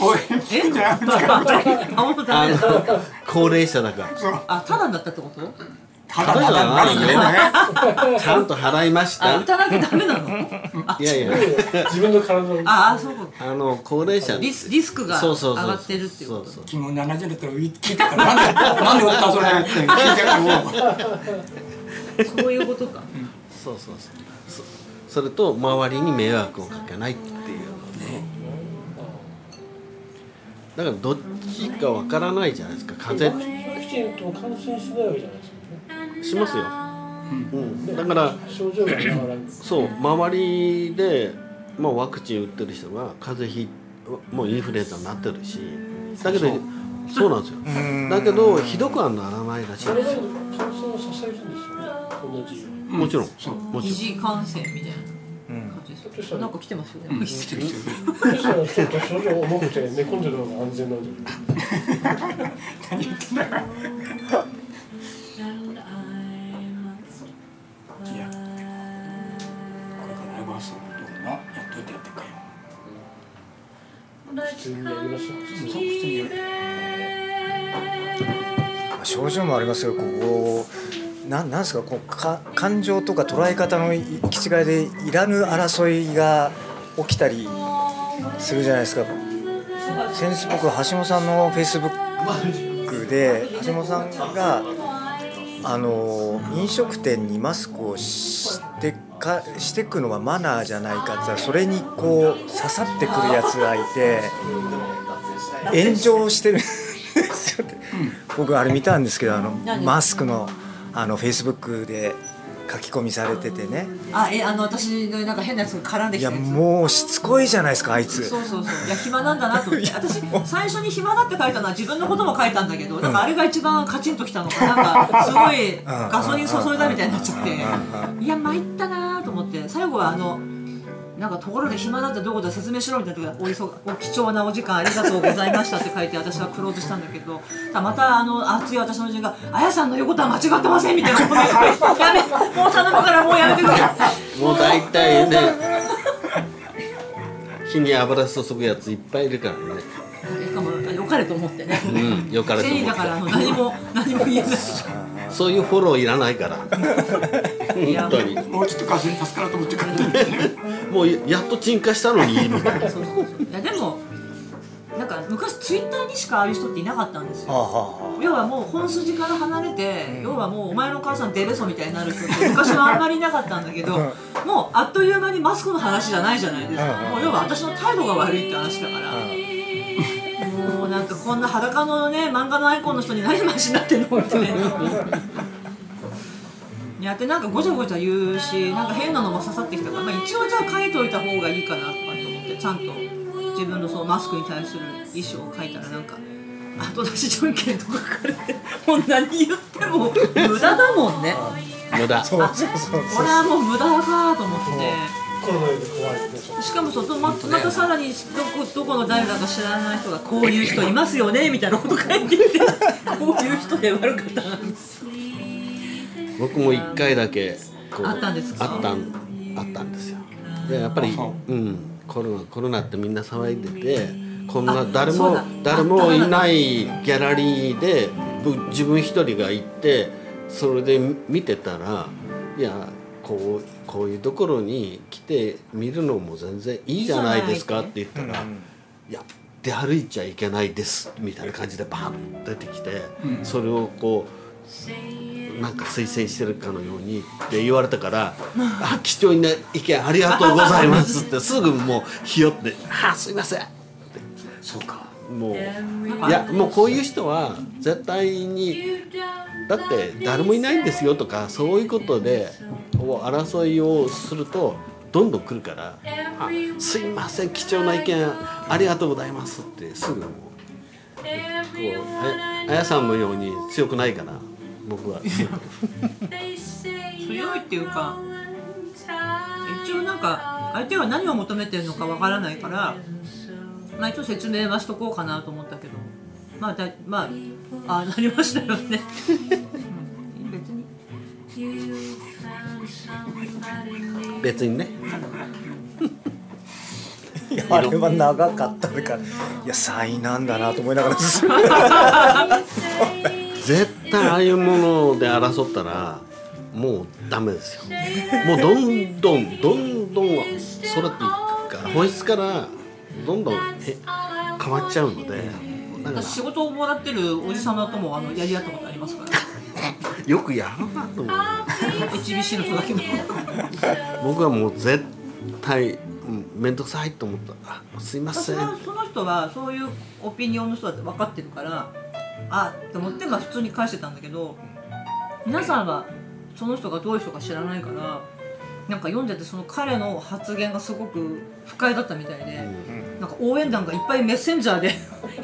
[SPEAKER 3] おい
[SPEAKER 1] えあもうダ
[SPEAKER 6] あ
[SPEAKER 1] メ
[SPEAKER 6] の
[SPEAKER 1] だ
[SPEAKER 6] 高齢者だから
[SPEAKER 1] あただだったってこと
[SPEAKER 3] ただただなるよ ね
[SPEAKER 6] ちゃんと払いまし
[SPEAKER 1] あ
[SPEAKER 6] た
[SPEAKER 1] 打たなきゃダメなの
[SPEAKER 6] いやいや
[SPEAKER 4] 自分の体を
[SPEAKER 1] ああそういうこと
[SPEAKER 6] あの高齢者
[SPEAKER 1] リスリスクが
[SPEAKER 6] そうそうそう
[SPEAKER 1] 上がってるっていうこと
[SPEAKER 6] そうそ
[SPEAKER 3] 昨日70だったら聞いたからなんでなんで打ったそれって聞いたから
[SPEAKER 1] そういうことか
[SPEAKER 6] そうそうそうそそれと周りに迷惑をかけないっていうのねだからどっちかわからないじゃないですか風
[SPEAKER 4] ワク
[SPEAKER 6] 邪
[SPEAKER 4] チンとも感染しないわけじゃないですか
[SPEAKER 6] しますよ、うん、だから
[SPEAKER 4] 症状が変わらん
[SPEAKER 6] そう周りで、まあ、ワクチン打ってる人が風邪ひいもうインフルエンザになってるしだけどそうなんですよ
[SPEAKER 2] うん
[SPEAKER 6] だけどひどくはならないらしいん
[SPEAKER 4] そ
[SPEAKER 6] で
[SPEAKER 4] れ
[SPEAKER 6] す
[SPEAKER 4] で
[SPEAKER 6] よ
[SPEAKER 4] も乾燥をさせるんですよね同じように
[SPEAKER 6] もちろん
[SPEAKER 3] そう
[SPEAKER 6] も
[SPEAKER 1] 疑
[SPEAKER 6] ち
[SPEAKER 1] 似感染みたいな感じですか、
[SPEAKER 4] うん
[SPEAKER 1] なんか来てますよね、
[SPEAKER 3] うん来てる来てる
[SPEAKER 4] そしたらちょっと症状重くて寝込んでる方が安全なんじゃない
[SPEAKER 3] 何言ってんだよいやこれからライブハウスのことなやっといてやってっかよ
[SPEAKER 4] 普通にやりましょう
[SPEAKER 3] そうしてみよう
[SPEAKER 2] まあ症状もありますよここなんなんですかこうか感情とか捉え方の行き違いでいらぬ争いが起きたりするじゃないですか先日僕橋本さんのフェイスブックで橋本さんがあの飲食店にマスクをしてかしてくのはマナーじゃないかってそれにこう刺さってくるやつがいて炎上してるんですよね僕あれ見たんですけどあの
[SPEAKER 1] 何
[SPEAKER 2] マスクのあのフェイスブックで書き込みされててね
[SPEAKER 1] あえあの私のなんか変なやつが絡んで
[SPEAKER 2] い
[SPEAKER 1] きた
[SPEAKER 2] や
[SPEAKER 1] やつ
[SPEAKER 2] もうしつこいじゃないですかあいつ。
[SPEAKER 1] そうそう そういや暇なんだなと思って私最初に暇だって書いたのは自分のことも書いたんだけどなんかあれが一番カチンときたのかなんかすごいガソリン注いだみたいになっちゃっていや参ったなと思って最後はあのなんかところで暇だってどういうことだ説明しろみたいなとこでお急がお貴重なお時間ありがとうございましたって書いて私はクローズしたんだけどただまたあの熱い私の友人が「あやさんの言うことは間違ってません」みたいなこと言ってやめもう頼むからもうやめてくれ」
[SPEAKER 6] ろんもう大体ね火に油注ぐやついっぱいいるからね
[SPEAKER 1] しかも良かれと思ってね
[SPEAKER 6] うんよかれと
[SPEAKER 1] 善意
[SPEAKER 6] 思
[SPEAKER 1] だからあの
[SPEAKER 6] っ
[SPEAKER 1] 何も何も言えない
[SPEAKER 6] てそういうフォローいらないから
[SPEAKER 1] いや
[SPEAKER 6] 本当に
[SPEAKER 3] もうちょっとガソリン足すからと思ってくれて
[SPEAKER 6] もうやっと鎮火したのにみたいな
[SPEAKER 1] そうそうそういやでもなんか昔ツイッターにしかああいう人っていなかったんです
[SPEAKER 2] はあ
[SPEAKER 1] よ
[SPEAKER 2] はあはあ
[SPEAKER 1] 要はもう本筋から離れて、要はもうお前のお母さんデレソみたいになる人って昔はあんまりいなかったんだけど、
[SPEAKER 2] うん
[SPEAKER 1] もうあっという間にマスクの話じゃないじゃないですか、
[SPEAKER 2] うんうん
[SPEAKER 1] もう要は私の態度が悪いって話だから、もうなんかこんな裸のね漫画のアイコンの人に何マシになってんのみたいな。やってなんかごちゃごちゃ言うしなんか変なのも刺さってきたから、まあ、一応じゃあ書いといた方がいいかなとかと思ってちゃんと自分のそのマスクに対する衣装を書いたらなんか後出しじゃんけんとか書かれてもう何言っても無駄だもんね
[SPEAKER 6] 無駄
[SPEAKER 2] そうそうそう
[SPEAKER 1] これはもう無駄かと思って。
[SPEAKER 4] コロナより怖いでしょ
[SPEAKER 1] しかもそのままたさらにどこどこの誰だか知らない人がこういう人いますよねみたいなこと書いててこういう人で悪かったな
[SPEAKER 6] 僕も一回だけこう
[SPEAKER 1] あったんですか
[SPEAKER 6] あったんあったんですよでやっぱり
[SPEAKER 3] あ
[SPEAKER 6] うんコロナコロナってみんな騒いでてこん
[SPEAKER 1] あ
[SPEAKER 6] な誰
[SPEAKER 1] そう
[SPEAKER 6] も
[SPEAKER 1] だ
[SPEAKER 6] 誰
[SPEAKER 1] あ
[SPEAKER 6] も
[SPEAKER 1] そうだ
[SPEAKER 6] いないギャラリーでぶ自分一人が行ってそれで見てたらいやこうこういうところに来て見るのも全然いいじゃないですかって言ったら「いや出歩いちゃいけないです」みたいな感じでバーンと出てきてそれをこう。なんか推薦してるかのようにって言われたから「あ貴重な意見ありがとうございます」ってすぐもうひよって「あすいません」
[SPEAKER 3] そうか
[SPEAKER 6] もういやもうこういう人は絶対にだって誰もいないんですよとかそういうことでこう争いをするとどんどん来るから「あすいません貴重な意見ありがとうございます」ってすぐもうこうああやさんのように強くないかな僕は。
[SPEAKER 1] 強いっていうか一応なんか相手は何を求めてるのかわからないからまあ一応説明はしとこうかなと思ったけどまあだまああなりましたよねうん別に
[SPEAKER 6] 別にね
[SPEAKER 2] いやあれは長かったからいや災難だなと思いなが らです
[SPEAKER 6] 絶対ああいうもので争ったらもうダメですよもうどんどんどんどんそれっていくから本質からどんどんへ変わっちゃうので なんか
[SPEAKER 1] 私仕事をもらってるおじ様ともあのやり合ったことありますから、ね、
[SPEAKER 6] よくやるなと思う
[SPEAKER 1] HBC の人だけど
[SPEAKER 6] 僕はもう絶対うん面倒くさいと思ったあすいませ
[SPEAKER 1] そ
[SPEAKER 6] ん
[SPEAKER 1] れはその人はそういうオピニオンの人だって分かってるからあって思ってまあ普通に返してたんだけど皆さんはその人がどういう人か知らないからなんか読んでてその彼の発言がすごく不快 だったみたいで、なんか応援団がいっぱいメッセンジャーで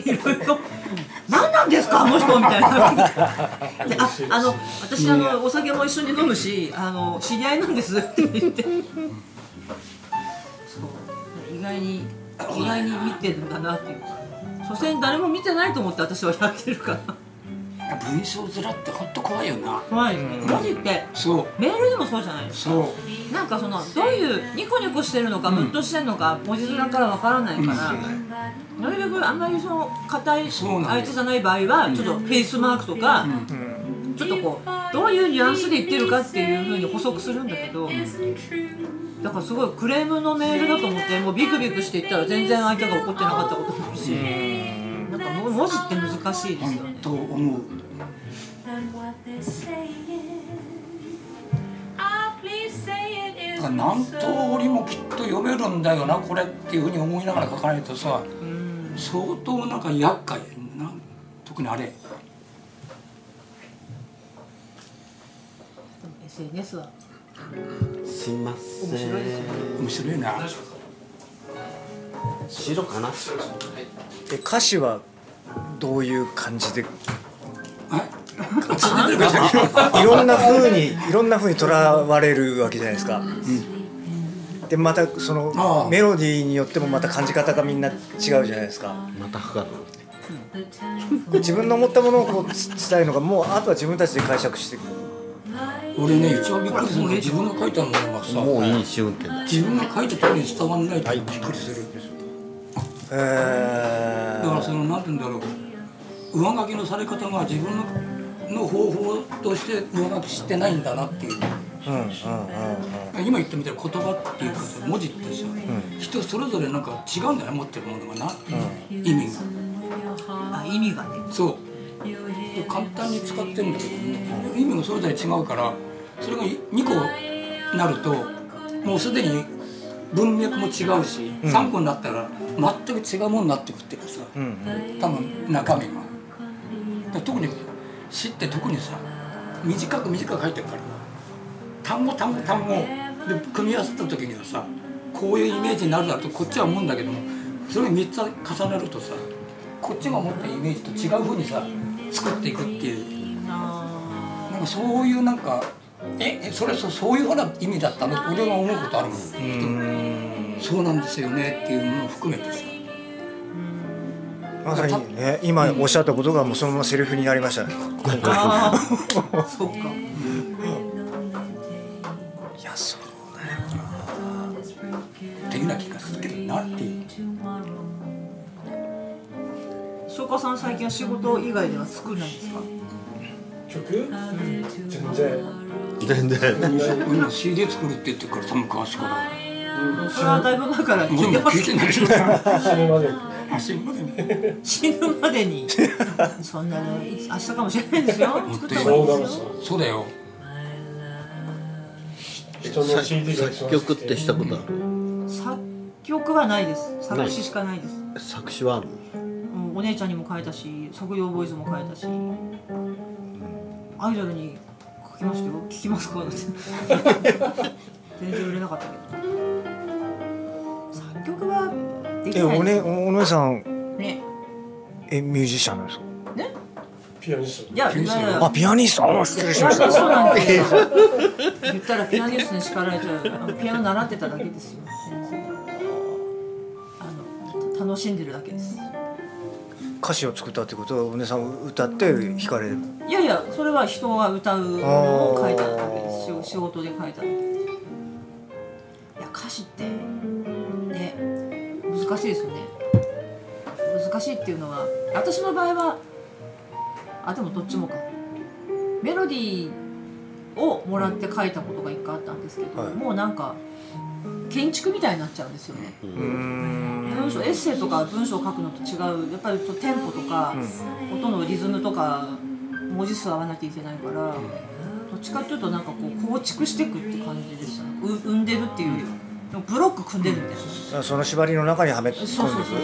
[SPEAKER 1] いろいろ「何なんなんですかあの人み たいなでああの私あのお酒も一緒に飲むしあの知り合いなんですって言ってそう意外に意外に見てるんだなっていうか所詮誰も見てないと思って私はやってるから
[SPEAKER 3] 文章面って本当怖いよな
[SPEAKER 1] 怖いですね文字って
[SPEAKER 3] そう
[SPEAKER 1] メールでもそうじゃないですか
[SPEAKER 3] そう
[SPEAKER 1] なんかそのどういうニコニコしてるのかムッとしてるのか文字面からわからないから、なるべくあんまりその硬い
[SPEAKER 3] そうなんです
[SPEAKER 1] 相手じゃない場合はちょっとフェイスマークとか、ちょっとこうどういうニュアンスで言ってるかっていうふうに補足するんだけど、だからすごいクレームのメールだと思ってもうビクビクしていったら全然相手が怒ってなかったこともあるし、なんかもう文字って難しいですよ
[SPEAKER 3] 本
[SPEAKER 1] ね。
[SPEAKER 3] 当思う
[SPEAKER 8] And what they're saying. Ah, please say it
[SPEAKER 3] だ
[SPEAKER 8] is
[SPEAKER 3] から何通りもきっと読めるんだよなこれっていうふうに思いながら書かないとさ相当なんか厄介やな特にあれ
[SPEAKER 1] SNS は
[SPEAKER 6] すいません
[SPEAKER 1] 面白いですよね
[SPEAKER 3] 面白いな
[SPEAKER 6] 白かな
[SPEAKER 2] え歌詞はどういう感じでい
[SPEAKER 3] 続けてください
[SPEAKER 2] ろんな風にいろんな風にとらわれるわけじゃないですか。でまたそ
[SPEAKER 3] あ
[SPEAKER 2] の
[SPEAKER 3] あ
[SPEAKER 2] メロディーによってもまた感じ方がみんな違うじゃないですか
[SPEAKER 6] またか
[SPEAKER 2] 自分の思ったものをこうつ伝えるのがもうあとは自分たちで解釈していく
[SPEAKER 3] 俺ね一番びっくりするのが自分が書いたものがさ
[SPEAKER 6] もういい試運転だ
[SPEAKER 3] 自分が書いた通りに伝わらないとびっくりする、
[SPEAKER 2] え
[SPEAKER 3] だからそ
[SPEAKER 2] ー
[SPEAKER 3] のなんて言うんだろう上書きのされ方が自分のの方法として上書きしてないんだなっていう
[SPEAKER 2] うんうんうんうん
[SPEAKER 3] 今言ったみたいな言葉っていうかさ文字ってさ、人それぞれなんか違うんだよね持ってるものがな、意味が
[SPEAKER 1] あ意味がね
[SPEAKER 3] そう簡単に使ってるんだけども意味がそれぞれ違うからそれが2個なるともうすでに文脈も違うし、3個になったら全く違うものになってくっていうかさ、多分中身がだから特に詩って特にさ短く短く書いてるから単語単語単語で組み合わせた時にはさこういうイメージになるだろうとこっちは思うんだけどもそれを3つ重ねるとさこっちが持ったイメージと違うふうにさ作っていくっていうなんかそういうなんかええそれそそういうふうな意味だったのって俺は思うことあるもんそうなんですよねっていうのも含めてさ
[SPEAKER 2] まさにね今おっしゃったことがもうそのままセリフになりましたね今回
[SPEAKER 1] ああそっか
[SPEAKER 2] いやそう
[SPEAKER 3] っていうような気がするけどなっていう
[SPEAKER 1] 翔子さん最近は仕事以外では作るんですか
[SPEAKER 4] 曲全然
[SPEAKER 6] 全然
[SPEAKER 3] 今 CD 作るって言ってるから多分昔から
[SPEAKER 1] それはだいぶ前から
[SPEAKER 3] もう
[SPEAKER 1] 聞いて
[SPEAKER 3] 今
[SPEAKER 1] ま
[SPEAKER 3] 聞
[SPEAKER 1] すけ
[SPEAKER 3] いて
[SPEAKER 1] ど
[SPEAKER 3] ないよ
[SPEAKER 4] 死ぬまで
[SPEAKER 3] あすいません
[SPEAKER 1] 死ぬまでにそんなのいつ明日かもしれないですよ作った方
[SPEAKER 4] そ
[SPEAKER 1] が
[SPEAKER 4] うない
[SPEAKER 1] いで
[SPEAKER 4] の
[SPEAKER 1] す
[SPEAKER 4] さ
[SPEAKER 1] よ
[SPEAKER 3] そうだよ
[SPEAKER 4] 人の CD が一
[SPEAKER 6] 作
[SPEAKER 4] 番
[SPEAKER 6] 曲ってしたことある
[SPEAKER 1] 作曲はないです作詞しかないです
[SPEAKER 6] 作詞はある
[SPEAKER 1] うんお姉ちゃんにも書いたし即業ボーイズも書いたしアイドルに書きましたよ聞きますかだって全然売れなかったけど作曲はでき
[SPEAKER 2] え
[SPEAKER 1] ない
[SPEAKER 2] お,、
[SPEAKER 1] で
[SPEAKER 2] ね、お姉さん
[SPEAKER 1] すね
[SPEAKER 2] えミュージシャンなんですか
[SPEAKER 4] ピアニスト
[SPEAKER 1] いやいやいや
[SPEAKER 2] あピアニストあ失礼し
[SPEAKER 1] ピア
[SPEAKER 2] ま
[SPEAKER 1] ニ
[SPEAKER 2] し
[SPEAKER 1] ス
[SPEAKER 2] た
[SPEAKER 1] トなんて言ったらピアニストに叱られちゃうあのピアノ習ってただけですよあの楽しんでるだけです
[SPEAKER 2] 歌詞を作ったってことはお姉さん歌って弾かれる
[SPEAKER 1] いやいやそれは人が歌うのを書いただけです仕仕事で書いただけですいや歌詞ってね難しいですよね難しいっていうのは私の場合はあでもどっちもかメロディーをもらって書いたことが一回あったんですけど、
[SPEAKER 2] はい
[SPEAKER 1] もうなんか建築みたいになっちゃうんですよね、
[SPEAKER 2] うーん
[SPEAKER 1] 文章エッセイとか文章を書くのと違うやっぱりちょっとテンポとか、音のリズムとか文字数合わなきゃいけないから、どっちかっていうとなんかこう構築していくって感じでしたねう生んでるっていうよりはでもブロック組んでるみたいな、
[SPEAKER 2] その縛りの中にはめ込んでいく
[SPEAKER 1] そうそうそう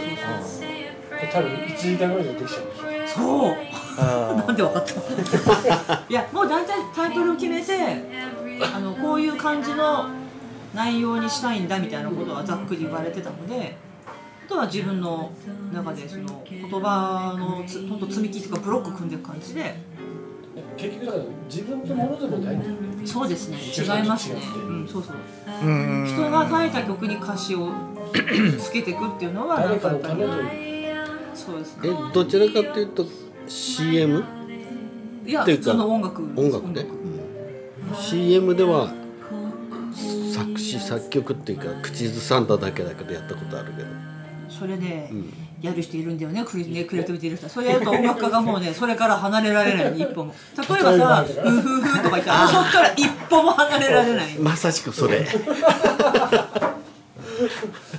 [SPEAKER 1] そう
[SPEAKER 4] 多分1時間ぐらいでできちゃうんでしょ
[SPEAKER 1] そう
[SPEAKER 2] あ
[SPEAKER 1] なんでわかった いやもう大体タイトルを決めて
[SPEAKER 8] every
[SPEAKER 1] あのこういう感じの内容にしたいんだみたいなことはざっくり言われてたのでとは自分の中でその言葉のつほんと積み木とかブロック組んでいく感じで
[SPEAKER 4] 結局だから自分のものでもないんだよね
[SPEAKER 1] そうですね違いますね、うん、そうそう
[SPEAKER 2] うん
[SPEAKER 1] 人が書いた曲に歌詞をつけていくっていうのはな
[SPEAKER 4] 誰
[SPEAKER 1] んか
[SPEAKER 4] か
[SPEAKER 1] や
[SPEAKER 4] の
[SPEAKER 1] っぱり
[SPEAKER 4] ためという
[SPEAKER 1] そうですね
[SPEAKER 6] えどちらかというと CM
[SPEAKER 1] いや
[SPEAKER 6] っていうか
[SPEAKER 1] その音楽
[SPEAKER 6] 音楽ね、CM では作詞作曲っていうか口ずさんだだけだけどやったことあるけど
[SPEAKER 1] それで
[SPEAKER 6] ん
[SPEAKER 1] やる人いるんだよねクリねクリエイティブでいる人はそれやると音楽家がもうねそれから離れられないね一歩も例えばさ「うふふ」とか言ったらそっから一歩も離れられない
[SPEAKER 6] まさしくそれ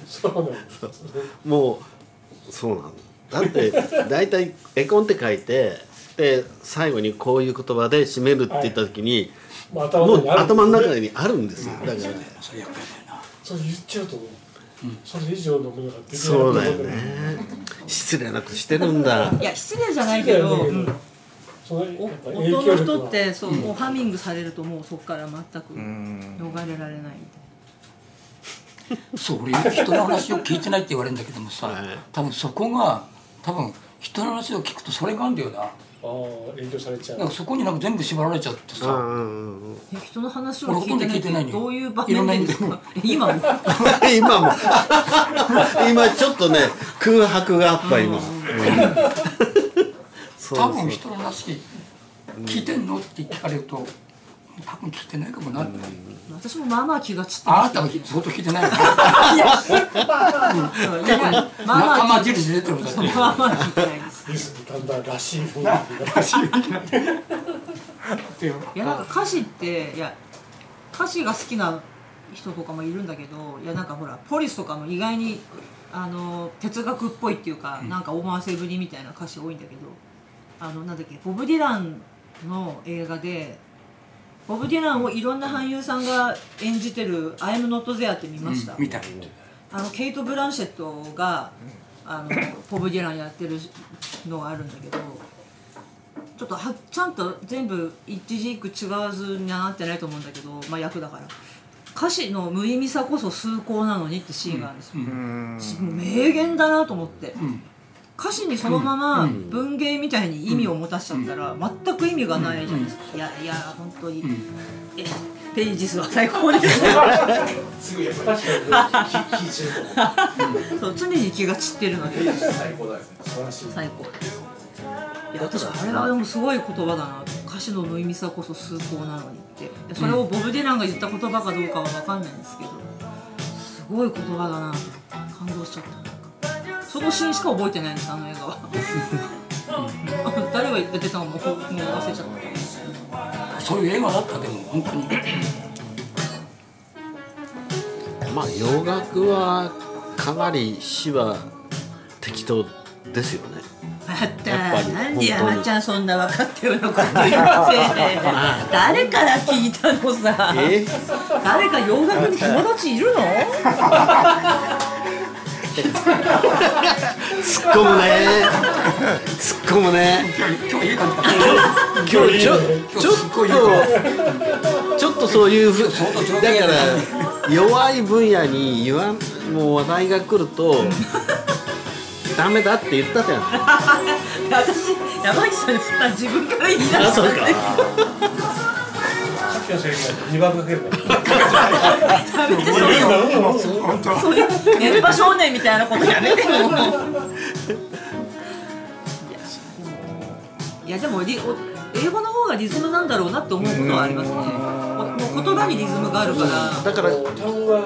[SPEAKER 4] そうなの
[SPEAKER 6] もうそうなんだだって大体絵コンって書いてで最後にこういう言葉で締めるって言った時に、
[SPEAKER 4] まあ頭
[SPEAKER 6] も
[SPEAKER 4] の
[SPEAKER 6] う
[SPEAKER 4] 中にある
[SPEAKER 6] 頭の中にあるんですよだから
[SPEAKER 3] それやっぱりな
[SPEAKER 4] それ言っちゃうと思うそれ以上のものが出てこ
[SPEAKER 6] そう
[SPEAKER 4] な
[SPEAKER 6] だ
[SPEAKER 4] い
[SPEAKER 6] よね失礼なくしてるんだ
[SPEAKER 1] いや失礼じゃない
[SPEAKER 4] だ
[SPEAKER 1] けど、
[SPEAKER 4] よ
[SPEAKER 1] う
[SPEAKER 4] ね
[SPEAKER 1] ん
[SPEAKER 4] そのやっ
[SPEAKER 1] お
[SPEAKER 4] ぱ影
[SPEAKER 1] 音の
[SPEAKER 4] 響力
[SPEAKER 1] 人
[SPEAKER 4] は
[SPEAKER 1] ってそう、もうハミングされるともうそこから全く
[SPEAKER 2] ん
[SPEAKER 1] 逃れられないみたいな。
[SPEAKER 3] そう俺人の話を聞いてないって言われるんだけどもさ、
[SPEAKER 6] はい
[SPEAKER 3] 多分そこが多分人の話を聞くとそれがあるんだよな
[SPEAKER 4] ああ影響されちゃう
[SPEAKER 3] なんかそこになんか全部縛られちゃって
[SPEAKER 6] うん
[SPEAKER 3] さ
[SPEAKER 6] うんうんうん
[SPEAKER 1] え人の話を
[SPEAKER 3] 俺ほと
[SPEAKER 1] 聞
[SPEAKER 3] んど
[SPEAKER 1] い
[SPEAKER 3] 聞い
[SPEAKER 1] て
[SPEAKER 3] て
[SPEAKER 1] な
[SPEAKER 3] ないい
[SPEAKER 1] って
[SPEAKER 3] のよ
[SPEAKER 1] どういう場面でです
[SPEAKER 3] いろんな
[SPEAKER 1] か今も
[SPEAKER 6] 今も今ちょっとね空白があった今、うんそう
[SPEAKER 3] 多
[SPEAKER 6] そう
[SPEAKER 3] 分人の話聞いてんのって聞かれると多分聞いてないかもなって、
[SPEAKER 1] 私もまあまあ気が散って
[SPEAKER 3] あ
[SPEAKER 1] ま
[SPEAKER 3] な
[SPEAKER 1] した
[SPEAKER 3] たは相当聞いてな いよ
[SPEAKER 1] うんいやま
[SPEAKER 3] ね
[SPEAKER 1] あ
[SPEAKER 3] 仲
[SPEAKER 1] まあ
[SPEAKER 3] 間印出てるんだって
[SPEAKER 1] まあまあ聞いてないです
[SPEAKER 4] リスだんだんらしい雰囲気が
[SPEAKER 3] らしい雰囲気になってるってよ
[SPEAKER 1] いやなんか歌詞っていや歌詞が好きな人とかもいるんだけどいやなんかほらポリスとかも意外にあの哲学っぽいっていうか、なんか思わせぶりみたいな歌詞多いんだけどあのなんだっけボブ・ディランの映画でボブ・ディランをいろんな俳優さんが演じてる「アイム・ノット・ゼア」って見ました、
[SPEAKER 3] うん見た
[SPEAKER 1] あのケイト・ブランシェットがあのポブ・ディランやってるのがあるんだけどちょっとはちゃんと全部一字一句違わずにはなってないと思うんだけど、まあ、役だから歌詞の無意味さこそ崇高なのにってシーンがあるんですよ、
[SPEAKER 2] うん
[SPEAKER 1] 名言だなと思って、
[SPEAKER 3] ん
[SPEAKER 1] 歌詞にそのまま文芸みたいに意味を持たしちゃったら全く意味がないじゃないですか、いやいや本当に、えペイジスは最高です ね
[SPEAKER 7] すぐやっぱり火火中と思う
[SPEAKER 1] そう常に気が散ってるので
[SPEAKER 7] 最高だよね
[SPEAKER 4] 素晴らしい
[SPEAKER 1] 最高ですいや私あれはでもすごい言葉だな歌詞の無意味さこそ崇高なのにっていやそれをボブ・ディランが言った言葉かどうかは分かんないんですけどすごい言葉だな感動しちゃったなんかそのシーンしか覚えてないんですあの映画はあ誰が言ってたのももう忘れちゃった
[SPEAKER 3] そういう映画だったでも本当に
[SPEAKER 6] まあ洋楽はかなり詩は適当ですよね。
[SPEAKER 1] また
[SPEAKER 6] やっぱり
[SPEAKER 1] なんで
[SPEAKER 6] 本当に
[SPEAKER 1] 山ちゃんそんな分かったようなこと言って誰から聞いたのさ
[SPEAKER 6] え
[SPEAKER 1] 誰か洋楽に友達いるの
[SPEAKER 6] 突っ込むね。突っ込むね。
[SPEAKER 3] 今日今日いい感じだった
[SPEAKER 6] 今日
[SPEAKER 3] 今日
[SPEAKER 6] ちょちょ
[SPEAKER 3] すっごいいい
[SPEAKER 6] っとちょっとそういうふ
[SPEAKER 3] 相当条
[SPEAKER 6] だ
[SPEAKER 3] 件
[SPEAKER 6] か
[SPEAKER 3] が
[SPEAKER 6] ら弱い分野に言わんもう話題が来ると。ダメだって言ったじゃん。
[SPEAKER 1] 私山岸さんに普段自分から言い出した
[SPEAKER 6] そうか。
[SPEAKER 4] さっきの正解二番かけるから
[SPEAKER 1] やめてそういうのそういう熱波少年みたいなことやめてもういやでもリお英語の方がリズムなんだろうなって思うことはありますねもう言葉にリズムがあるから
[SPEAKER 6] だから
[SPEAKER 4] 単語が一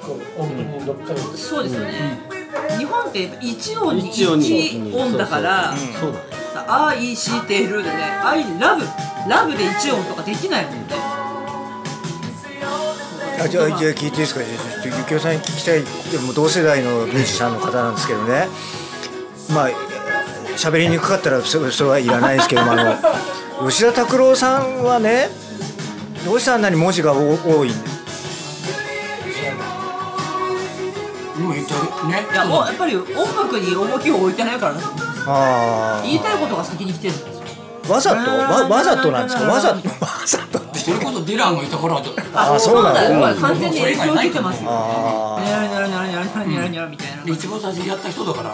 [SPEAKER 4] 個音符に乗っかる
[SPEAKER 1] そうですよね、日本って一音に
[SPEAKER 6] 一応に
[SPEAKER 1] 一音だから
[SPEAKER 6] そうそうそうだね。
[SPEAKER 1] 「愛してる」でね「愛ラブ」「ラブ」で一音とかできないもんね
[SPEAKER 2] あじゃあじゃあ聞いていいですかじゃあちょっとゆきおさんに聞きたいでも同世代のミュージシャンの方なんですけどねまあ喋りにくかったらそそれはいらないですけどもあの吉田拓郎さんはねどうしてあんなに文字が多多い
[SPEAKER 3] 今言ったね
[SPEAKER 1] いやおやっぱり音楽に重きを置いてないからだと思う
[SPEAKER 2] あ
[SPEAKER 1] 言いたいことが先に来てるんですよ
[SPEAKER 2] あわざとわわざとなんですかわざとわざとって
[SPEAKER 3] それこそディランがいたからだ
[SPEAKER 2] あそうなの
[SPEAKER 1] だよ、
[SPEAKER 2] う
[SPEAKER 1] これ
[SPEAKER 2] ん
[SPEAKER 1] 完全に影響受けてますよ
[SPEAKER 2] あ
[SPEAKER 1] ニャラニャラニャラニャラニャラニャラニャラみたいな、
[SPEAKER 3] で一番最初にやった人だから、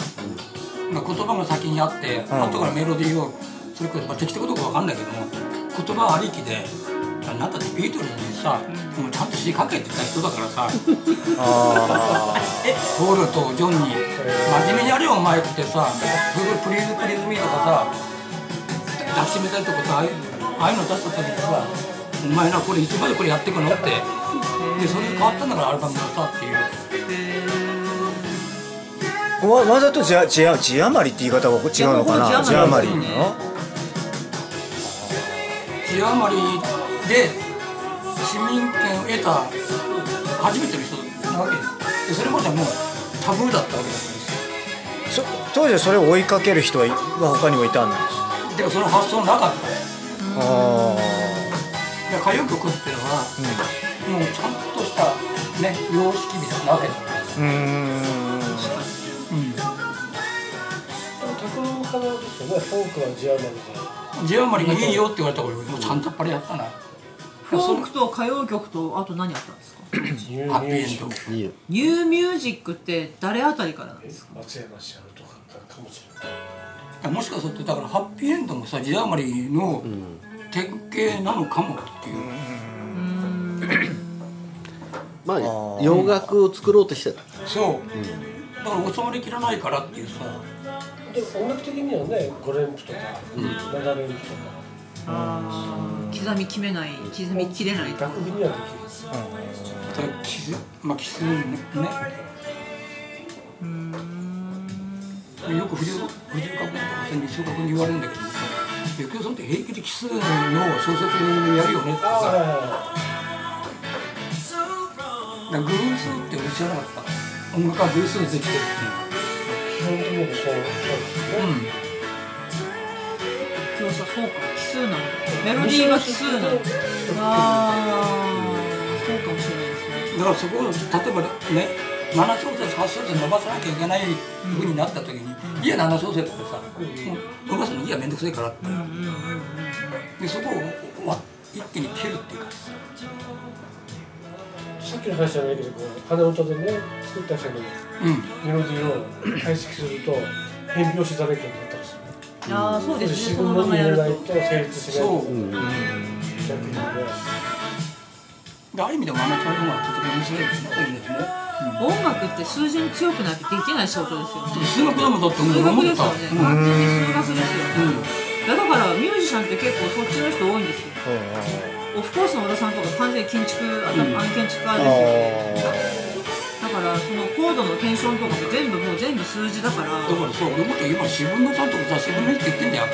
[SPEAKER 3] まあ言葉が先にあって、後からメロディーをそれこそ、まあ、適当かどうかわかんないけども言葉ありきであなたってビートルズにさ、もうちゃんと詩書けって言った人だからさ
[SPEAKER 2] あ
[SPEAKER 3] ポールとジョンに真面目にやれよお前ってさ「ブループリーズプリーズミー」とかさ抱きしめたいとかさああいうああいうの出した時にさ「お前なこれいつまでこれやってくの?」ってでそれで変わったんだからアルバムがさっていう
[SPEAKER 2] ーわわざと字あ字あ字余りって言い方が違うのか
[SPEAKER 1] いやも
[SPEAKER 2] な
[SPEAKER 1] う
[SPEAKER 2] 字
[SPEAKER 1] 字
[SPEAKER 2] 余
[SPEAKER 1] 余
[SPEAKER 2] り
[SPEAKER 1] りで
[SPEAKER 2] なの
[SPEAKER 1] すよね
[SPEAKER 3] 字余りで市民権を得た初めての人なわけですでそれまではもうタブーだったわけです
[SPEAKER 2] そ当時はそれを追いかける人は他にもいたんです
[SPEAKER 3] でその発想なかった
[SPEAKER 2] あ
[SPEAKER 3] で歌謡曲っていうのは、もうちゃんとしたね様式みたいなわけだから
[SPEAKER 2] ーうーん
[SPEAKER 4] 拓郎からですよね、フォークはジアマルか
[SPEAKER 3] 字余りがいいよって言われたから俺もうちゃんとっぱりやったな
[SPEAKER 1] フォークと歌謡曲とあと何あったんですか
[SPEAKER 4] ニュ
[SPEAKER 3] ハ
[SPEAKER 4] ー
[SPEAKER 3] ッ
[SPEAKER 4] ミ
[SPEAKER 3] ピーエ
[SPEAKER 4] ュージ
[SPEAKER 3] ン
[SPEAKER 4] ック
[SPEAKER 3] ド
[SPEAKER 6] いいよ
[SPEAKER 1] ニューミュージックって誰あたりからなんですか
[SPEAKER 4] 松山千春とかかもしれない
[SPEAKER 3] もしかするとだからハッピーエンドもさ字余りの典型なのかもっていう、
[SPEAKER 6] まあ洋楽を作ろうとしてた
[SPEAKER 3] そう、だから収まりきらないからっていうさ
[SPEAKER 4] で音楽的にはね5連符とか7連符とか
[SPEAKER 1] 刻みきめない刻みきれない
[SPEAKER 4] 楽譜にはできるんですよ
[SPEAKER 3] だからキスまあキスねよく藤岡藤岡君とかその西岡君に言われるんだけどゆきおさんって平気でキスの小説やるよねって
[SPEAKER 4] ああ
[SPEAKER 3] さ
[SPEAKER 4] は
[SPEAKER 3] だから偶数って俺知らなかった音楽は偶数でできてるっていうのが
[SPEAKER 4] い基本的にはそうそうですよね
[SPEAKER 1] 今日さそうか奇数なのメロディーが奇数なのあーそうかもしれないですね
[SPEAKER 3] だからそこを例えばね7小節8小節伸ばさなきゃいけないふうになった時に、いや7小節ってさ、もう伸ばすのいやめんどくせえからって、でそこをわ一気に切るっていうか
[SPEAKER 4] さっきの話じゃないけどこう鼻歌でね作った人
[SPEAKER 3] う
[SPEAKER 4] に
[SPEAKER 3] ん
[SPEAKER 4] メロディーを解析すると変拍子だらけになったりする
[SPEAKER 1] ああそうですね
[SPEAKER 4] 四
[SPEAKER 1] そ
[SPEAKER 4] 分
[SPEAKER 1] の
[SPEAKER 4] の
[SPEAKER 1] まま
[SPEAKER 4] 二
[SPEAKER 1] や
[SPEAKER 4] 入れ
[SPEAKER 1] ると
[SPEAKER 4] ないと成立しない
[SPEAKER 3] そう、
[SPEAKER 4] 逆にね
[SPEAKER 3] である意味でもあのちゃんの方がとても面白いですねそういう意味ですね、
[SPEAKER 1] 音楽って数字に強くないとできない仕事ですよね
[SPEAKER 3] うん、数学だもんだって
[SPEAKER 1] 数
[SPEAKER 3] 思
[SPEAKER 1] 学
[SPEAKER 3] っ
[SPEAKER 1] です
[SPEAKER 3] た、
[SPEAKER 1] よ
[SPEAKER 3] う
[SPEAKER 1] ね
[SPEAKER 3] ん
[SPEAKER 1] 完全に数学ですよね、
[SPEAKER 3] うん
[SPEAKER 1] いやだからミュージシャンって結構そっちの人多いんですよ
[SPEAKER 2] うんうん
[SPEAKER 1] オフコースの小田さんとか完全に建築あの、あの建築家ですよねだからそのコードのテンションとかも全部もう全部数字だから
[SPEAKER 3] だからそう俺もって今四分の3とかさ四分の1って言ってんだよ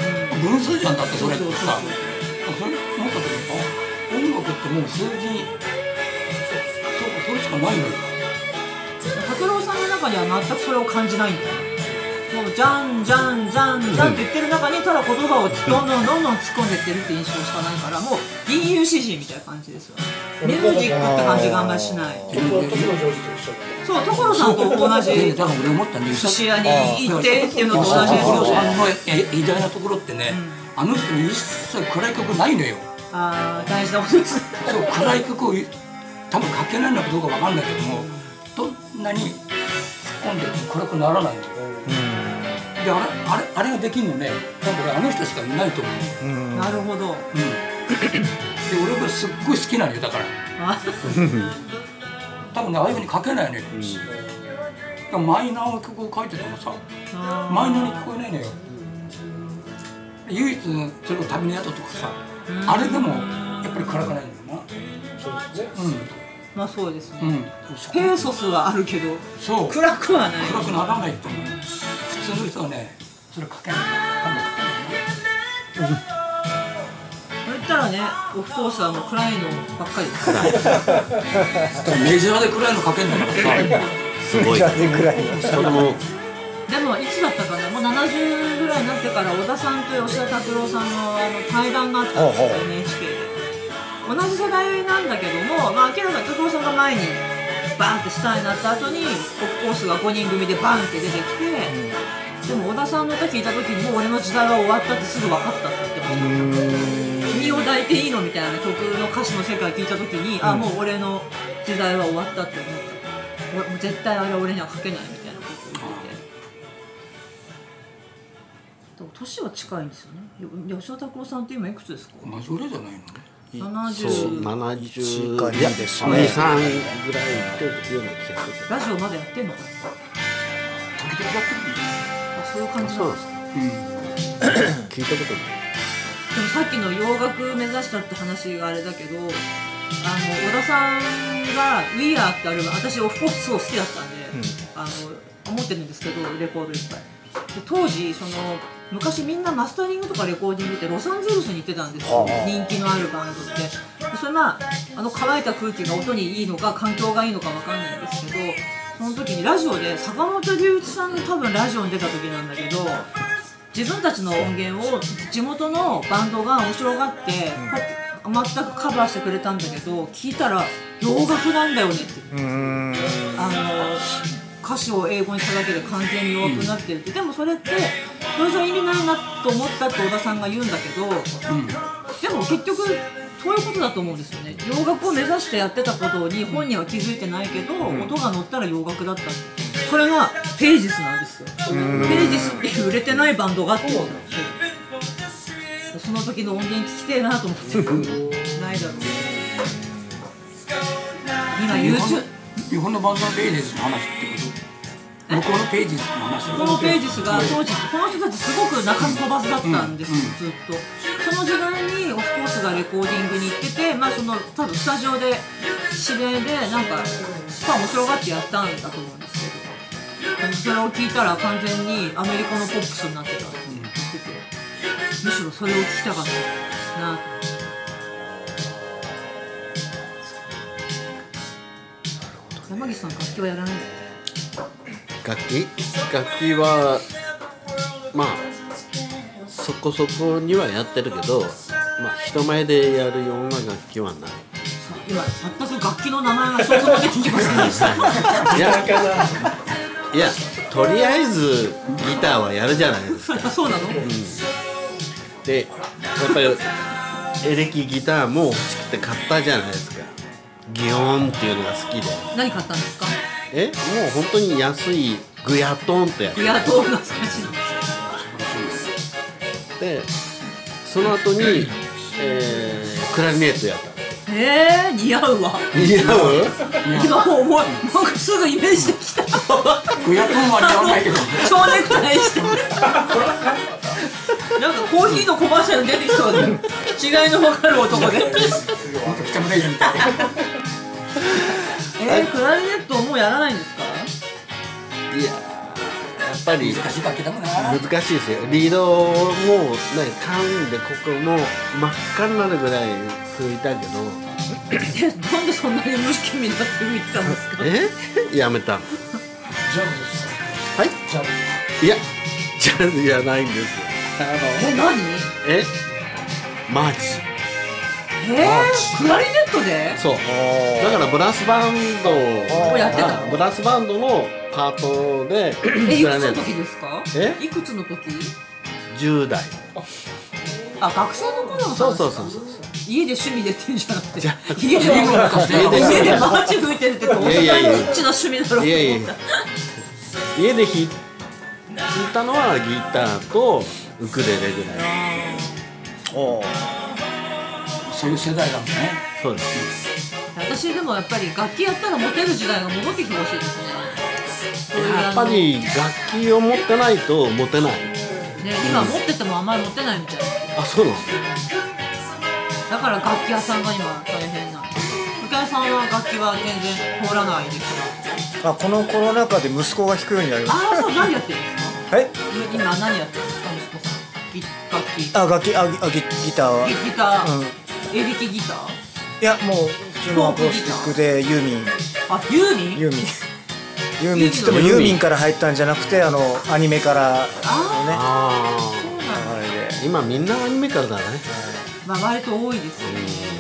[SPEAKER 3] 分数じゃんだってそれって
[SPEAKER 1] そうそう
[SPEAKER 3] さ
[SPEAKER 1] そう
[SPEAKER 3] それ思った時にあ音楽ってもう数字にそうそれしかないのよ
[SPEAKER 1] 拓郎さんの中では全くそれを感じないんだよもうじゃんじゃんじゃんじゃんって言ってる中にただ言葉をどんどんどんどん突っ込んでってるって印象しかないからもう DUCC みたいな感じですよねミュージックって感じがあんまりしない
[SPEAKER 4] そこは時の上司と一
[SPEAKER 1] そ
[SPEAKER 4] 緒
[SPEAKER 1] う所さんと同
[SPEAKER 3] で
[SPEAKER 1] じ
[SPEAKER 3] だから俺思ったんだよ
[SPEAKER 1] 寿司屋に行ってっていうのと同じです
[SPEAKER 3] 拓郎
[SPEAKER 1] よ
[SPEAKER 3] さん
[SPEAKER 1] ね
[SPEAKER 3] のえ偉大なところってね、あの人に一切暗い曲ないのよ
[SPEAKER 1] ああ大事なことです
[SPEAKER 3] そう暗い曲を多分書けないのかどうかわかんないけどもどんなに突っ込んでも暗くならないんだよであれあれあれができるのね多分俺あの人しかいないと思う
[SPEAKER 1] なるほど
[SPEAKER 3] うん、で俺がすっごい好きなのよだから
[SPEAKER 1] あ
[SPEAKER 3] 多分ねああいうふうに書けないのよ、だからマイナーの曲を書いててもさ
[SPEAKER 1] あ
[SPEAKER 3] マイナーに聞こえないのよ唯一それこそ旅の宿とかさあれでもやっぱり暗くないんだよ
[SPEAKER 4] そうですね
[SPEAKER 1] まあそうですね
[SPEAKER 3] なうん、うん、そ
[SPEAKER 1] ペーソスはあるけど
[SPEAKER 3] そう暗
[SPEAKER 1] 暗くはない
[SPEAKER 3] くならないと思う普通の人はねそれ書けない多分
[SPEAKER 1] それ言ったらねオフコースはもう暗いのばっかりです
[SPEAKER 3] 書けないメジャーで暗いの書けんだからさ
[SPEAKER 6] すごい
[SPEAKER 2] くらい
[SPEAKER 6] それも
[SPEAKER 1] でもいつだったかなもう70ぐらいになってから小田さんと吉田拓郎さんのあの対談があったんですよ
[SPEAKER 2] ほうほう
[SPEAKER 1] NHK で同じ世代なんだけども、まあ、明らかに拓郎さんが前にバーンってスターになった後にオフコースが5人組でバーンって出てきて、でも小田さんの歌聞いた時にもう俺の時代は終わったってすぐ分かったって言ってました君をを抱いていいのみたいな曲の歌詞の世界聞いた時に、あもう俺の時代は終わったって思った俺もう絶対あれ俺には書けないみたいなことを言っていてでも年は近いんですよねよ吉田拓郎さんって今いくつですか
[SPEAKER 3] お前それじゃないの
[SPEAKER 6] そう
[SPEAKER 1] 70
[SPEAKER 6] 70
[SPEAKER 2] か
[SPEAKER 6] いや
[SPEAKER 2] 2ですね
[SPEAKER 6] 23ぐらいというような気がする
[SPEAKER 1] ラジオまだやってんのかな
[SPEAKER 3] 時々やっ
[SPEAKER 1] あそういう感じ
[SPEAKER 6] そ
[SPEAKER 1] な
[SPEAKER 6] うんな
[SPEAKER 1] で
[SPEAKER 6] んですす
[SPEAKER 1] か
[SPEAKER 6] か
[SPEAKER 3] てるんだよ
[SPEAKER 6] 聞いたことない
[SPEAKER 1] でもさっきの洋楽目指したって話があれだけどあの小田さんが「We Are」ってアルバム私オフコースすごい好きだったんで、あの持ってるんですけどレコードいっぱいで当時その昔みんなマスタリングとかレコーディングってロサンゼルスに行ってたんですよ、人気のあるバンドってでそれまああの乾いた空気が音にいいのか環境がいいのかわかんないんですけどその時にラジオで坂本龍一さんの多分ラジオに出た時なんだけど自分たちの音源を地元のバンドが面白がって、全くカバーしてくれたんだけど聞いたら洋楽なんだよねって
[SPEAKER 2] うーん
[SPEAKER 1] あの歌詞を英語にしただけで完全に弱くなってるって、でもそれってそれじゃ意味ないなと思ったって小田さんが言うんだけど
[SPEAKER 3] うん
[SPEAKER 1] でも結局そういうことだと思うんですよね洋楽を目指してやってたことに本人は気づいてないけど、音が乗ったら洋楽だったそれがページスなんですよページスっていう売れてないバンドがあってそうその時の音源聞きてえなと思って ないだろう今 YouTube
[SPEAKER 3] 日本のバンドのページスの話ってこと向こうのページスの話
[SPEAKER 1] このページスが当時この人たちすごく鳴かず飛ばずだったんですよ、ずっとその時代にオフコースがレコーディングに行っててまあその多分スタジオで指令でなんかまあ面白がってやったんだと思うんですけどでもそれを聞いたら完全にアメリカのポップスになってたって言っててむしろそれを聞きたかったな山岸さん楽器はやらないんですか
[SPEAKER 6] 楽器楽器はまあそこそこにはやってるけど、まあ、人前でやるような楽器はない
[SPEAKER 1] 今全く楽器の名前が一つも出てきませんでした。
[SPEAKER 6] いやいやとりあえずギターはやるじゃないです か
[SPEAKER 1] そうなの？
[SPEAKER 6] でやっぱりエレキギターも欲しくて買ったじゃないですかギオンっていうのが好きで
[SPEAKER 1] 何買ったんですか？
[SPEAKER 6] えもう本当に安いグヤトンってやつ
[SPEAKER 1] いやどう懐かしい。
[SPEAKER 6] でその後に、えークラリネットやった
[SPEAKER 1] ええー、似合うわ。
[SPEAKER 6] 似合う
[SPEAKER 1] 今もう思いなんかすぐイメージできた。
[SPEAKER 3] グヤトンはやらないけど
[SPEAKER 1] 蝶ネクタイして。 なんかコーヒーのコマーシャルに出てきそうで、違いの分かる男で。
[SPEAKER 3] ほんと北村英二みたいな
[SPEAKER 1] えー、クラリネットもうやらないんですか？
[SPEAKER 6] いやーやっぱり
[SPEAKER 3] 難しい楽器だもんな
[SPEAKER 6] 難しいですよリードもね噛んでここも真っ赤になるぐらい拭いたけど
[SPEAKER 1] え、なんでそんなに無視気味になって見てたんですか？
[SPEAKER 6] えやめたの
[SPEAKER 4] ジャブです
[SPEAKER 6] はい
[SPEAKER 4] ジャブ
[SPEAKER 6] いやジャズじゃないんですよ
[SPEAKER 1] え、何？
[SPEAKER 6] えマーチ
[SPEAKER 1] えー、クラリネットで？
[SPEAKER 6] そうだからブラスバンド
[SPEAKER 1] をやってたの
[SPEAKER 6] ブラスバンドのパートで
[SPEAKER 1] え、いく
[SPEAKER 6] ク
[SPEAKER 1] つの
[SPEAKER 6] ラリネット
[SPEAKER 1] 時ですか？
[SPEAKER 6] え
[SPEAKER 1] いくつの時？
[SPEAKER 6] 10代
[SPEAKER 1] あ、学生の頃の話
[SPEAKER 6] そうそうそうそう
[SPEAKER 1] 家で趣味でってんじゃなくて
[SPEAKER 6] じゃ
[SPEAKER 1] 家で
[SPEAKER 6] 家で
[SPEAKER 1] 家でマーチ吹いてるってどんなに
[SPEAKER 6] いやいやいや
[SPEAKER 1] ニッチな趣味だろうと思った
[SPEAKER 6] いやいやいや家で弾い弾いたのはギターとウクレレぐらい
[SPEAKER 2] おー
[SPEAKER 3] そういう世代だもんね
[SPEAKER 6] そうです
[SPEAKER 1] 私でもやっぱり楽器やったらモテる時代が戻ってきてほしいですねそういう
[SPEAKER 6] やっぱり楽器を持ってないと持てない
[SPEAKER 1] あのね今持っててもあんまり持てないみたいな
[SPEAKER 6] あそうなの
[SPEAKER 1] だから楽器屋さんが今大変な向井さんは楽器は全然通らないですが
[SPEAKER 2] あこのコロナ禍で息子が弾くようになりまし
[SPEAKER 1] ああそう何やってるんですか
[SPEAKER 2] たえ
[SPEAKER 1] 今何やってるんですか息子さんギ楽器
[SPEAKER 2] あ楽器あギあギギターは
[SPEAKER 1] ギ
[SPEAKER 2] い
[SPEAKER 1] ギター、
[SPEAKER 2] うん
[SPEAKER 1] エレキギター
[SPEAKER 2] やもう普通のアコースティックでユーミン
[SPEAKER 1] あユーミン
[SPEAKER 2] ユーミンユーミンっつってもユーミンから入ったんじゃなくてあのアニメからのね
[SPEAKER 6] あ
[SPEAKER 1] そうなんだ
[SPEAKER 2] あれで
[SPEAKER 6] あ今みんなアニメからだね
[SPEAKER 1] まあ割と多いですよね。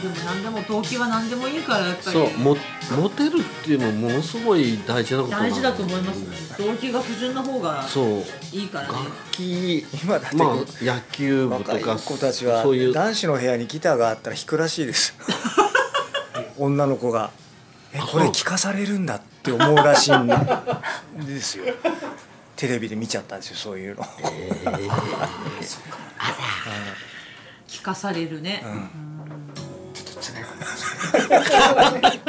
[SPEAKER 1] でも何でも動機は何でもいいからやっぱり
[SPEAKER 6] そうモモテるっていうのはものすごい大事なことなん
[SPEAKER 1] 大事だと思います、動機が不純な方が
[SPEAKER 6] そう
[SPEAKER 1] いいからね
[SPEAKER 6] 楽器
[SPEAKER 2] 今だって
[SPEAKER 6] まあ野球部
[SPEAKER 2] 若
[SPEAKER 6] と
[SPEAKER 2] い
[SPEAKER 6] か
[SPEAKER 2] 子たちは
[SPEAKER 6] そういう
[SPEAKER 2] 男子の部屋にギターがあったら弾くらしいです女の子が「えこれ聞かされるんだ」って思うらしいんですよテレビで見ちゃったんですよそういうの
[SPEAKER 1] 聞かされるね、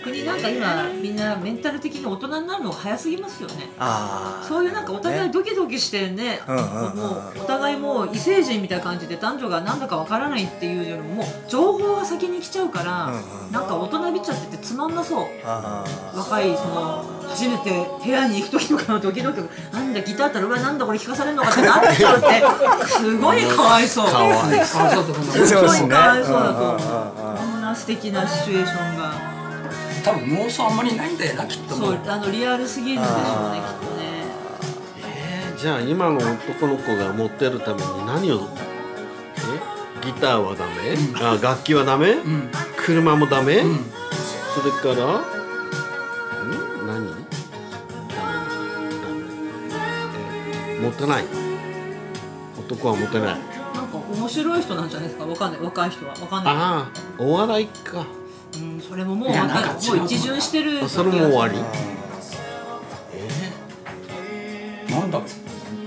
[SPEAKER 1] 逆になんか今みんなメンタル的に大人になるのが早すぎますよね
[SPEAKER 2] ああ
[SPEAKER 1] そういうなんかお互い
[SPEAKER 2] ね
[SPEAKER 1] ドキドキしてね
[SPEAKER 2] うんうんうん
[SPEAKER 1] もうお互いもう異星人みたいな感じで男女が何だかわからないっていうよりももう情報が先に来ちゃうから、
[SPEAKER 2] うんうん
[SPEAKER 1] なんか大人びっちゃっててつまんなそう
[SPEAKER 2] ああ
[SPEAKER 1] 若いその初めて部屋に行く時とかのドキドキなんだギターあったらうわなんだこれ聞かされるのかってなっちゃうってすごいかわいそう
[SPEAKER 6] かわいい
[SPEAKER 3] あそうだと思います
[SPEAKER 2] そうです
[SPEAKER 1] そう
[SPEAKER 2] ね
[SPEAKER 1] かそうだと思う
[SPEAKER 2] うんうんうんうん
[SPEAKER 1] こんな素敵なシチュエーションが
[SPEAKER 3] 多分妄想あんまりないんだよなきっと
[SPEAKER 1] そうあのリアルすぎるんでしょうねきっとね
[SPEAKER 6] えーじゃあ今の男の子がモテるために何をえギターはダメあ楽器はダメ
[SPEAKER 3] うん
[SPEAKER 6] 車もダメ、
[SPEAKER 3] うん
[SPEAKER 6] それからん何ダメダメえ持てない男は持てない
[SPEAKER 1] なんか面白い人なんじゃないですかわかんない若い人はわかんない
[SPEAKER 6] ああお笑いか
[SPEAKER 1] うんそれももう
[SPEAKER 3] いや
[SPEAKER 1] わ
[SPEAKER 3] なんか
[SPEAKER 1] かん
[SPEAKER 3] 違
[SPEAKER 1] も
[SPEAKER 3] う
[SPEAKER 1] う一巡してる
[SPEAKER 6] あそれも終わり
[SPEAKER 3] なんだろう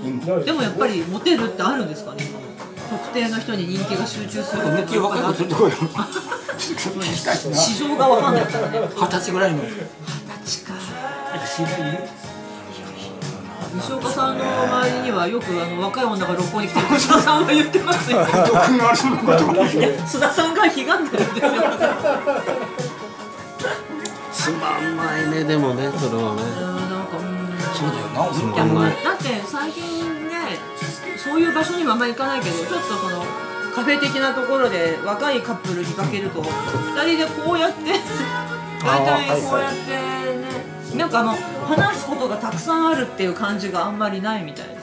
[SPEAKER 3] 今
[SPEAKER 1] でもやっぱりモテるってあるんですかね特定の人に人気が集中する
[SPEAKER 3] 思いっきり若い子連れてこいよ聞きたいしな
[SPEAKER 1] 市場がわかんないからね
[SPEAKER 3] 二十歳ぐらいの
[SPEAKER 1] 確か
[SPEAKER 3] 知り合いいる
[SPEAKER 1] 西岡さんの周りにはよくあの若い女が六本に来てるって須田さんは言ってますよ
[SPEAKER 3] 特にあれそんなことない
[SPEAKER 1] いや須田さんが悲願でるんですよ
[SPEAKER 6] つまんないねでもねそれは
[SPEAKER 1] う
[SPEAKER 6] ね
[SPEAKER 1] んなんかうん
[SPEAKER 3] そうだよな本
[SPEAKER 1] いや
[SPEAKER 3] 当に
[SPEAKER 1] もうだ
[SPEAKER 6] う
[SPEAKER 1] っ
[SPEAKER 6] まい
[SPEAKER 1] て最近ねそういう場所にはあんまり行かないけどちょっとそのカフェ的なところで若いカップル見かけると2人でこうやって大体こうやってね、なんかあの話すことがたくさんあるっていう感じがあんまりないみたいで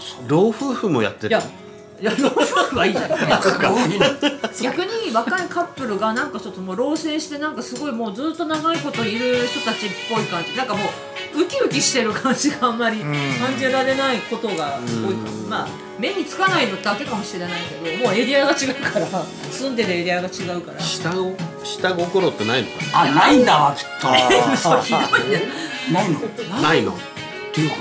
[SPEAKER 1] すよ
[SPEAKER 6] 老夫婦もやって
[SPEAKER 1] い
[SPEAKER 6] る
[SPEAKER 1] やいや老夫婦はいいじゃないですか
[SPEAKER 3] すごいね
[SPEAKER 1] 逆に若いカップルがなんかちょっともう老成してなんかすごいもうずっと長いこといる人たちっぽい感じなんかもうウキウキしてる感じがあんまり感じられないことが多いまあ目につかないのだけかもしれないけどもうエリアが違うから住んでるエリアが違うから
[SPEAKER 6] 下を下心ってないのか
[SPEAKER 3] あないんだわきっと
[SPEAKER 1] 嘘ひどいね
[SPEAKER 3] ないのっ
[SPEAKER 6] なないの
[SPEAKER 3] ていうかさ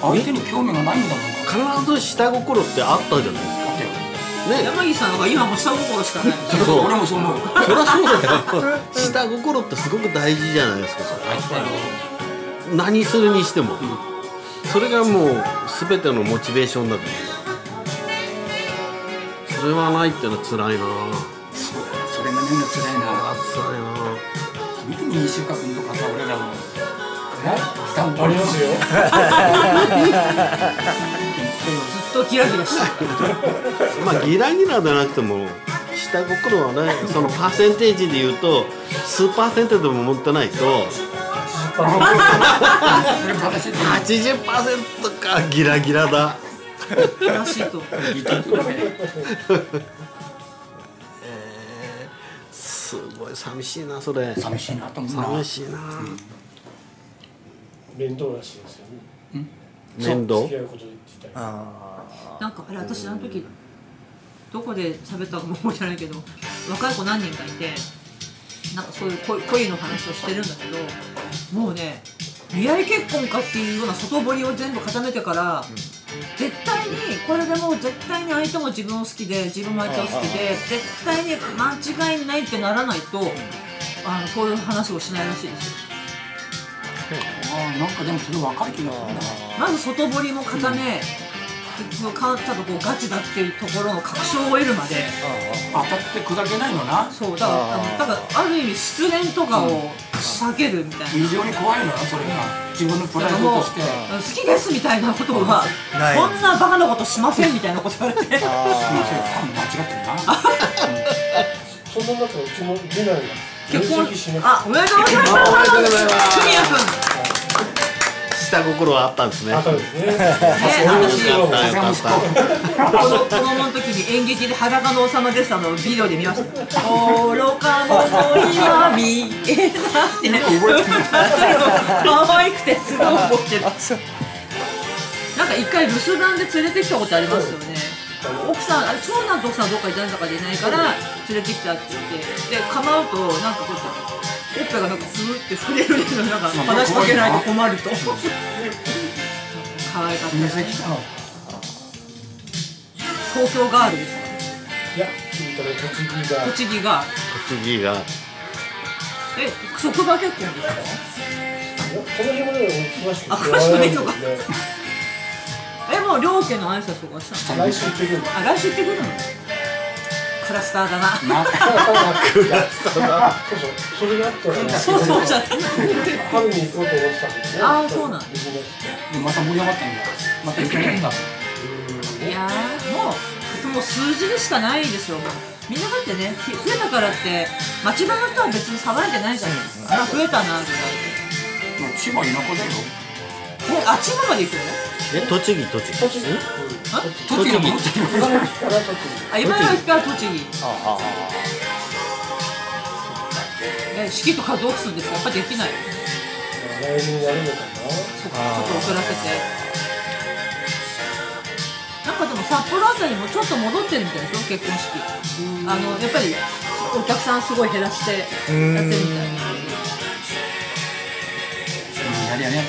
[SPEAKER 3] 相手に興味がないんだもん
[SPEAKER 6] 必ず下心ってあったじゃないです
[SPEAKER 3] だって
[SPEAKER 6] かね
[SPEAKER 1] 山岸さんが今もう下心しかない
[SPEAKER 6] そう
[SPEAKER 3] 俺もそう思う
[SPEAKER 6] そりゃそうだよ 下心ってすごく大事じゃないですかそれ
[SPEAKER 3] 大事だよ
[SPEAKER 6] 何するにしても、それがもう全てのモチベーションだからそれはないってのは辛いな
[SPEAKER 3] そうだなそれがないのつらいな
[SPEAKER 6] あ
[SPEAKER 3] 見
[SPEAKER 6] 辛いな
[SPEAKER 3] てみ西岡君とかさ俺らもねスタンプ
[SPEAKER 4] ありますよ
[SPEAKER 1] ずっとキラキラして
[SPEAKER 6] まあギラギラじゃなくても下心はねそのパーセンテージで言うと数パーセントでも持ってないと
[SPEAKER 3] それ正しいと思う
[SPEAKER 6] 80%かギラギラだ
[SPEAKER 1] るらしいと
[SPEAKER 3] 言ってるとダメ
[SPEAKER 6] すごい寂しいなそれ
[SPEAKER 3] 寂しいなと思うな
[SPEAKER 6] 寂しいな
[SPEAKER 4] 面倒らしいですよね
[SPEAKER 6] 面倒
[SPEAKER 4] 付き合うこと自体が
[SPEAKER 1] なんかあれ私あの時どこで喋ったかも覚えてないけど若い子何人かいてなんかそういう恋恋の話をしてるんだけどもうね見合い結婚かっていうような外堀を全部固めてから、絶対にこれでもう絶対に相手も自分を好きで自分も相手を好きで絶対に間違いないってならないと、あのそういう話をしないらしいですよ
[SPEAKER 3] あーなんかでもそれ分かる気がするな
[SPEAKER 1] まず外堀も固め、そのかただこうガチだっていうところの確証を得るまで。
[SPEAKER 3] 当たって砕けないのな
[SPEAKER 1] そうだからあのだからある意味失恋とかを避けるみたいな、
[SPEAKER 3] 非常に怖いのなそれが自分のプライドとして
[SPEAKER 1] あの好きですみたいなことは
[SPEAKER 2] ない
[SPEAKER 1] こんなバカなことしませんみたいなこと言われて
[SPEAKER 3] うんそれ多分間違ってるな
[SPEAKER 4] そんな中うちの次男が
[SPEAKER 1] 結婚
[SPEAKER 4] 入籍しなくて
[SPEAKER 1] あおめでとうございます
[SPEAKER 6] おめでとうございます
[SPEAKER 1] 文也君
[SPEAKER 6] 下心はあったんですね
[SPEAKER 4] あったんですね。
[SPEAKER 1] 私
[SPEAKER 6] よかったよかった
[SPEAKER 1] 子供子供の時に演劇で裸の王様でしたのをビデオで見ました。愚か者には見えなくて、可愛くてすごい覚えてる。なんか一回留守番で連れてきたことありますよね。奥さん、あれ長男と奥さんどっかいたんだかでいないから連れてきたって言って、で構うとなんかこうやって、おっぺがなんかふーって触れるんですよ。なんか話しかけないと困ると。可愛かったです。
[SPEAKER 3] 来たの
[SPEAKER 1] 東京ガールですか
[SPEAKER 4] いや、筋トレ栃木が。
[SPEAKER 1] 栃木が
[SPEAKER 6] 次が
[SPEAKER 1] え職場結婚ですか
[SPEAKER 4] その辺もね、詳しく
[SPEAKER 1] あ詳しくないのかえもう両家の挨拶とかしたの
[SPEAKER 4] 来週行ってくる。
[SPEAKER 1] あ来週行ってくるのクラスターだな
[SPEAKER 4] そうそう、それがあったらね、
[SPEAKER 1] そうそう じゃない
[SPEAKER 4] 春に行こうと思ってたんですね。
[SPEAKER 1] あーそうなんだ
[SPEAKER 4] ですね。
[SPEAKER 3] でまた盛り上がったんだまた行けなか
[SPEAKER 1] い
[SPEAKER 3] った
[SPEAKER 1] やーもうもう数字でしかないでしょもうみんなだってねひ増えたからって町場の人は別に騒いでないじゃないですかあ増えたなぐらい
[SPEAKER 3] まあ千葉田舎だよ
[SPEAKER 1] でえあっちまで行くの
[SPEAKER 6] え栃木栃木
[SPEAKER 4] 栃木。
[SPEAKER 1] あ
[SPEAKER 3] 栃木の戻ってる
[SPEAKER 4] 茨城から栃
[SPEAKER 1] あ今の駅から栃木
[SPEAKER 2] あああ
[SPEAKER 1] え式とかどうするんですかやっぱできない
[SPEAKER 4] 木。来年やるのか
[SPEAKER 1] そうかちょっと遅らせてなんかでも札幌あたりもちょっと戻ってるみたいですよ結婚式あのやっぱりお客さんすごい減らしてやってるみたいです
[SPEAKER 3] うんやりやね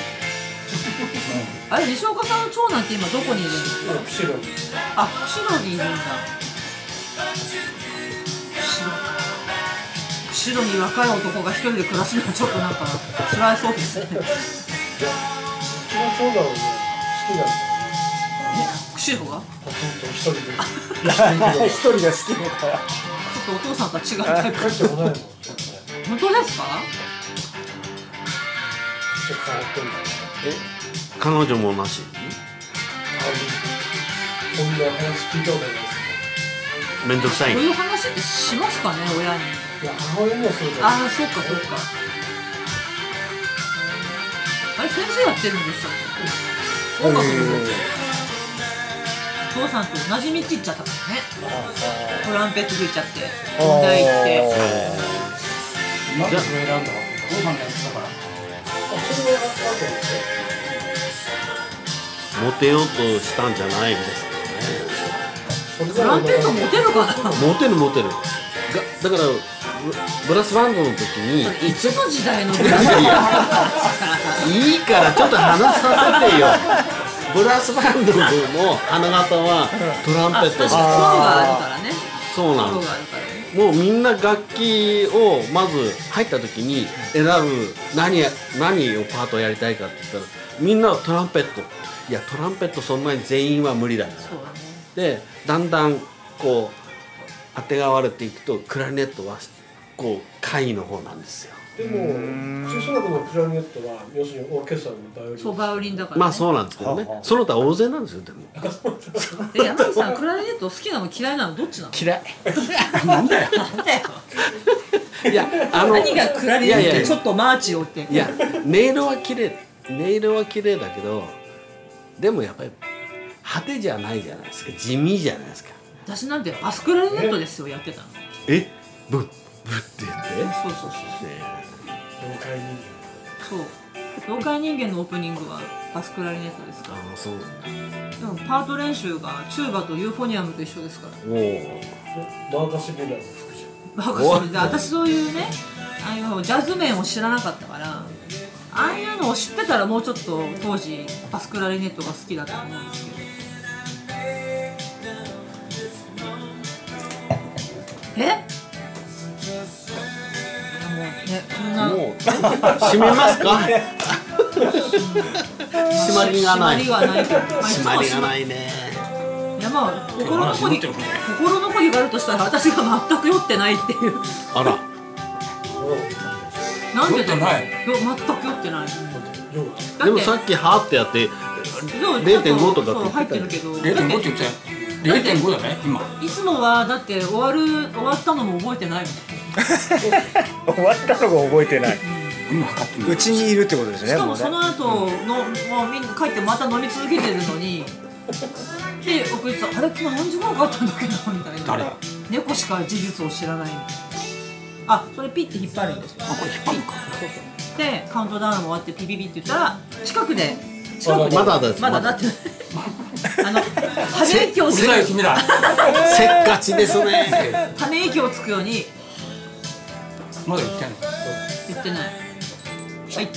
[SPEAKER 1] あれ西岡さんの長男って今どこにいるんですか
[SPEAKER 4] な。釧路に。
[SPEAKER 1] あ釧路にいるんだ釧路か釧路に若い男が一人で暮らすのはちょっとなんか辛いそう ですね
[SPEAKER 4] うちの長男はね、好きなんだ。
[SPEAKER 1] え釧路が
[SPEAKER 4] ポツンと一人で。
[SPEAKER 2] あ一人が好きだから
[SPEAKER 1] ちょっとお父さんとは違うタイプ
[SPEAKER 4] 帰ってこないもん。ちょっとね
[SPEAKER 1] 本当ですか
[SPEAKER 4] ちょっと変わってんだよ。
[SPEAKER 6] 彼女もなし
[SPEAKER 4] こんな話聞いたことないです
[SPEAKER 6] めんどくさ
[SPEAKER 1] こ
[SPEAKER 6] いう
[SPEAKER 1] いう話ってしますかね親に
[SPEAKER 4] けど。いや、母親にはそうだよ。
[SPEAKER 1] ああそっかそっかあれ先生やってるんでしたっけ音楽の先生お父さんと同じ道行っちゃったからねトランペット吹いちゃって音大行って
[SPEAKER 3] なんでそれ選んだわけお父さんのやつだから
[SPEAKER 4] それはあったんですね。
[SPEAKER 6] モテようとしたんじゃないんですか
[SPEAKER 4] それ
[SPEAKER 1] ト
[SPEAKER 4] じゃ
[SPEAKER 1] ラ
[SPEAKER 4] あ
[SPEAKER 1] ンペットモテるかな
[SPEAKER 6] モテるモテるがだからブブラスバンドの時に
[SPEAKER 1] いつの時代のブラジル
[SPEAKER 6] いいからちょっと話させてよ ブラスバンドの花形はトラ
[SPEAKER 1] あ
[SPEAKER 6] ンペ
[SPEAKER 1] 確か
[SPEAKER 6] ット
[SPEAKER 1] にソロがあるからね
[SPEAKER 6] そ
[SPEAKER 1] ソ
[SPEAKER 6] うな
[SPEAKER 1] ロ
[SPEAKER 6] んです
[SPEAKER 1] があるからね
[SPEAKER 6] もうみんな楽器をまず入った時に選ぶ何何をパートをやりたいかって言ったらみんなはトランペットいやトランペットそんなに全員は無理だ
[SPEAKER 1] そうだね
[SPEAKER 6] でだんだんこうあてがわれていくとクラリネットはこう下位の方なんですよ
[SPEAKER 4] でも、吹奏楽のクラリネットは、要するにオーケストラのバイオリン。
[SPEAKER 1] そうバイオリンだからね
[SPEAKER 6] まあそうなんですけどねその他大勢なんですよでも
[SPEAKER 1] え山口さんクラリネット好きなの嫌いなのどっちなの
[SPEAKER 6] 嫌い
[SPEAKER 1] なんだよ
[SPEAKER 6] いやあ の
[SPEAKER 1] 何がクラリネ
[SPEAKER 6] いやい
[SPEAKER 1] ッ
[SPEAKER 6] やい
[SPEAKER 1] ト
[SPEAKER 6] や
[SPEAKER 1] ちょっとマーチをって
[SPEAKER 6] いや音色は綺麗音色は綺麗だけどでもやっぱり派手じゃないじゃないですか地味じゃないですか
[SPEAKER 1] 私なんてバスクラリネットですよやってたの
[SPEAKER 6] えブッブッって言ってね
[SPEAKER 1] そうそうそう
[SPEAKER 4] 妖怪人
[SPEAKER 1] そう妖怪人間のオープニングはバスクラリネットですか
[SPEAKER 6] あそうなんだ
[SPEAKER 1] らでもパート練習がチューバとユーフォニアムと一緒ですから
[SPEAKER 6] おお
[SPEAKER 4] 間。マーカス・ビューラーの副長。
[SPEAKER 1] バカそれで私そういうねあのジャズ面を知らなかったからああいうのを知ってたらもうちょっと当時バスクラリネットが好きだと思うんですけどえいやもうねこんな
[SPEAKER 6] もう閉めますか閉まりがな
[SPEAKER 1] 締ま
[SPEAKER 6] い
[SPEAKER 1] りがない
[SPEAKER 6] 締まりがないね
[SPEAKER 1] いやまあ心の
[SPEAKER 3] 閉
[SPEAKER 1] 子
[SPEAKER 3] まっ
[SPEAKER 1] に
[SPEAKER 3] てるね
[SPEAKER 1] 心の子にがあるとしたら私が全く酔ってないっていう
[SPEAKER 6] あら
[SPEAKER 1] なんでだろう
[SPEAKER 3] 酔
[SPEAKER 1] よ全く酔ってない
[SPEAKER 4] ヨガ。
[SPEAKER 1] だ
[SPEAKER 6] で
[SPEAKER 1] っ
[SPEAKER 6] も
[SPEAKER 1] て
[SPEAKER 6] さっきハーってやって
[SPEAKER 1] そう
[SPEAKER 6] 0.5とか
[SPEAKER 1] そう入ってるけどだ
[SPEAKER 3] 0.5
[SPEAKER 1] っ
[SPEAKER 3] って言ってたよ0.5だね今
[SPEAKER 1] ていつもはだって終わる終わったのも覚えてないもん
[SPEAKER 2] 終わったのが覚えてない
[SPEAKER 3] 今測ってみ
[SPEAKER 2] う
[SPEAKER 3] る
[SPEAKER 2] ちにいるってことです
[SPEAKER 1] し
[SPEAKER 2] ね
[SPEAKER 1] か
[SPEAKER 2] も
[SPEAKER 1] も
[SPEAKER 2] う
[SPEAKER 1] そ
[SPEAKER 2] ね
[SPEAKER 1] の後の、もうみんな帰ってまた飲み続けてるのにで奥日さん「あれ昨日何時間かあったんだけど」みたいな
[SPEAKER 3] 誰あ
[SPEAKER 1] 猫しか事実を知らないみたいなあそれピッて引っ張るんですよ
[SPEAKER 3] これ引っ張るのか
[SPEAKER 1] でカウントダウン終わってピピピって言ったら近くで近くで
[SPEAKER 6] まだだ
[SPEAKER 1] まだなってない あのため息をつ
[SPEAKER 3] うるさい
[SPEAKER 1] く
[SPEAKER 3] 君ら
[SPEAKER 6] せっかちですね
[SPEAKER 1] ため息をつくように
[SPEAKER 3] まだ言ってんの
[SPEAKER 1] 言ってないはい、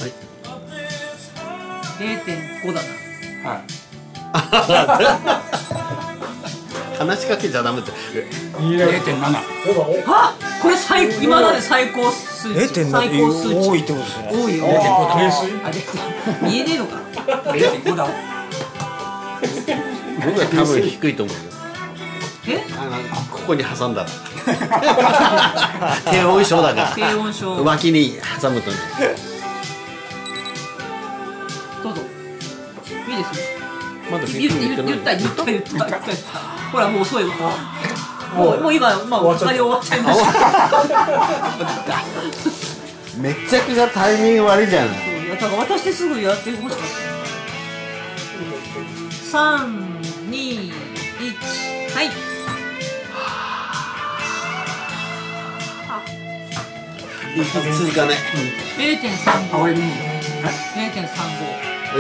[SPEAKER 1] 0.5だな
[SPEAKER 3] はい
[SPEAKER 6] 話しかけちゃダメって
[SPEAKER 3] 0.7
[SPEAKER 4] でも
[SPEAKER 1] あこれ最今まで最高数
[SPEAKER 2] 0.7
[SPEAKER 1] 値最高数値
[SPEAKER 2] 多いってことですね
[SPEAKER 1] 多いよ
[SPEAKER 4] あー冷水
[SPEAKER 1] あれ見えねえのか
[SPEAKER 3] 0.5だ
[SPEAKER 6] 僕は多分低いと思うよ
[SPEAKER 1] え
[SPEAKER 6] あのここに挟んだら 低音症だか
[SPEAKER 1] 低音症
[SPEAKER 6] ら脇に挟むとね
[SPEAKER 1] どうぞいいですよ
[SPEAKER 6] まだ
[SPEAKER 1] 言言言った言った言った言ったほらもう遅いわもうもう今まあお二人終わっちゃいました
[SPEAKER 6] めちゃくちゃタイミング悪いじゃん
[SPEAKER 1] いやだから渡してすぐやってほしかった321はい
[SPEAKER 6] 息続かね
[SPEAKER 1] 0.35 0.35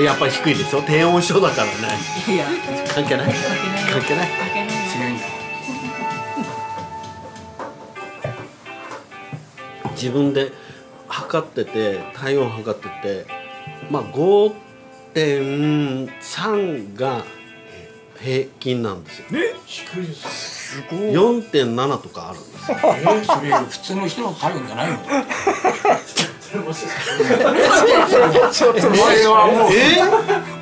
[SPEAKER 6] やっぱり低いですよ低音症だからね
[SPEAKER 1] いや
[SPEAKER 6] 関係な
[SPEAKER 1] 関係な
[SPEAKER 6] い
[SPEAKER 1] いよ
[SPEAKER 6] 関係ない
[SPEAKER 1] 関係ないよ
[SPEAKER 3] 強いんだ
[SPEAKER 6] 自分で測ってて体温測っててまあ5.3が平均なんですよ
[SPEAKER 7] 低いです。
[SPEAKER 6] 4.7とかあるんですよ
[SPEAKER 3] それ普通の人の体温じゃないのこ
[SPEAKER 6] お前はもうえ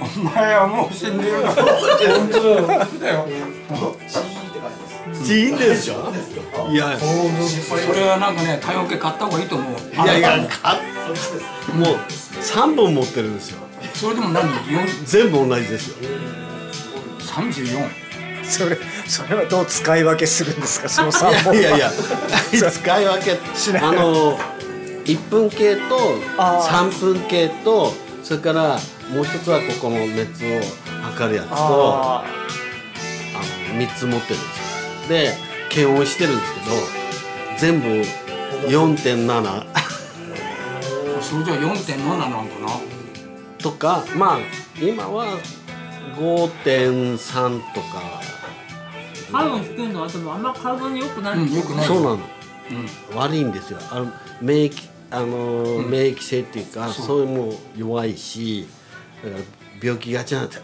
[SPEAKER 3] お前はもう死んでるだろ
[SPEAKER 4] 本当だよ。
[SPEAKER 3] だよ
[SPEAKER 6] ー、ちいんでしょいやい
[SPEAKER 3] それはなんかね体温計買った方がいいと思う
[SPEAKER 6] やい
[SPEAKER 3] あ
[SPEAKER 6] や
[SPEAKER 3] なた
[SPEAKER 6] かもう3本持ってるんですよ
[SPEAKER 3] それでも何
[SPEAKER 6] 全部同じですよ
[SPEAKER 3] 34
[SPEAKER 2] それそれはどう使い分けするんですかその3本はい
[SPEAKER 6] やいや使い分け
[SPEAKER 2] しない
[SPEAKER 6] あの1分計と3分計とそれからもう一つはここの熱を測るやつとあの3つ持ってるんですよで検温してるんですけど全部4.7
[SPEAKER 3] それじゃ4.7なんだな
[SPEAKER 6] とかまあ今は5.3とか
[SPEAKER 1] 体温低いのはでもあんま体に良くない、
[SPEAKER 3] うんよくない
[SPEAKER 6] そうな
[SPEAKER 3] の
[SPEAKER 6] の悪いんですよあの免疫あの、免疫性っていうかそういうもう弱いしだから病気がち なんだ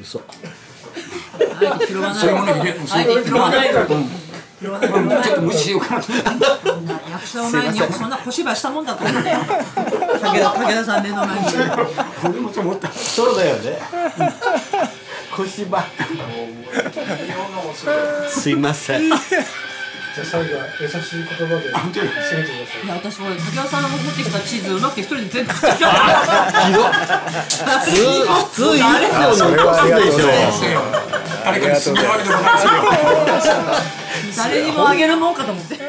[SPEAKER 6] 嘘
[SPEAKER 1] あえて拾わない
[SPEAKER 3] そういうもの入れ
[SPEAKER 1] あえて拾わない
[SPEAKER 3] うん
[SPEAKER 1] 拾わない拾わない
[SPEAKER 3] ちょっと無視しようかなと思って
[SPEAKER 1] 役者の前によくそんな小芝居したもんだと思って武田武田さん目の前に
[SPEAKER 3] 俺もそう思った
[SPEAKER 6] そうだよね腰ば すいません
[SPEAKER 4] じゃあ最後は優しい言葉で締めてください。
[SPEAKER 1] いや私俺武田さんの持ってきたチーズうまくて一人で全部食っちゃった
[SPEAKER 6] 普通普通1個残すでしょ
[SPEAKER 3] 誰かにすぐわけでもないですよ
[SPEAKER 1] 誰にもあげるもんかと思って